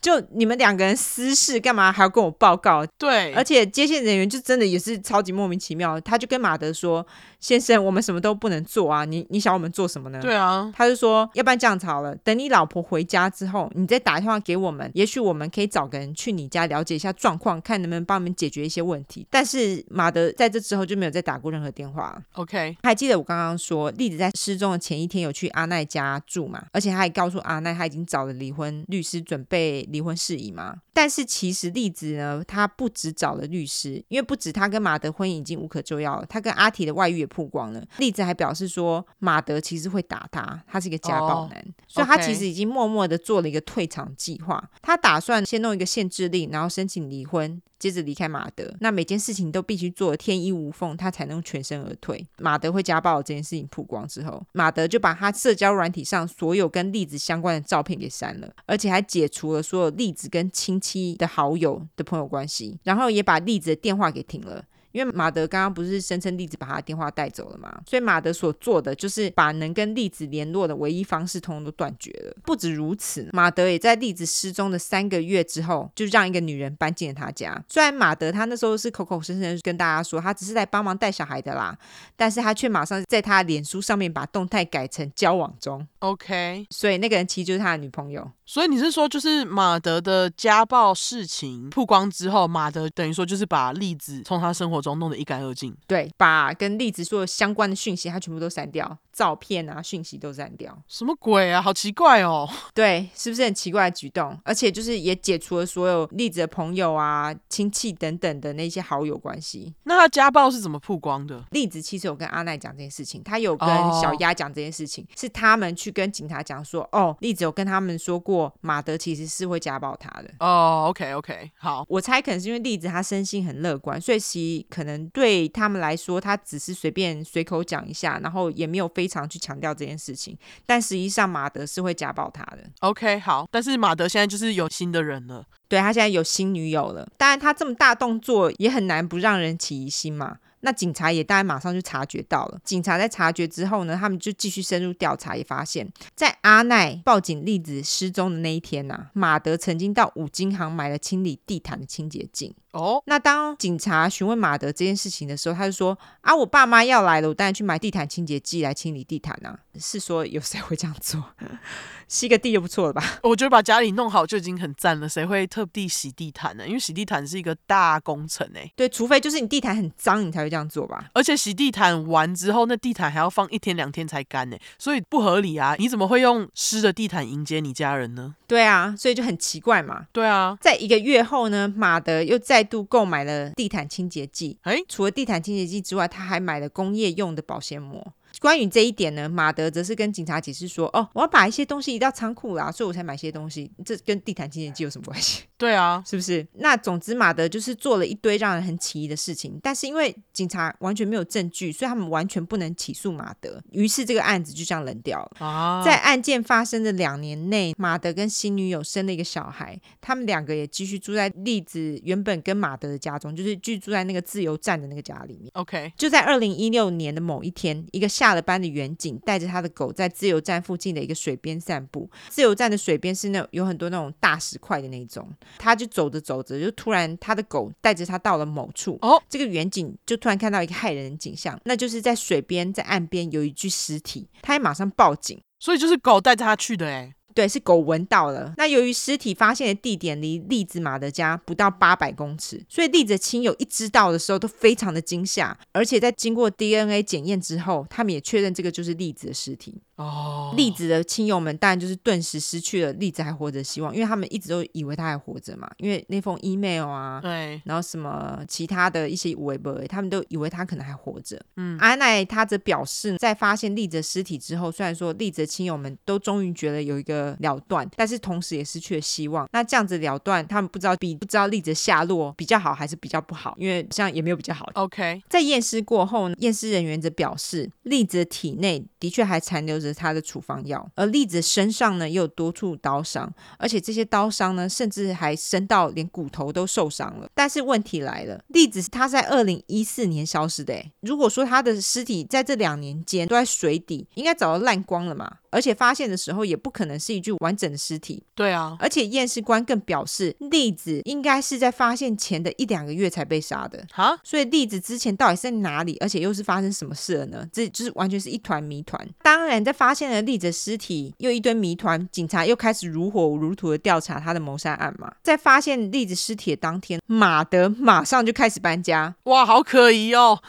就你们两个人私事，干嘛还要跟我报告？
对，
而且接线人员就真的也是超级莫名其妙，他就跟马德说：“先生，我们什么都不能做啊，你你想我们做什么呢？”
对啊，
他就说：“要不然这样子好了，等你老婆回家之后，你再打电话给我们，也许我们可以找个人去你家了解一下状况，看能不能帮我们解决一些问题。”但是马德在这之后就没有再打过任何电话了。
，OK，
还记得我刚刚说，栗子在失踪的前一天有去阿奈家住嘛？而且他还告诉阿奈，他已经找了离婚律师准备离婚事宜嘛。但是其实栗子呢，他不只找了律师，因为不止他跟马德婚姻已经无可救药了，他跟阿提的外遇也曝光了。栗子还表示说，马德其实会打他，他是一个家暴男，所以他
OK
其实已经默默的做了一个退场计划。他打算先弄一个限制令，然后申请离婚，接着离开马德。那每件事情都必须做得天衣无缝，他才能全身而退。马德会家暴这件事情曝光之后，马德就把他社交软体上所有跟栗子相关的照片给删了，而且还解除了所有栗子跟亲戚的好友的朋友关系，然后也把栗子的电话给停了。因为马德刚刚不是声称栗子把他的电话带走了嘛，所以马德所做的就是把能跟栗子联络的唯一方式通通都断绝了。不止如此，马德也在栗子失踪的三个月之后，就让一个女人搬进了他家。虽然马德他那时候是口口声声地跟大家说他只是来帮忙带小孩的啦，但是他却马上在他的脸书上面把动态改成交往中，
，OK。
所以那个人其实就是他的女朋友。
所以你是说，就是马德的家暴事情曝光之后，马德等于说就是把栗子从他生活中弄得一干二净，
对，把跟栗子所有相关的讯息，他全部都删掉，照片啊、讯息都删掉。
什么鬼啊？好奇怪哦。
对，是不是很奇怪的举动？而且就是也解除了所有栗子的朋友啊、亲戚等等的那些好友关系。
那他家暴是怎么曝光的？
栗子其实有跟阿奈讲这件事情，他有跟
哦
小鸭讲这件事情是他们去跟警察讲说，哦，栗子有跟他们说过，马德其实是会家暴他的。
哦，OK，OK、o k OK，好，
我猜可能是因为栗子她生性很乐观，所以其实可能对他们来说，她只是随便随口讲一下，然后也没有非常去强调这件事情。但实际上，马德是会家暴她的。
OK，好，但是马德现在就是有新的人了，
对他现在有新女友了，当然他这么大动作也很难不让人起疑心嘛。那警察也当然马上就察觉到了。警察在察觉之后呢，他们就继续深入调查，也发现，在阿奈报警栗子失踪的那一天呐、马德曾经到五金行买了清理地毯的清洁剂。
哦，
那当警察询问马德这件事情的时候，他就说：“啊，我爸妈要来了，我当然去买地毯清洁剂来清理地毯啊。”是说有谁会这样做？ 吸个地就不错了吧？
我觉得把家里弄好就已经很赞了，谁会特地洗地毯呢？因为洗地毯是一个大工程哎、
对，除非就是你地毯很脏，你才会这样做吧？
而且洗地毯完之后，那地毯还要放一天两天才干呢、所以不合理啊！你怎么会用湿的地毯迎接你家人呢？
对啊，所以就很奇怪嘛。
对啊，
在一个月后呢，马德又再度购买了地毯清洁剂。
哎、
除了地毯清洁剂之外，他还买了工业用的保鲜膜。关于这一点呢，马德则是跟警察解释说：“哦，我要把一些东西移到仓库啦，所以我才买一些东西。这跟地毯清洁剂有什么关系？
对啊，
是不是？”那总之，马德就是做了一堆让人很起疑的事情，但是因为警察完全没有证据，所以他们完全不能起诉马德。于是这个案子就这样冷掉了。
啊，
在案件发生的两年内，马德跟新女友生了一个小孩，他们两个也继续住在栗子原本跟马德的家中，就是居住在那个自由站的那个家里面。
OK，
就在二零一六年的某一天，一个下了班的远警带着他的狗在自由站附近的一个水边散步。自由站的水边是那种有很多那种大石块的那种，他就走着走着，就突然他的狗带着他到了某处。
哦，
这个远警就突然看到一个骇人的景象，那就是在水边在岸边有一具尸体，他也马上报警。
所以就是狗带着他去的哎，
对，是狗闻到了。那由于尸体发现的地点离栗子马的家不到八百公尺，所以栗子亲友一知道的时候都非常的惊吓，而且在经过 DNA 检验之后，他们也确认这个就是栗子的尸体。
哦，
栗子的亲友们当然就是顿时失去了栗子还活着的希望，因为他们一直都以为他还活着嘛，因为那封 email 啊，
对，
然后什么其他的一些微博，他们都以为他可能还活着。嗯，安奈他则表示，在发现栗子的尸体之后，虽然说栗子的亲友们都终于觉得有一个了断，但是同时也失去了希望。那这样子了断，他们不知道比不知道栗子的下落比较好还是比较不好，因为像也没有比较好。
OK，
在验尸过后呢，验尸人员则表示，栗子的体内的确还残留着她的处方药，而栗子身上呢也有多处刀伤，而且这些刀伤呢，甚至还深到连骨头都受伤了。但是问题来了，栗子她在二零一四年消失的，诶，如果说她的尸体在这两年间都在水底，应该早就烂光了嘛。而且发现的时候也不可能是一具完整的尸体，
对啊，
而且验尸官更表示，栗子应该是在发现前的一两个月才被杀的。
哈，
所以栗子之前到底是在哪里，而且又是发生什么事了呢？这就是完全是一团谜团。当然，在发现了栗子的尸体，又一堆谜团，警察又开始如火如荼的调查他的谋杀案嘛。在发现栗子尸体的当天，马德马上就开始搬家。
哇，好可疑哦，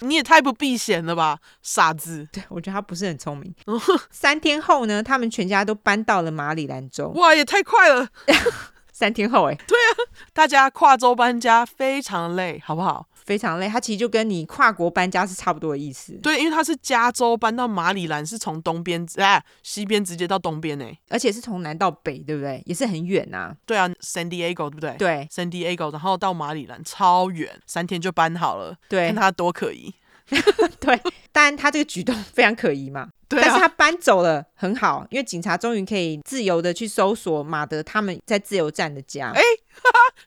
你也太不避嫌了吧，傻子，
对我觉得他不是很聪明。
哦
三天后呢，他们全家都搬到了马里兰州。
哇，也太快了，
三天后、欸，哎，
大家跨州搬家非常累，好不好？
非常累。他其实就跟你跨国搬家是差不多的意思。
对，因为他是加州搬到马里兰，是从东边啊西边直接到东边欸呢。
而且是从南到北，对不对？也是很远呐、
对啊，San Diego 对不对？
对
，San Diego，然后到马里兰超远，三天就搬好了，
对
看他多可疑。
对，当然他这个举动非常可疑嘛。
对
但是
啊，
他搬走了，很好，因为警察终于可以自由的去搜索马德他们在自由站的家。
哎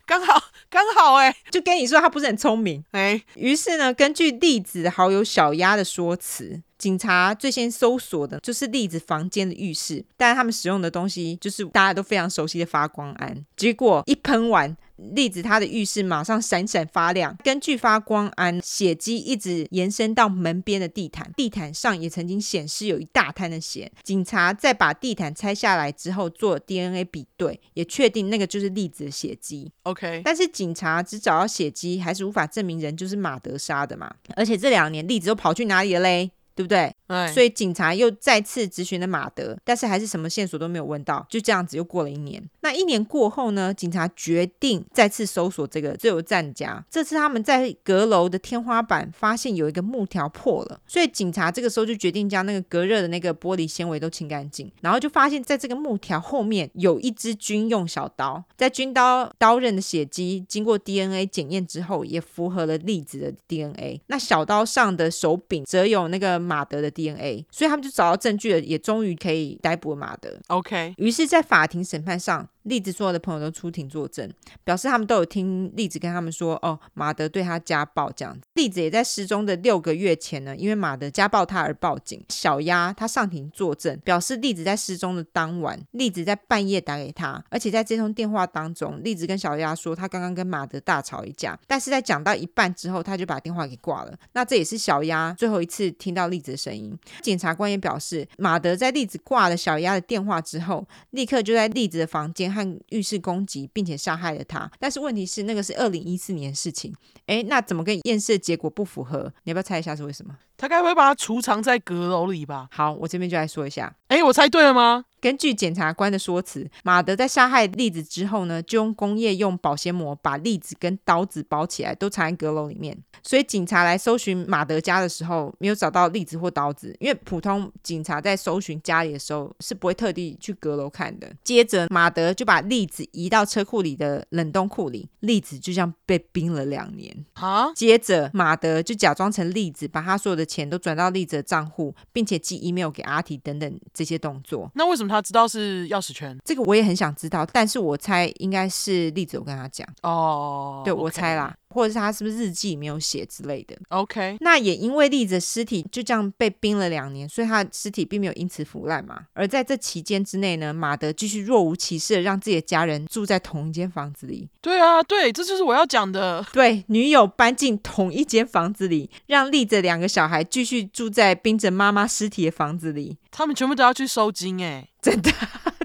刚好刚好哎、
就跟你说他不是很聪明。
哎、
于是呢，根据栗子好友小鸭的说辞，警察最先搜索的就是栗子房间的浴室，但他们使用的东西就是大家都非常熟悉的发光胺。结果一喷完。栗子她的浴室马上闪闪发亮。根据发光胺，血迹一直延伸到门边的地毯，地毯上也曾经显示有一大滩的血。警察在把地毯拆下来之后做 DNA 比对，也确定那个就是栗子的血迹。
o k
但是警察只找到血迹，还是无法证明人就是马德杀的嘛。而且这两年栗子都跑去哪里了嘞？对不对？
哎，
所以警察又再次质询了马德，但是还是什么线索都没有问到。就这样子又过了一年。那一年过后呢，警察决定再次搜索这个自由站家。这次他们在阁楼的天花板发现有一个木条破了，所以警察这个时候就决定将那个隔热的那个玻璃纤维都清干净，然后就发现在这个木条后面有一只军用小刀，在军刀刀刃的血迹经过 DNA 检验之后，也符合了栗子的 DNA。那小刀上的手柄则有那个马德的 DNA，所以他们就找到证据了，也终于可以逮捕了马德。
OK，
于是，在法庭审判上，栗子所有的朋友都出庭作证，表示他们都有听栗子跟他们说，哦，马德对他家暴这样子。栗子也在失踪的六个月前呢，因为马德家暴他而报警。小鸭他上庭作证，表示栗子在失踪的当晚，栗子在半夜打给他，而且在这通电话当中，栗子跟小鸭说他刚刚跟马德大吵一架，但是在讲到一半之后，他就把电话给挂了。那这也是小鸭最后一次听到栗子的声音。检察官也表示，马德在栗子挂了小鸭的电话之后，立刻就在栗子的房间和浴室攻击，并且杀害了她。但是问题是，那个是二零一四年的事情，诶，那怎么跟验尸的结果不符合？你要不要猜一下是为什么？
他该不会把它储藏在阁楼里吧？
好，我这边就来说一下。
哎，我猜对了吗？
根据检察官的说辞，马德在杀害栗子之后呢，就用工业用保鲜膜把栗子跟刀子包起来，都藏在阁楼里面。所以警察来搜寻马德家的时候，没有找到栗子或刀子，因为普通警察在搜寻家里的时候是不会特地去阁楼看的。接着，马德就把栗子移到车库里的冷冻库里，栗子就这样被冰了两年。
啊，
接着，马德就假装成栗子，把他所有的钱都转到栗子的账户，并且寄 email 给阿提等等这些动作。
那为什么他知道是钥匙圈？
这个我也很想知道，但是我猜应该是栗子有跟他讲，
哦，
对
OK
我猜啦。或者是他是不是日记没有写之类的。
OK，
那也因为栗子的尸体就这样被冰了两年，所以他的尸体并没有因此腐烂嘛。而在这期间之内呢，马德继续若无其事的让自己的家人住在同一间房子里，
对啊，对，这就是我要讲的。
对，女友搬进同一间房子里，让立着两个小孩继续住在冰着妈妈尸体的房子里，
他们全部都要去收金哎、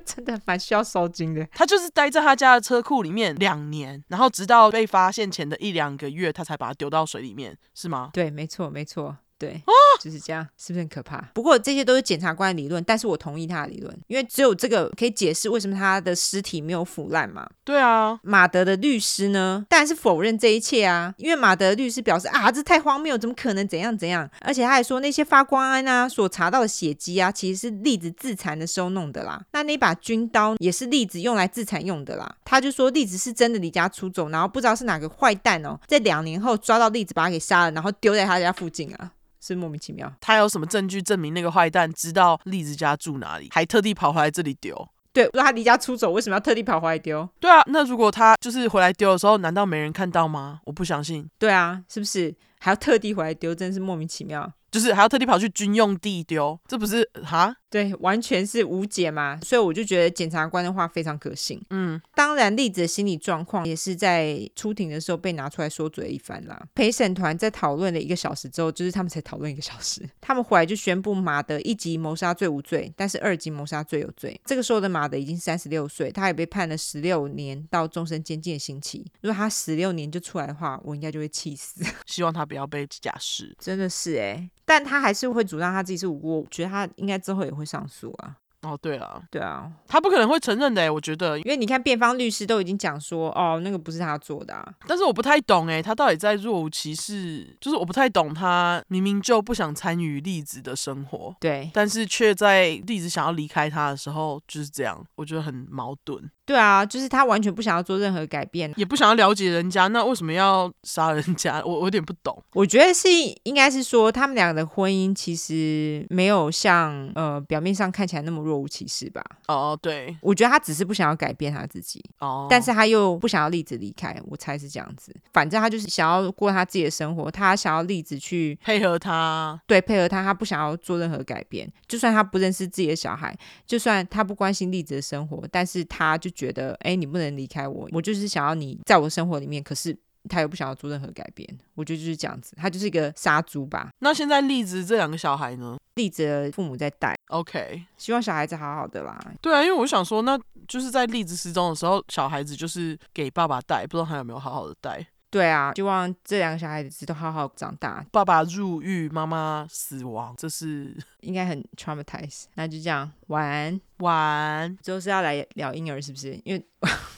真的蛮需要收金的。
他就是待在他家的车库里面两年，然后直到被发现前的一两个月，他才把它丢到水里面，是吗？
对，没错，没错。对，就是这样，是不是很可怕？啊不过这些都是检察官的理论，但是我同意他的理论，因为只有这个可以解释为什么他的尸体没有腐烂嘛。
对啊，
马德的律师呢，当然是否认这一切啊，因为马德的律师表示啊，这太荒谬，怎么可能怎样怎样？而且他还说那些发光胺啊所查到的血迹啊，其实是栗子自残的时候弄的啦。那那把军刀也是栗子用来自残用的啦。他就说栗子是真的离家出走，然后不知道是哪个坏蛋哦，在两年后抓到栗子把他给杀了，然后丢在他家附近啊，是莫名其妙。
他有什么证据证明那个坏蛋知道栗子家住哪里，还特地跑回来这里丢？
对，如果他离家出走，为什么要特地跑回来丢？
对啊，那如果他就是回来丢的时候，难道没人看到吗？我不相信，
对啊，是不是还要特地回来丢？真是莫名其妙。
就是还要特地跑去军用地丢，这不是哈？
对，完全是无解嘛，所以我就觉得检察官的话非常可信。
嗯，
当然，栗子的心理状况也是在出庭的时候被拿出来说嘴一番啦。陪审团在讨论了一个小时之后，就是他们才讨论一个小时，他们回来就宣布马德一级谋杀罪无罪，但是二级谋杀罪有罪。这个时候的马德已经三十六岁，他也被判了十六年到终身监禁的刑期。如果他十六年就出来的话，我应该就会气死。
希望他不要被假释
真的是哎、但他还是会主张他自己是无辜，我觉得他应该之后也会上诉啊。
哦。对了，
对啊，
他不可能会承认的欸，我觉得。
因为你看辩方律师都已经讲说，哦，那个不是他做的啊。
但是我不太懂哎，他到底在若无其事？就是我不太懂他明明就不想参与栗子的生活，
对
但是却在栗子想要离开他的时候就是这样，我觉得很矛盾，
对啊，就是他完全不想要做任何改变。
也不想要了解人家，那为什么要杀人家？我我有点不懂。
我觉得是应该是说，他们俩的婚姻其实没有像呃表面上看起来那么若无其事吧。
哦，对，
我觉得他只是不想要改变他自己，
哦，
但是他又不想要栗子离开，我猜是这样子。反正他就是想要过他自己的生活，他想要栗子去
配合他，
对配合他，他不想要做任何改变。就算他不认识自己的小孩，就算他不关心栗子的生活，但是他就觉得，哎，你不能离开我，我就是想要你在我生活里面。可是他又不想要做任何改变，我觉得就是这样子，他就是一个杀猪吧。
那现在栗子这两个小孩呢
栗子的父母在带，
？OK，
希望小孩子好好的啦。
对啊，因为我想说，那就是在栗子失踪的时候，小孩子就是给爸爸带，不知道他有没有好好的带。
对啊，希望这两个小孩子都好好长大，
爸爸入狱，妈妈死亡，这是
应该很 traumatize。那就这样，晚安。
玩，
最后是要来聊婴儿是不是？因为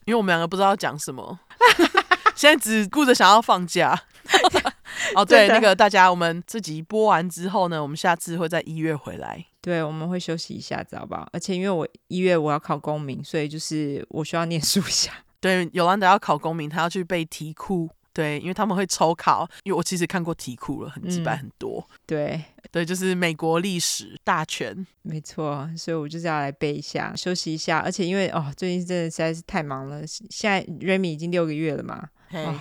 因为我们两个不知道讲什么， 现在只顾着想要放假。哦，对，
真的
那个大家，我们这集播完之后呢，我们下次会在一月回来。
对，我们会休息一下子，好不好？而且因为我一月我要考公民，所以就是我需要念书一下。
对，尤兰达要考公民，他要去背题库。对，因为他们会抽考，因为我其实看过题库了，很几百
嗯
很多。
对，
对，就是美国历史大全。
没错，所以我就是要来背一下，休息一下。而且因为哦，最近真的实在是太忙了，现在 Remy 已经六个月了嘛，
嘿、
哦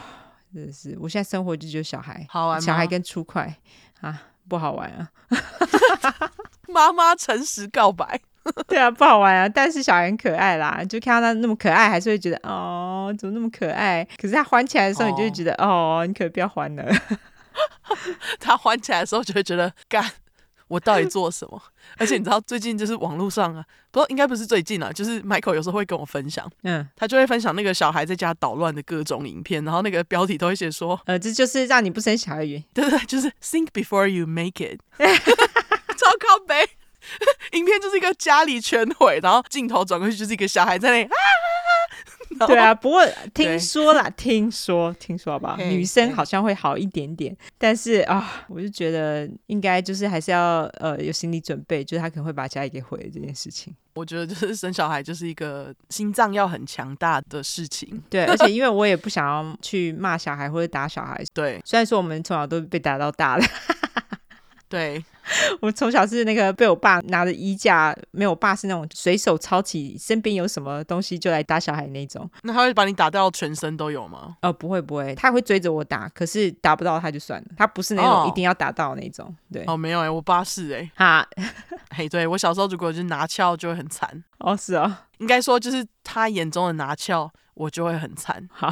真的是，我现在生活就只有小孩，
好玩吗
小孩跟出快啊，不好玩啊，
妈妈诚实告白，
对啊，不好玩啊。但是小孩很可爱啦，就看到他那么可爱，还是会觉得哦，怎么那么可爱？可是他还起来的时候，你就会
哦
觉得哦，你可不要还了。
他还起来的时候就会觉得，干，我到底做什么？而且你知道最近就是网络上啊，不知道应该不是最近啊，就是 Michael 有时候会跟我分享，
嗯，
他就会分享那个小孩在家捣乱的各种影片，然后那个标题都会写说，
呃，这就是让你不生小孩的原因。
对对，对就是 think before you make it，超靠北。影片就是一个家里全毁，然后镜头转过去就是一个小孩在那里，啊 然后
对啊，不过听
对
说啦， 听说听说好不好？
嘿
女生
嘿
好像会好一点点，但是啊，我就觉得应该就是还是要呃有心理准备，就是她可能会把家里给毁了这件事情。
我觉得就是生小孩就是一个心脏要很强大的事情，
对，而且因为我也不想要去骂小孩或者打小孩，
对
虽然说我们从小都被打到大的，
对，
我从小是那个被我爸拿着衣架，没有我爸是那种随手抄起身边有什么东西就来打小孩那种。
那他会把你打到全身都有吗？
呃，不会不会，他会追着我打，可是打不到他就算了，他不是那种
哦
一定要打到的那种。对，
哦，没有哎、我爸是哎、
哈，
嘿，对我小时候如果就是拿翘就会很惨，
哦是哦，
应该说就是他眼中的拿翘，我就会很惨，
好，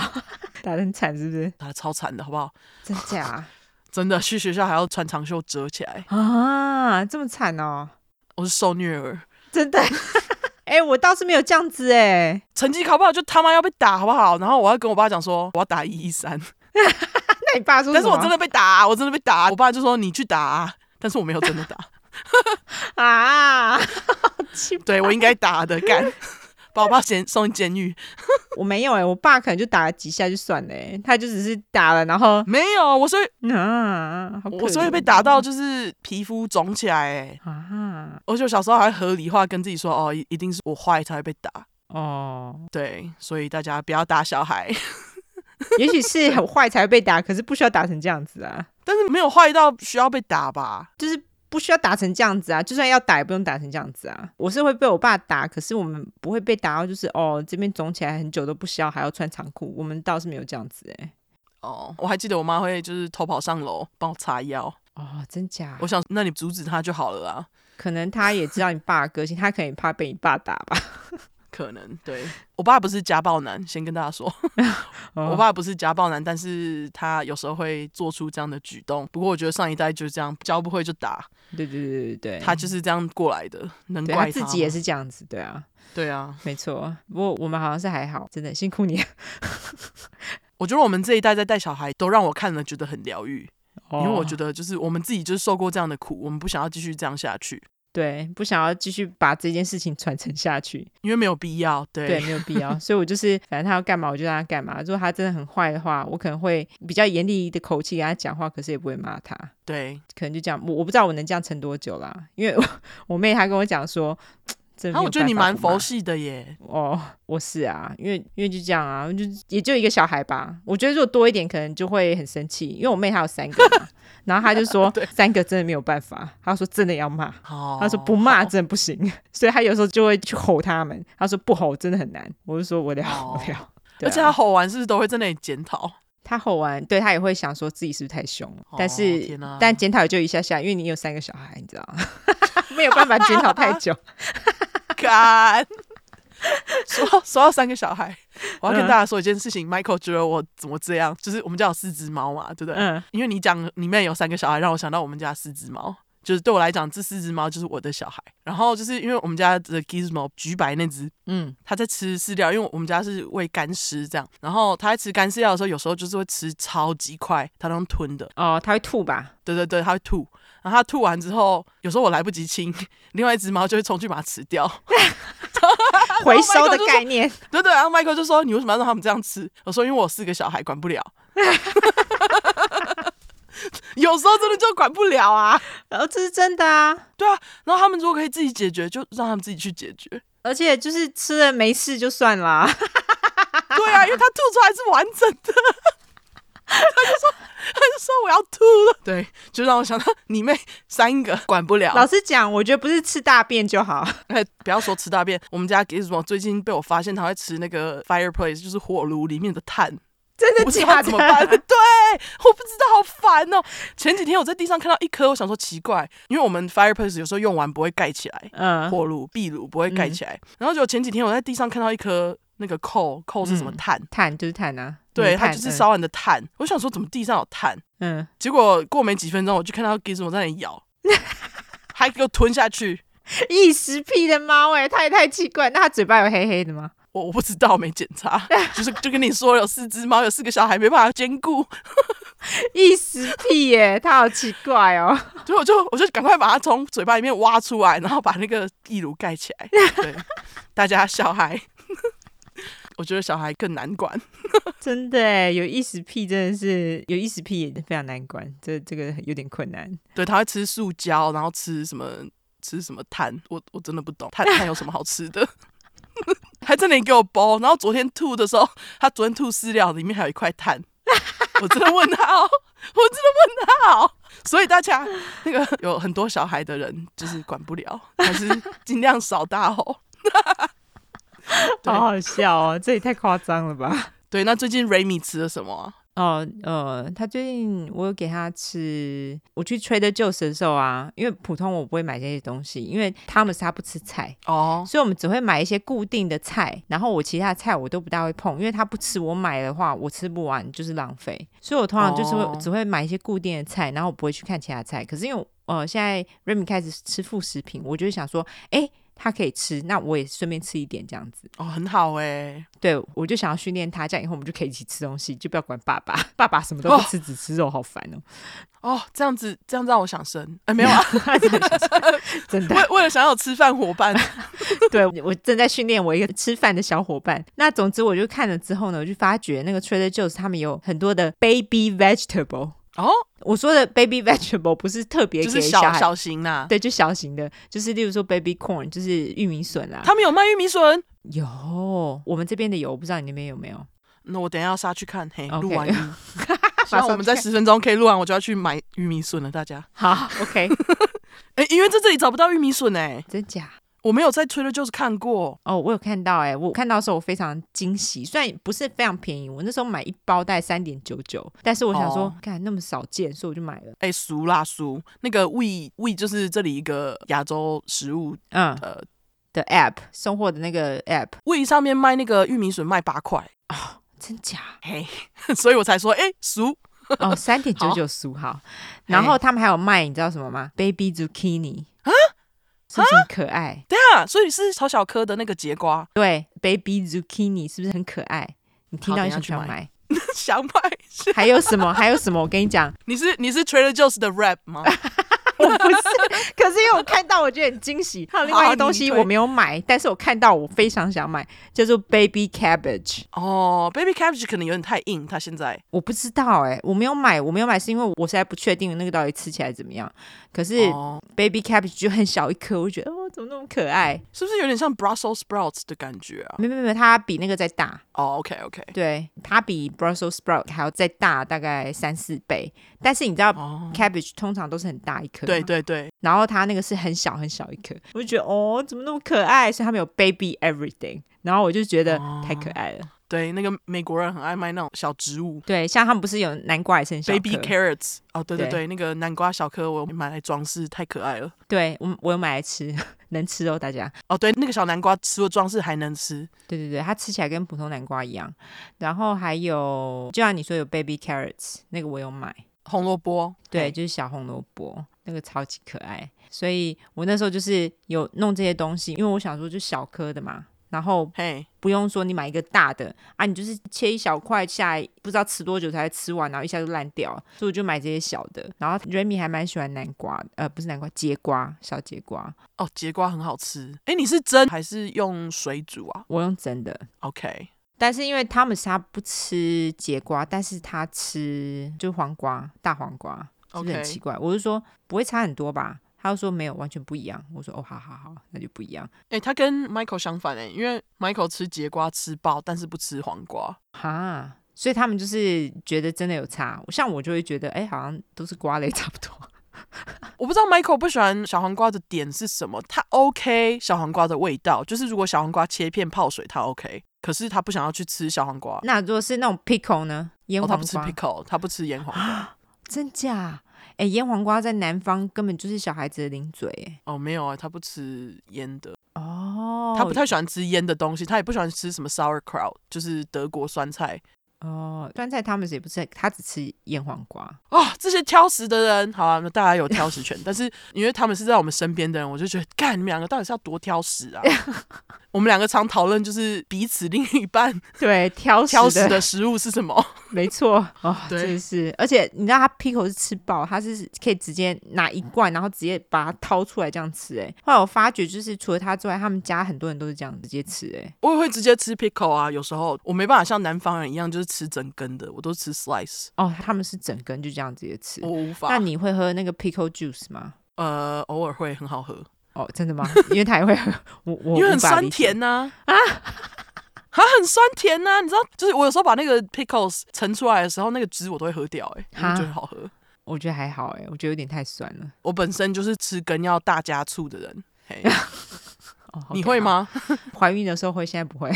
打得很惨是 不是？
打的超惨的好不好？
真假
真的去学校还要穿长袖折起来，
啊？这么惨哦，
我是受虐儿，
真的。 哎、我倒是没有这样子哎、
成绩考不好就他妈要被打好不好？然后我要跟我爸讲说我要打一一三，
那你爸说什
但是
么？
我真的被打啊、我真的被打啊、我爸就说你去打、啊， 但是我没有真的打，
的啊，
对我应该打的干。 把我爸先送进监狱，
我没有哎、我爸可能就打了几下就算了、哎，他就只是打了，然后
没有，我所以
啊，好可
我所以被
怜
打到就是皮肤肿起来、欸，
啊，
而且我小时候还合理化跟自己说，哦，一一定是我坏才会被打，
哦，
对，所以大家不要打小孩，
也许是很坏才会被打，可是不需要打成这样子啊，
但是没有坏到需要被打吧？
就是不需要打成这样子啊，就算要打也不用打成这样子啊。我是会被我爸打，可是我们不会被打到就是哦这边肿起来很久都不消，还要穿长裤，我们倒是没有这样子哎、
哦，我还记得我妈会就是偷跑上楼帮我擦药，
哦，真假
我？想那你阻止她就好了啊，
可能他也知道你爸的个性，他可能也怕被你爸打吧。
可能对 我爸不是家暴男，先跟大家说，
嗯
我爸不是家暴男，但是他有时候会做出这样的举动，不过我觉得上一代就这样，教不会就打，
对，对对对对对，
他就是这样过来的，能
对他
怪
自
吗
己也是这样子，对啊，
对啊，
没错。不过我们好像是还好，真的辛苦你。
我觉得我们这一代在带小孩，都让我看了觉得很疗愈，
因
因为我觉
得
得就是我们自己就是受过这样的苦，我们不想要继续这样下去，
对，不想要继续把这件事情传承下去，
因为没有必要。对，
对，没有必要。所以我就是，反正他要干嘛我就让他干嘛。如果他真的很坏的话，我可能会比较严厉的口气跟他讲话，可是也不会骂他。
对
可能就这样，我我不知道我能这样撑多久啦，因为我 我妹她跟我讲说，真的
然后
没
啊
有
我觉得你
办法
蛮
不骂
佛系的耶，
哦，我是啊，因为因为就这样啊，就也就一个小孩吧。我觉得如果多一点，可能就会很生气，因为我妹她有三个嘛， 然后她就说三个真的没有办法，她说真的要骂，
哦，
她说不骂
好
真的不行， 所以她有时候就会去吼他们，她说不吼真的很难，我就说我聊 我
哦
聊。对
而
啊
且他吼完是不是都会在那里检讨？
她吼完，对她也会想说自己是不是太凶了，但
哦
是
天哪
但检讨也就一下下，因为你有三个小孩，你知道， 没有办法检讨太久。
干。 说到说到三个小孩，我要跟
嗯
大家说一件事情。Michael 觉得我怎么这样？就是我们家有四只猫嘛， 对不对？
嗯，
因为你讲里面有三个小孩，让我想到我们家四只猫。就是对我来讲，这四只猫就是我的小孩。然后就是因为我们家的 Gizmo 橘白那只，
嗯，
它在吃饲料，因为我们家是喂干尸这样。然后它在吃干饲料的时候，有时候就是会吃超级快，它能吞的。
哦，她会吐吧？
对对对，它会吐。然后它吐完之后，有时候我来不及清， 另外一只猫就会冲去把它吃掉。
回收
Michael
的
就说 Oh
概念。
对对，然后 Michael 就说：“你为什么要让他们这样吃？”我说：“因为我有四个小孩，管不了。” 有时候真的就管不了啊。
哦，这是真的啊！
对啊，然后他们如果可以自己解决，就让他们自己去解决。
而且就是吃了没事就算啦，
对啊，因为他吐出来是完整的。他就 说，他就说我要吐了。对，就让我想到你妹三个管不
老
了。
实讲，我觉得不是吃大便就好。
哎，不要说吃大便，我们家 Gizmo 最近被我发现他会吃那个 fireplace，就是火炉里面的炭。
真的
不知
假
道
的
怎么办。对，我不知道，好烦哦、前几天我在地上看到一颗，我想说奇怪，因为我们 fireplace 有时候用完不会盖起来，
嗯，
火炉、壁炉不会盖起来。然后就前几天我在地上看到一颗那个扣，扣是什么
嗯
碳？
碳就是碳啊，
对，
煤
它
炭
就是。烧完的碳。我想说怎么地上有碳？
嗯，嗯
结果过没几分钟，我就看到 Gizmo 在那里咬。还给我吞下去。
异食癖的猫哎、它也太奇怪。那它嘴巴有黑黑的吗？
我我不知道，没检查，就是就跟你说有四只猫，有四个小孩，没办法兼顾，
异食癖耶、它好奇怪哦。
所以我就我就赶快把它从嘴巴里面挖出来，然后把那个壁炉盖起来。 对，大家小孩， 我觉得小孩更难管。
真的耶，有意识癖真的是有意识癖也非常难管，这这个有点困 难。
对，他会吃塑胶，然后吃什么吃什么碳，我我真的不懂碳碳有什么好吃的。 还真的给我包，然后昨天吐的时候，他昨天吐饲料里面还有一块碳， 我真的问他哦，我真的问他哦。所以大家那个有很多小孩的人就是管不了，还是尽量少大吼。对
好好笑哦，这也太夸张了吧？
对，那最近 Remy 吃了什么啊、
哦，呃，他最近我有给他吃，我去 Trader Joe's 的时候啊，因为普通我不会买这些东西，因为他们是他不吃菜，
哦，
所以我们只会买一些固定的菜，然后我其他的菜我都不大会碰，因为他不吃，我买的话我吃不完就是浪费，所以我通常就是会、
哦
只会买一些固定的菜，然后我不会去看其他菜。可是因为呃现在 Remy 开始吃副食品，我就会想说，哎，他可以吃，那我也顺便吃一点这样子。
哦，很好哎、
对，我就想要训练他，这样以后我们就可以一起吃东西，就不要管爸 爸，爸爸什么都不吃，只吃肉，好烦哦。
哦，这样子这样让我想生，哎、没有啊，
真的，
为为了想要有吃饭伙伴，
对我正在训练我一个吃饭的小伙伴。那总之，我就看了之后呢，我就发觉那个 Trader Joe's 他们有很多的 baby vegetable。
哦，
我说的 baby vegetable 不是特别
就
给
是
小
小
孩，
小型啊呐、
对，就小型的，就是例如说 baby corn，就是玉米笋啦。
他们有卖玉米笋。
有，我们这边的有，我不知道你那边有没有。
那我等一下要杀去看，嘿，
OK
录完音， 希
马
望
上
我们在
去
十分钟可以录完，我就要去买玉米笋了，大家。
好，OK，
哎、因为在这里找不到玉米笋哎、
真假？
我没有在吹的就是看过，
哦，我有看到哎、我看到的时候我非常惊喜，虽然不是非常便宜，我那时候买一包带三点九九，但是我想说
哦，
看、那么少见，所以我就买了。
哎、熟啦熟，那个 we we 就是这里一个亚洲食物，
嗯
呃
的 app 送货的那个 app，
，we 上面卖那个玉米笋卖八块，
真假？
嘿，所以我才说哎、熟
哦，三点九九苏好。然后他们还有卖，你知道什么吗？Baby zucchini 啊，是不是很可爱？
对啊，所以是曹小颗的那个节瓜，
对，Baby zucchini 是不是很可爱？你听
好
到你
等
想
一下
不想
去
买？
想买是
还 有什么？还有什么？我跟你讲，
你是你是 Trader Joe's 的 rap 吗？
我不是， 可是因为我看到，我觉得很惊喜。还有另外一
好
个
你
东西
推
我没有买，但是我看到我非常想买，叫做 Baby cabbage。
哦，Baby Cabbage 可能有点太硬，它现在
我不知道哎、我没有买，我没有买是因为我实在不确定那个到底吃起来怎么样。可是
哦，
baby cabbage 就很小一颗，我就觉得哦，怎么那么可爱？
是不是有点像 Brussels sprouts 的感觉啊？
没没没，它比那个再大，
哦，OK OK，
对，它比 Brussels sprout 还要再大，大概三四倍。但是你知道、
哦，
cabbage 通常都是很大一颗，
对。啊对对，
然后它那个是很小很小一颗，我就觉得哦，怎么那么可爱？所以他们有 baby everything，然后我就觉得
哦
太可爱了。
对，那个美国人很爱卖那种小植物
对，像他们不是有南瓜也是很小颗
baby carrots。哦，对对
对
对，那个南瓜小颗我买来装饰，太可爱了。
对我我有买来吃， 能吃哦，大家。
哦，对，那个小南瓜除了装饰还能吃。
对对对，它吃起来跟普通南瓜一样。然后还有，就像你说有 baby carrots，那个我有买，
红萝卜，
对，
哎，
就是小红萝卜，那个超级可爱。所以我那时候就是有弄这些东西，因为我想说就小颗的嘛，然后
嘿，
不用说你买一个大的啊，你就是切一小块下来，不知道吃多久才会吃完，然后一下就烂掉了，所以我就买这些小的。然后 Remy 还蛮喜欢南瓜，呃，不是南瓜，节瓜，小节瓜，
哦，节瓜很好吃。哎，你是蒸还是用水煮啊
我用蒸的，
？OK，
但是因为他们是他不吃节瓜，但是他吃就是黄瓜，大黄瓜，是不是
OK
很奇怪我就说不会差很多吧，他就说没有，完全不一样。我说哦，好好好，那就不一样。
哎，他跟 Michael 相反哎，因为 Michael 吃节瓜吃爆，但是不吃黄瓜。
哈，所以他们就是觉得真的有差，像我就会觉得哎、好像都是瓜类 差不多。
我不知道 Michael 不喜欢小黄瓜的点是什么，他 OK 小黄瓜的味道，就是如果小黄瓜切片泡水，他 OK，可是他不想要去吃小黄瓜。
那如果是那种 pickle 呢？腌
哦，他
黄
不吃
瓜，
pickle，他不吃腌黄 瓜。
真假？哎、腌黄瓜在南方根本就是小孩子的零嘴哎。
哦，没有啊，他不吃腌的，
哦，
他不太喜欢吃腌的东西，他也不喜欢吃什么 sauerkraut，就是德国酸菜。
哦，端菜 Thomas 也不吃，他只吃腌黄瓜。
哦，这些挑食的人，好啊，那大家有挑食 权，但是因为他们是在我们身边的人，我就觉得，干你们两个到底是要多挑食 啊？我们两个常讨论就是彼此另一半
对，挑
挑食
的，
的食物是什么。
没错。 哦，
对
真的是，而且你知道他 Pico 是吃爆，他是可以直接拿一罐，然后直接把它掏出来这样吃。哎，后来我发觉，就是除了他之外，他们家很多人都是这样直接吃。哎，
我也会直接吃 pickle 啊，有时候我没办法像南方人一样就是吃整根的，我都吃 slice，
哦，他们是整根就这样直接吃
我。无
那
法。
你会喝那个 Pico Juice 吗？
呃，偶尔会很好喝，
哦，真 的吗？因为他也会喝，我我
因为
无
很
法
酸
理解
甜呐、啊。它很酸甜呐、你知道，就是我有时候把那个 pickles 盛出来的时候，那个汁我都会喝掉、欸，哎，
哈
我觉得好喝。
我觉得还好哎、我觉得有点太酸了。
我本身就是吃根要大加醋的人， 嘿
哦，好
你
可
会
怕？
吗？
怀孕的时候会，现在不会。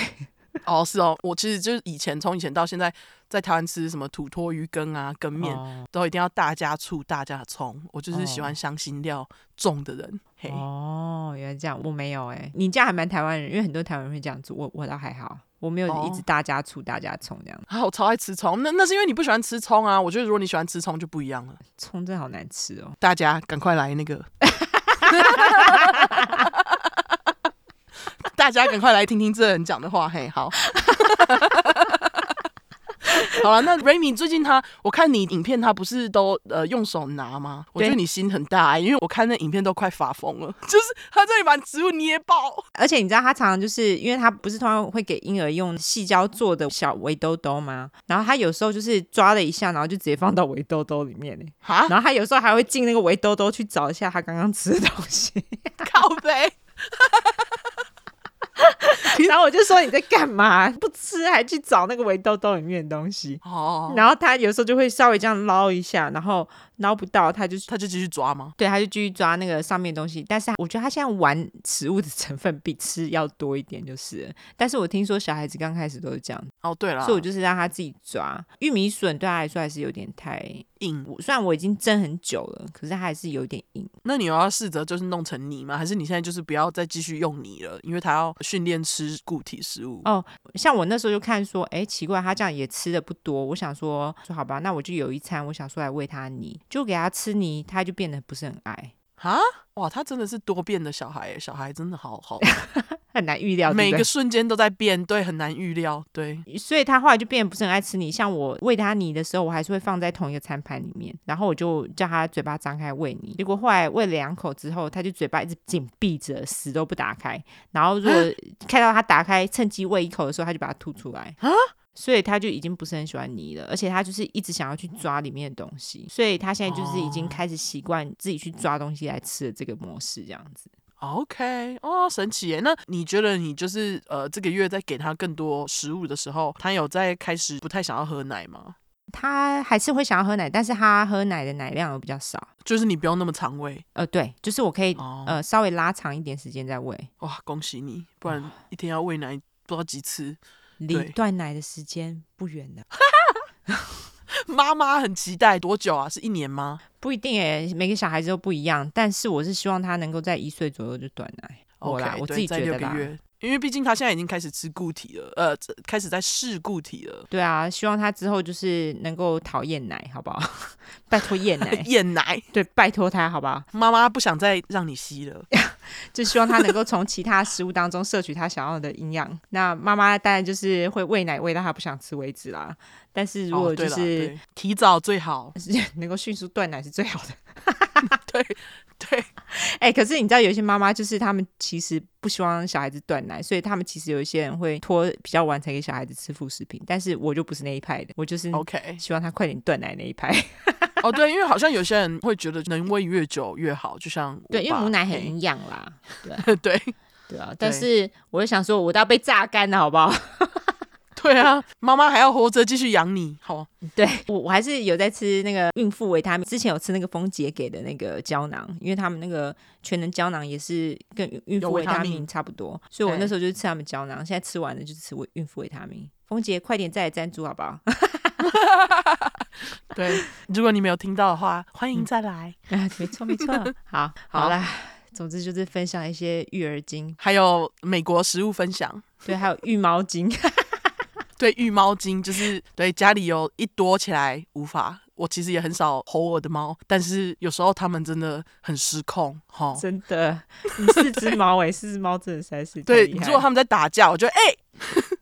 哦，是哦，我其实就是以前从以前到现在，在台湾吃什么土托鱼羹啊、羹面，
哦
都一定要大加醋、大加葱，我就是喜
哦
欢香辛料重的人，嘿。
哦，原来这样，我没有哎、你这样还蛮台湾人，因为很多台湾人会这样做，我我倒还好，我没有一直
哦
大家醋大家葱这样，
啊，我超爱吃葱，那那是因为你不喜欢吃葱啊。我觉得如果你喜欢吃葱就不一样了。
葱真的好难吃哦。
大家赶快来那 个，大家赶快来听听这人讲的话。嘿，好， 好了。那 Remy 最近他，我看你影片，他不是都呃用手拿吗？我觉得
对
你心很大、欸因为我看那影片都快发疯了，就是他这里把植物捏爆。
而且你知道他常常就是因为他不是通常会给婴儿用细胶做的小围兜兜吗？然后他有时候就是抓了一下，然后就直接放到围兜兜里面呢、
哈，
然后他有时候还会进那个围兜兜去找一下他刚刚吃的东 西，
靠背。
然后我就说你在干嘛？不吃还去找那个围兜兜里面的东西。
哦，
然后他有时候就会稍微这样捞一下，然后捞不到，他就
他就继续抓吗？
对，他就继续抓那个上面的东西。但是我觉得他现在玩食物的成分比吃要多一点，就是了。但是我听说小孩子刚开始都是这样，
哦，对了，
所以我就是让他自己抓。玉米笋对他来说还是有点太
硬
我虽然我已经蒸很久了，可是它还是有点硬。
那你有要试着就是弄成泥吗？还是你现在就是不要再继续用泥了，因为它要训练吃固体食物。
哦像我那时候就看说，哎，奇怪，他这样也吃的不多。我想说，说好吧，那我就有一餐，我想说来喂他泥，就给他吃泥，他就变得不是很爱，
啊、哇，他真的是多变的小孩耶，小孩真的好 好，
很难预料。对不
每
对
个瞬间都在变，对，很难预料，对。
所以他后来就变得不是很爱吃泥。像我喂他泥的时候，我还是会放在同一个餐盘里面，然后我就叫他嘴巴张开喂泥。结果后来喂了两口之后，他就嘴巴一直紧闭着，死都不打开。然后如果看到他打开，趁机喂一口的时候，他就把它吐出来。
啊
所以他就已经不是很喜欢泥了，而且他就是一直想要去抓里面的东西，所以他现在就是已经开始习惯自己去抓东西来吃的这个模式，这样子。
OK，哦，神奇耶！那你觉得你就是呃这个月在给他更多食物的时候，他有在开始不太想要喝奶吗？
他还是会想要喝奶，但是他喝奶的奶量比较少。
就是你不用那么常喂
呃，对，就是我可以
哦。
呃，稍微拉长一点时间再喂，
哇，恭喜你，不然一天要喂奶不知道几次。
离
对
断奶的时间不远了。
妈妈很期待多久啊？是一年吗？
不一定诶，每个小孩子都不一样，但是我是希望他能够在一岁左右就断奶。我
OK，
啦，我
对
自己
在
觉
六
得
个
啦。
月，因为毕竟他现在已经开始吃固体了，呃，这开始在试固体 了，，
对啊，希望他之后就是能够讨厌奶，好不 好？拜托厌奶
厌奶，
对，拜托他，好不好？
妈妈不想再让你吸了。
就希望他能够从其他食物当中摄取他想要的营养。那妈妈当然就是会喂奶喂到他不想吃为止啦。但是如
哦
果
对
就
啦
是、
对提早最 好，
能够迅速断奶是最好的。
对，
哎、可是你知道，有一些妈妈就是他们其实不希望小孩子断奶，所以他们其实有一些人会拖比较晚才给小孩子吃副食品。但是我就不是那一派的，我就是。
OK，
希望他快点断奶那一派，
哦对，因为好像有些人会觉得能喂越久越好，就像我
对，因为
爸
母奶很
嘿
营养啦，
对
对啊。但是我就想说，我都要被榨干了，好不好？
对啊，妈妈还要活着继续养你，好，
对我，我还是有在吃那个孕妇维他命，之前有吃那个丰姐给的那个胶囊，因为他们那个全能胶囊也是跟孕孕妇
有维
维
他
他
命
命差不多，所以我
对
那时候就是吃他们胶囊，现在吃完了就是吃维孕妇维他命。丰姐，快点再来赞助好不好？
对，如果你没有听到的话，欢迎再来。
啊，没错没错，好
好
好啦。总之就是分享一些育儿经，
还有美国食物分享，
对，还有育毛经，
对浴猫精，就是对家里有一躲起来无法。我其实也很少吼我的猫，但是有时候它们真的很失控，哈。
真的，你四只猫哎、四只猫真的实在是太
对，
厉害
如果他们在打架，我 就哎、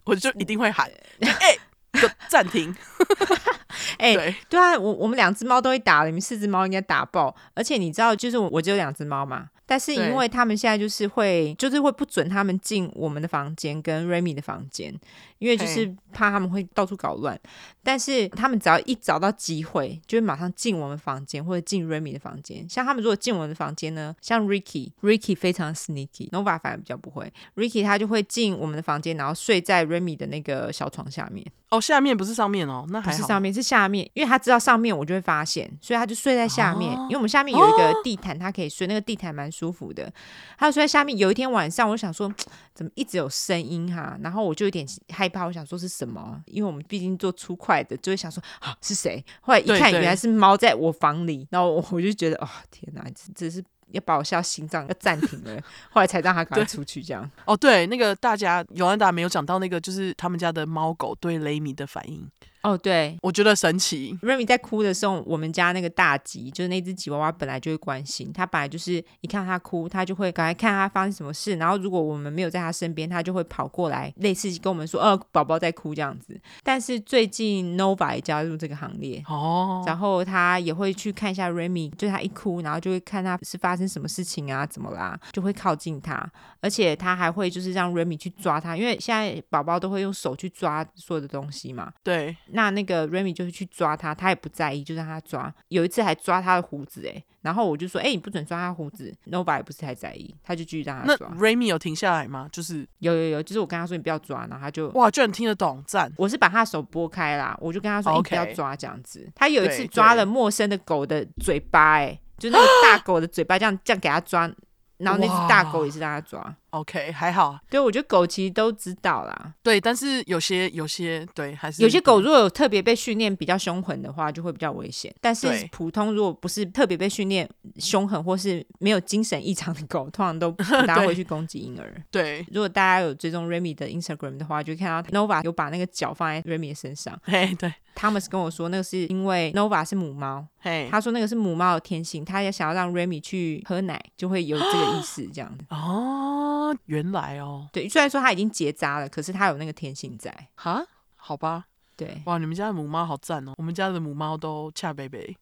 我就一定会喊哎、就暂停。
哎
对，
对啊，我我们两只猫都会打了，你们四只猫应该打爆。而且你知道，就是我我只有两只猫嘛，但是
对
因为他们现在就是会，就是会不准他们进我们的房间跟 Remy 的房间，因为就是怕他们会到处搞乱。但是他们只要一找到机会，就会马上进我们房间或者进 Remy 的房间。像他们如果进我们的房间呢，像 Ricky，Ricky 非常 sneaky，Nova 反而比较不会。Ricky 他就会进我们的房间，然后睡在 Remy 的那个小床下面。
哦，下面不是上面哦，那
不
还
是
好。
上面，是下面，因为他知道上面我就会发现，所以他就睡在下面。
哦
因为我们下面有一个地毯，他可以睡，那个地毯蛮舒服的。他就睡在下面。有一天晚上，我想说怎么一直有声音哈、然后我就有点害怕，我想说是什么？啊因为我们毕竟做粗快的，就会想说啊是谁？后来一
对
看，
对
原来是猫在我房里，然后我我就觉得哦天哪，这这是。要把我吓到心脏要暂停了，后来才让他赶
对
快出去，这样
哦，对，那个大家尤安达没有讲到那个，就是他们家的猫狗对雷米的反应，
哦，对，
我觉得神奇。
Remy 在哭的时候，我们家那个大吉，就是那只吉娃娃，本来就会关心它，本来就是一看到它哭，它就会赶快看它发生什么事。然后如果我们没有在它身边，它就会跑过来，类似跟我们说：“呃，宝宝在哭这样子。”但是最近 Nova 也加入这个行列。
哦，
然后他也会去看一下 Remy，就他一哭，然后就会看他是发生什么事情啊，怎么啦，就会靠近他，而且他还会就是让 Remy 去抓他，因为现在宝宝都会用手去抓所有的东西嘛，
对，
那那个 Remy 就是去抓他，他也不在意，就让他抓。有一次还抓他的胡子，哎，然后我就说，哎、你不准抓他胡子。Nova 也不是太在意，他就继续让他
那
抓。
Remy 有停下来吗？就是
有有有，就是我跟他说你不要抓，然后他就。
哇，居然听得懂，赞。
我是把他的手拨开啦，我就跟他说：“哎
哦 OK
你不要抓这样子。”他有一次
对
抓
对
了陌生的狗的嘴巴、哎，就那个大狗的嘴巴，这样这样给他抓，然后那只大狗也是让他抓。
OK，还好。
对，我觉得狗其实都知道啦，
对，但是有些有些对，还是
有些狗如果有特别被训练比较凶狠的话，就会比较危险。但是
对
普通如果不是特别被训练凶狠，或是没有精神异常的狗，通常都不大会去攻击婴儿。
对，
如果大家有追踪 Remy 的 Instagram 的话，就看到 Nova 有把那个脚放在 Remy 的身上。
嘿对，
Thomas 跟我说，那个是因为 Nova 是母猫，
嘿
他说那个是母猫的天性，他也想要让 Remy 去喝奶，就会有这个意思这样
哦，原来哦，
对，虽然说他已经结扎了，可是他有那个天性在。
哈，好吧，
对，
哇，你们家的母猫好赞哦！我们家的母猫都恰贝 贝，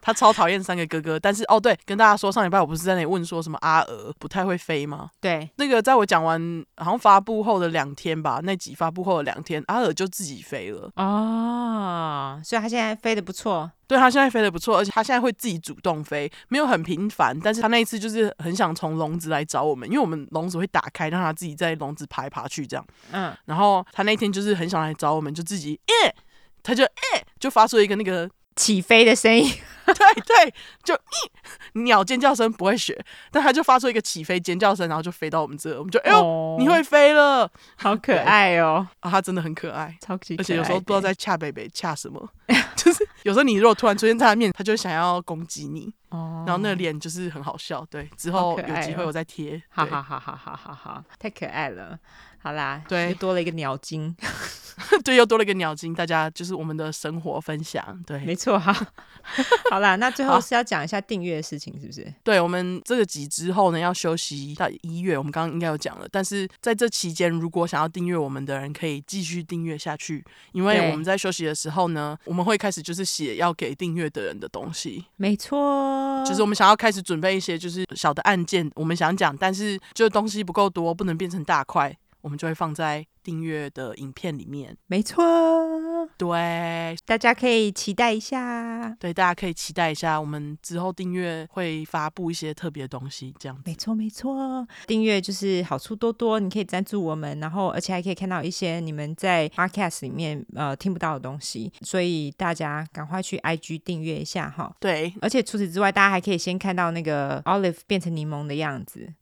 它超讨厌三个哥哥。但是哦，对，跟大家说，上礼拜我不是在那里问说什么阿娥不太会飞吗？
对，
那个在我讲完好像发布后的两天吧，那集发布后的两天，阿娥就自己飞了。
哦，所以他现在飞得不错。
对，它现在飞得不错，而且它现在会自己主动飞，没有很频繁，但是它那一次就是很想从笼子来找我们，因为我们笼子会打开，让它自己在笼子爬来爬去这样。
嗯，
然后他那天就是很想来找我们，就自己耶，他就耶，就发出一个那个
起飞的声音，
对对，就咦鸟尖叫声不会学，但他就发出一个起飞尖叫声，然后就飞到我们这，我们就哎呦、
哦
你会飞了
好可爱哦，
啊！它真的很可爱，
超级
而
可爱的。
且有时候不知道在恰北北恰什么， 就是有时候你如果突然出现在他面，他就会想要攻击你，
哦，
然后那个脸就是很好笑。对，之后
好可
有
爱
机
哦
会我再贴。
好
对
好好好好好好，太可爱了。好啦，
对
又多了一个鸟精，
对，又多了一个鸟精，大家就是我们的生活分享。对，
没错哈。 好啦，那最后
好
是要讲一下订阅的事情，是不是？
对我们这个集之后呢，要休息到一月，我们刚刚应该有讲了。但是在这期间，如果想要订阅我们的人，可以继续订阅下去，因
对
为我们在休息的时候呢，我们会开始就是写要给订阅的人的东西，
没错，
就是我们想要开始准备一些就是小的案件，我们想讲，但是就东西不够多，不能变成大块，我们就会放在订阅的影片里面。
没错，
对
大家可以期待一下。
对，大家可以期待一下，我们之后订阅会发布一些特别的东西，这样。
没错，没错，订阅就是好处多多，你可以赞助我们，然后而且还可以看到一些你们在 podcast 里面呃听不到的东西，所以大家赶快去 IG 订阅一下哈。
对，
而且除此之外，大家还可以先看到那个 Olive 变成柠檬的样子。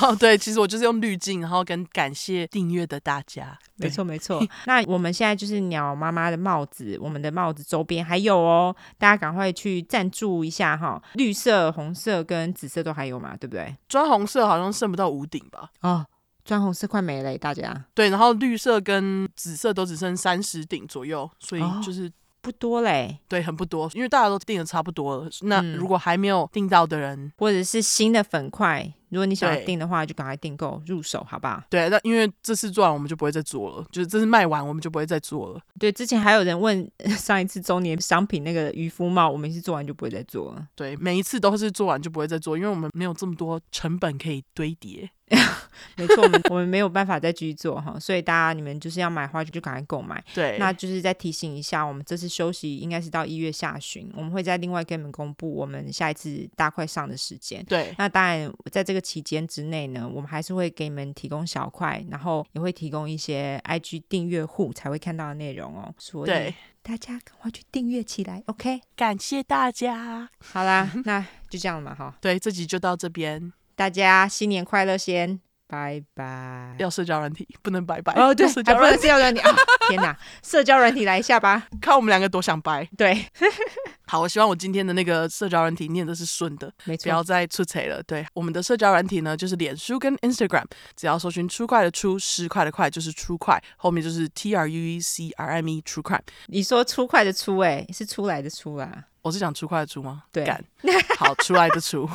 哦，对，其实我就是用滤镜，然后跟感谢订阅的大家。
没
对，
错，没错。那我们现在就是鸟妈妈的帽子，我们的帽子周边还有哦，大家赶快去赞助一下哈。绿色、红色跟紫色都还有嘛，对不对？
砖红色好像剩不到五顶吧？
哦，砖红色快没了耶，大家
对，然后绿色跟紫色都只剩三十顶左右，所以
哦
就是、
不多嘞，
对很不多，因为大家都订的差不多了。那
嗯
如果还没有订到的人，
或者是新的粉块，如果你想要
对
订的话，就赶快订购入手，好吧？
对，那因为这次做完我们就不会再做了，就是这次卖完我们就不会再做了。
对，之前还有人问上一次周年商品那个渔夫帽，我们是做完就不会再做了。
对，每一次都是做完就不会再做，因为我们没有这么多成本可以堆叠。
没错，我们我们没有办法再继续做哈，所以大家你们就是要买花就赶快购买。
对，
那就是再提醒一下，我们这次休息应该是到一月下旬，我们会再另外跟你们公布我们下一次大快上的时间。
对
那当然，在这个期间之内呢，我们还是会给你们提供小块，然后也会提供一些 IG 订阅户才会看到的内容哦。所以
对，
大家赶快去订阅起来，OK？
感谢大家。
好啦， 那就这样了嘛哈，
对，这集就到这边。
大家新年快乐先，拜拜。
要社交软体， 不能拜拜。
哦，对，
要哎社
还
交
不能
软
社交软体啊！天哪，社交软体来一下吧。
体，看我们两个多想掰。
对，
好，我希望我今天的那个社交软体念的是顺的，
没
不
错。
要再出错了。对，我们的社交软体呢，就是脸书跟 Instagram，只要搜寻“出块”的“出”，十块的“块”就是“出块”，后面就是 T R U E C R M E 出块。
你说出快的出、欸，哎，是出来的出啦。
我是讲出块的“出”吗？
对
干好出来的“出”。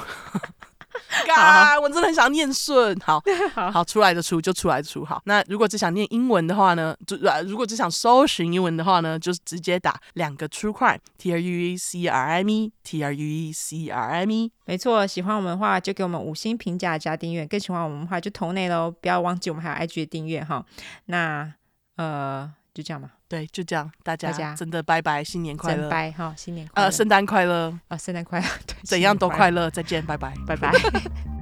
干，我真的很想念顺。好
好
好出来的出就出来的出。好，那如果只想念英文的话呢，就呃如果只想搜寻英文的话呢，就是直接打两个 True Crime T R U E C R M E T R U E C R M E。
没错，喜欢我们的话就给我们五星评价加订阅，更喜欢我们的话就投内喽，不要忘记我们还有 IG 的订阅哈。那呃，就这样吧，
对，就这样，大家
大家
真的拜拜，新年快
真
乐，呃
拜哈，新年快乐，哦
呃，圣诞快乐，
啊，圣诞快乐，对，
怎样都
新年
快乐，再见，拜拜。
乐，拜拜。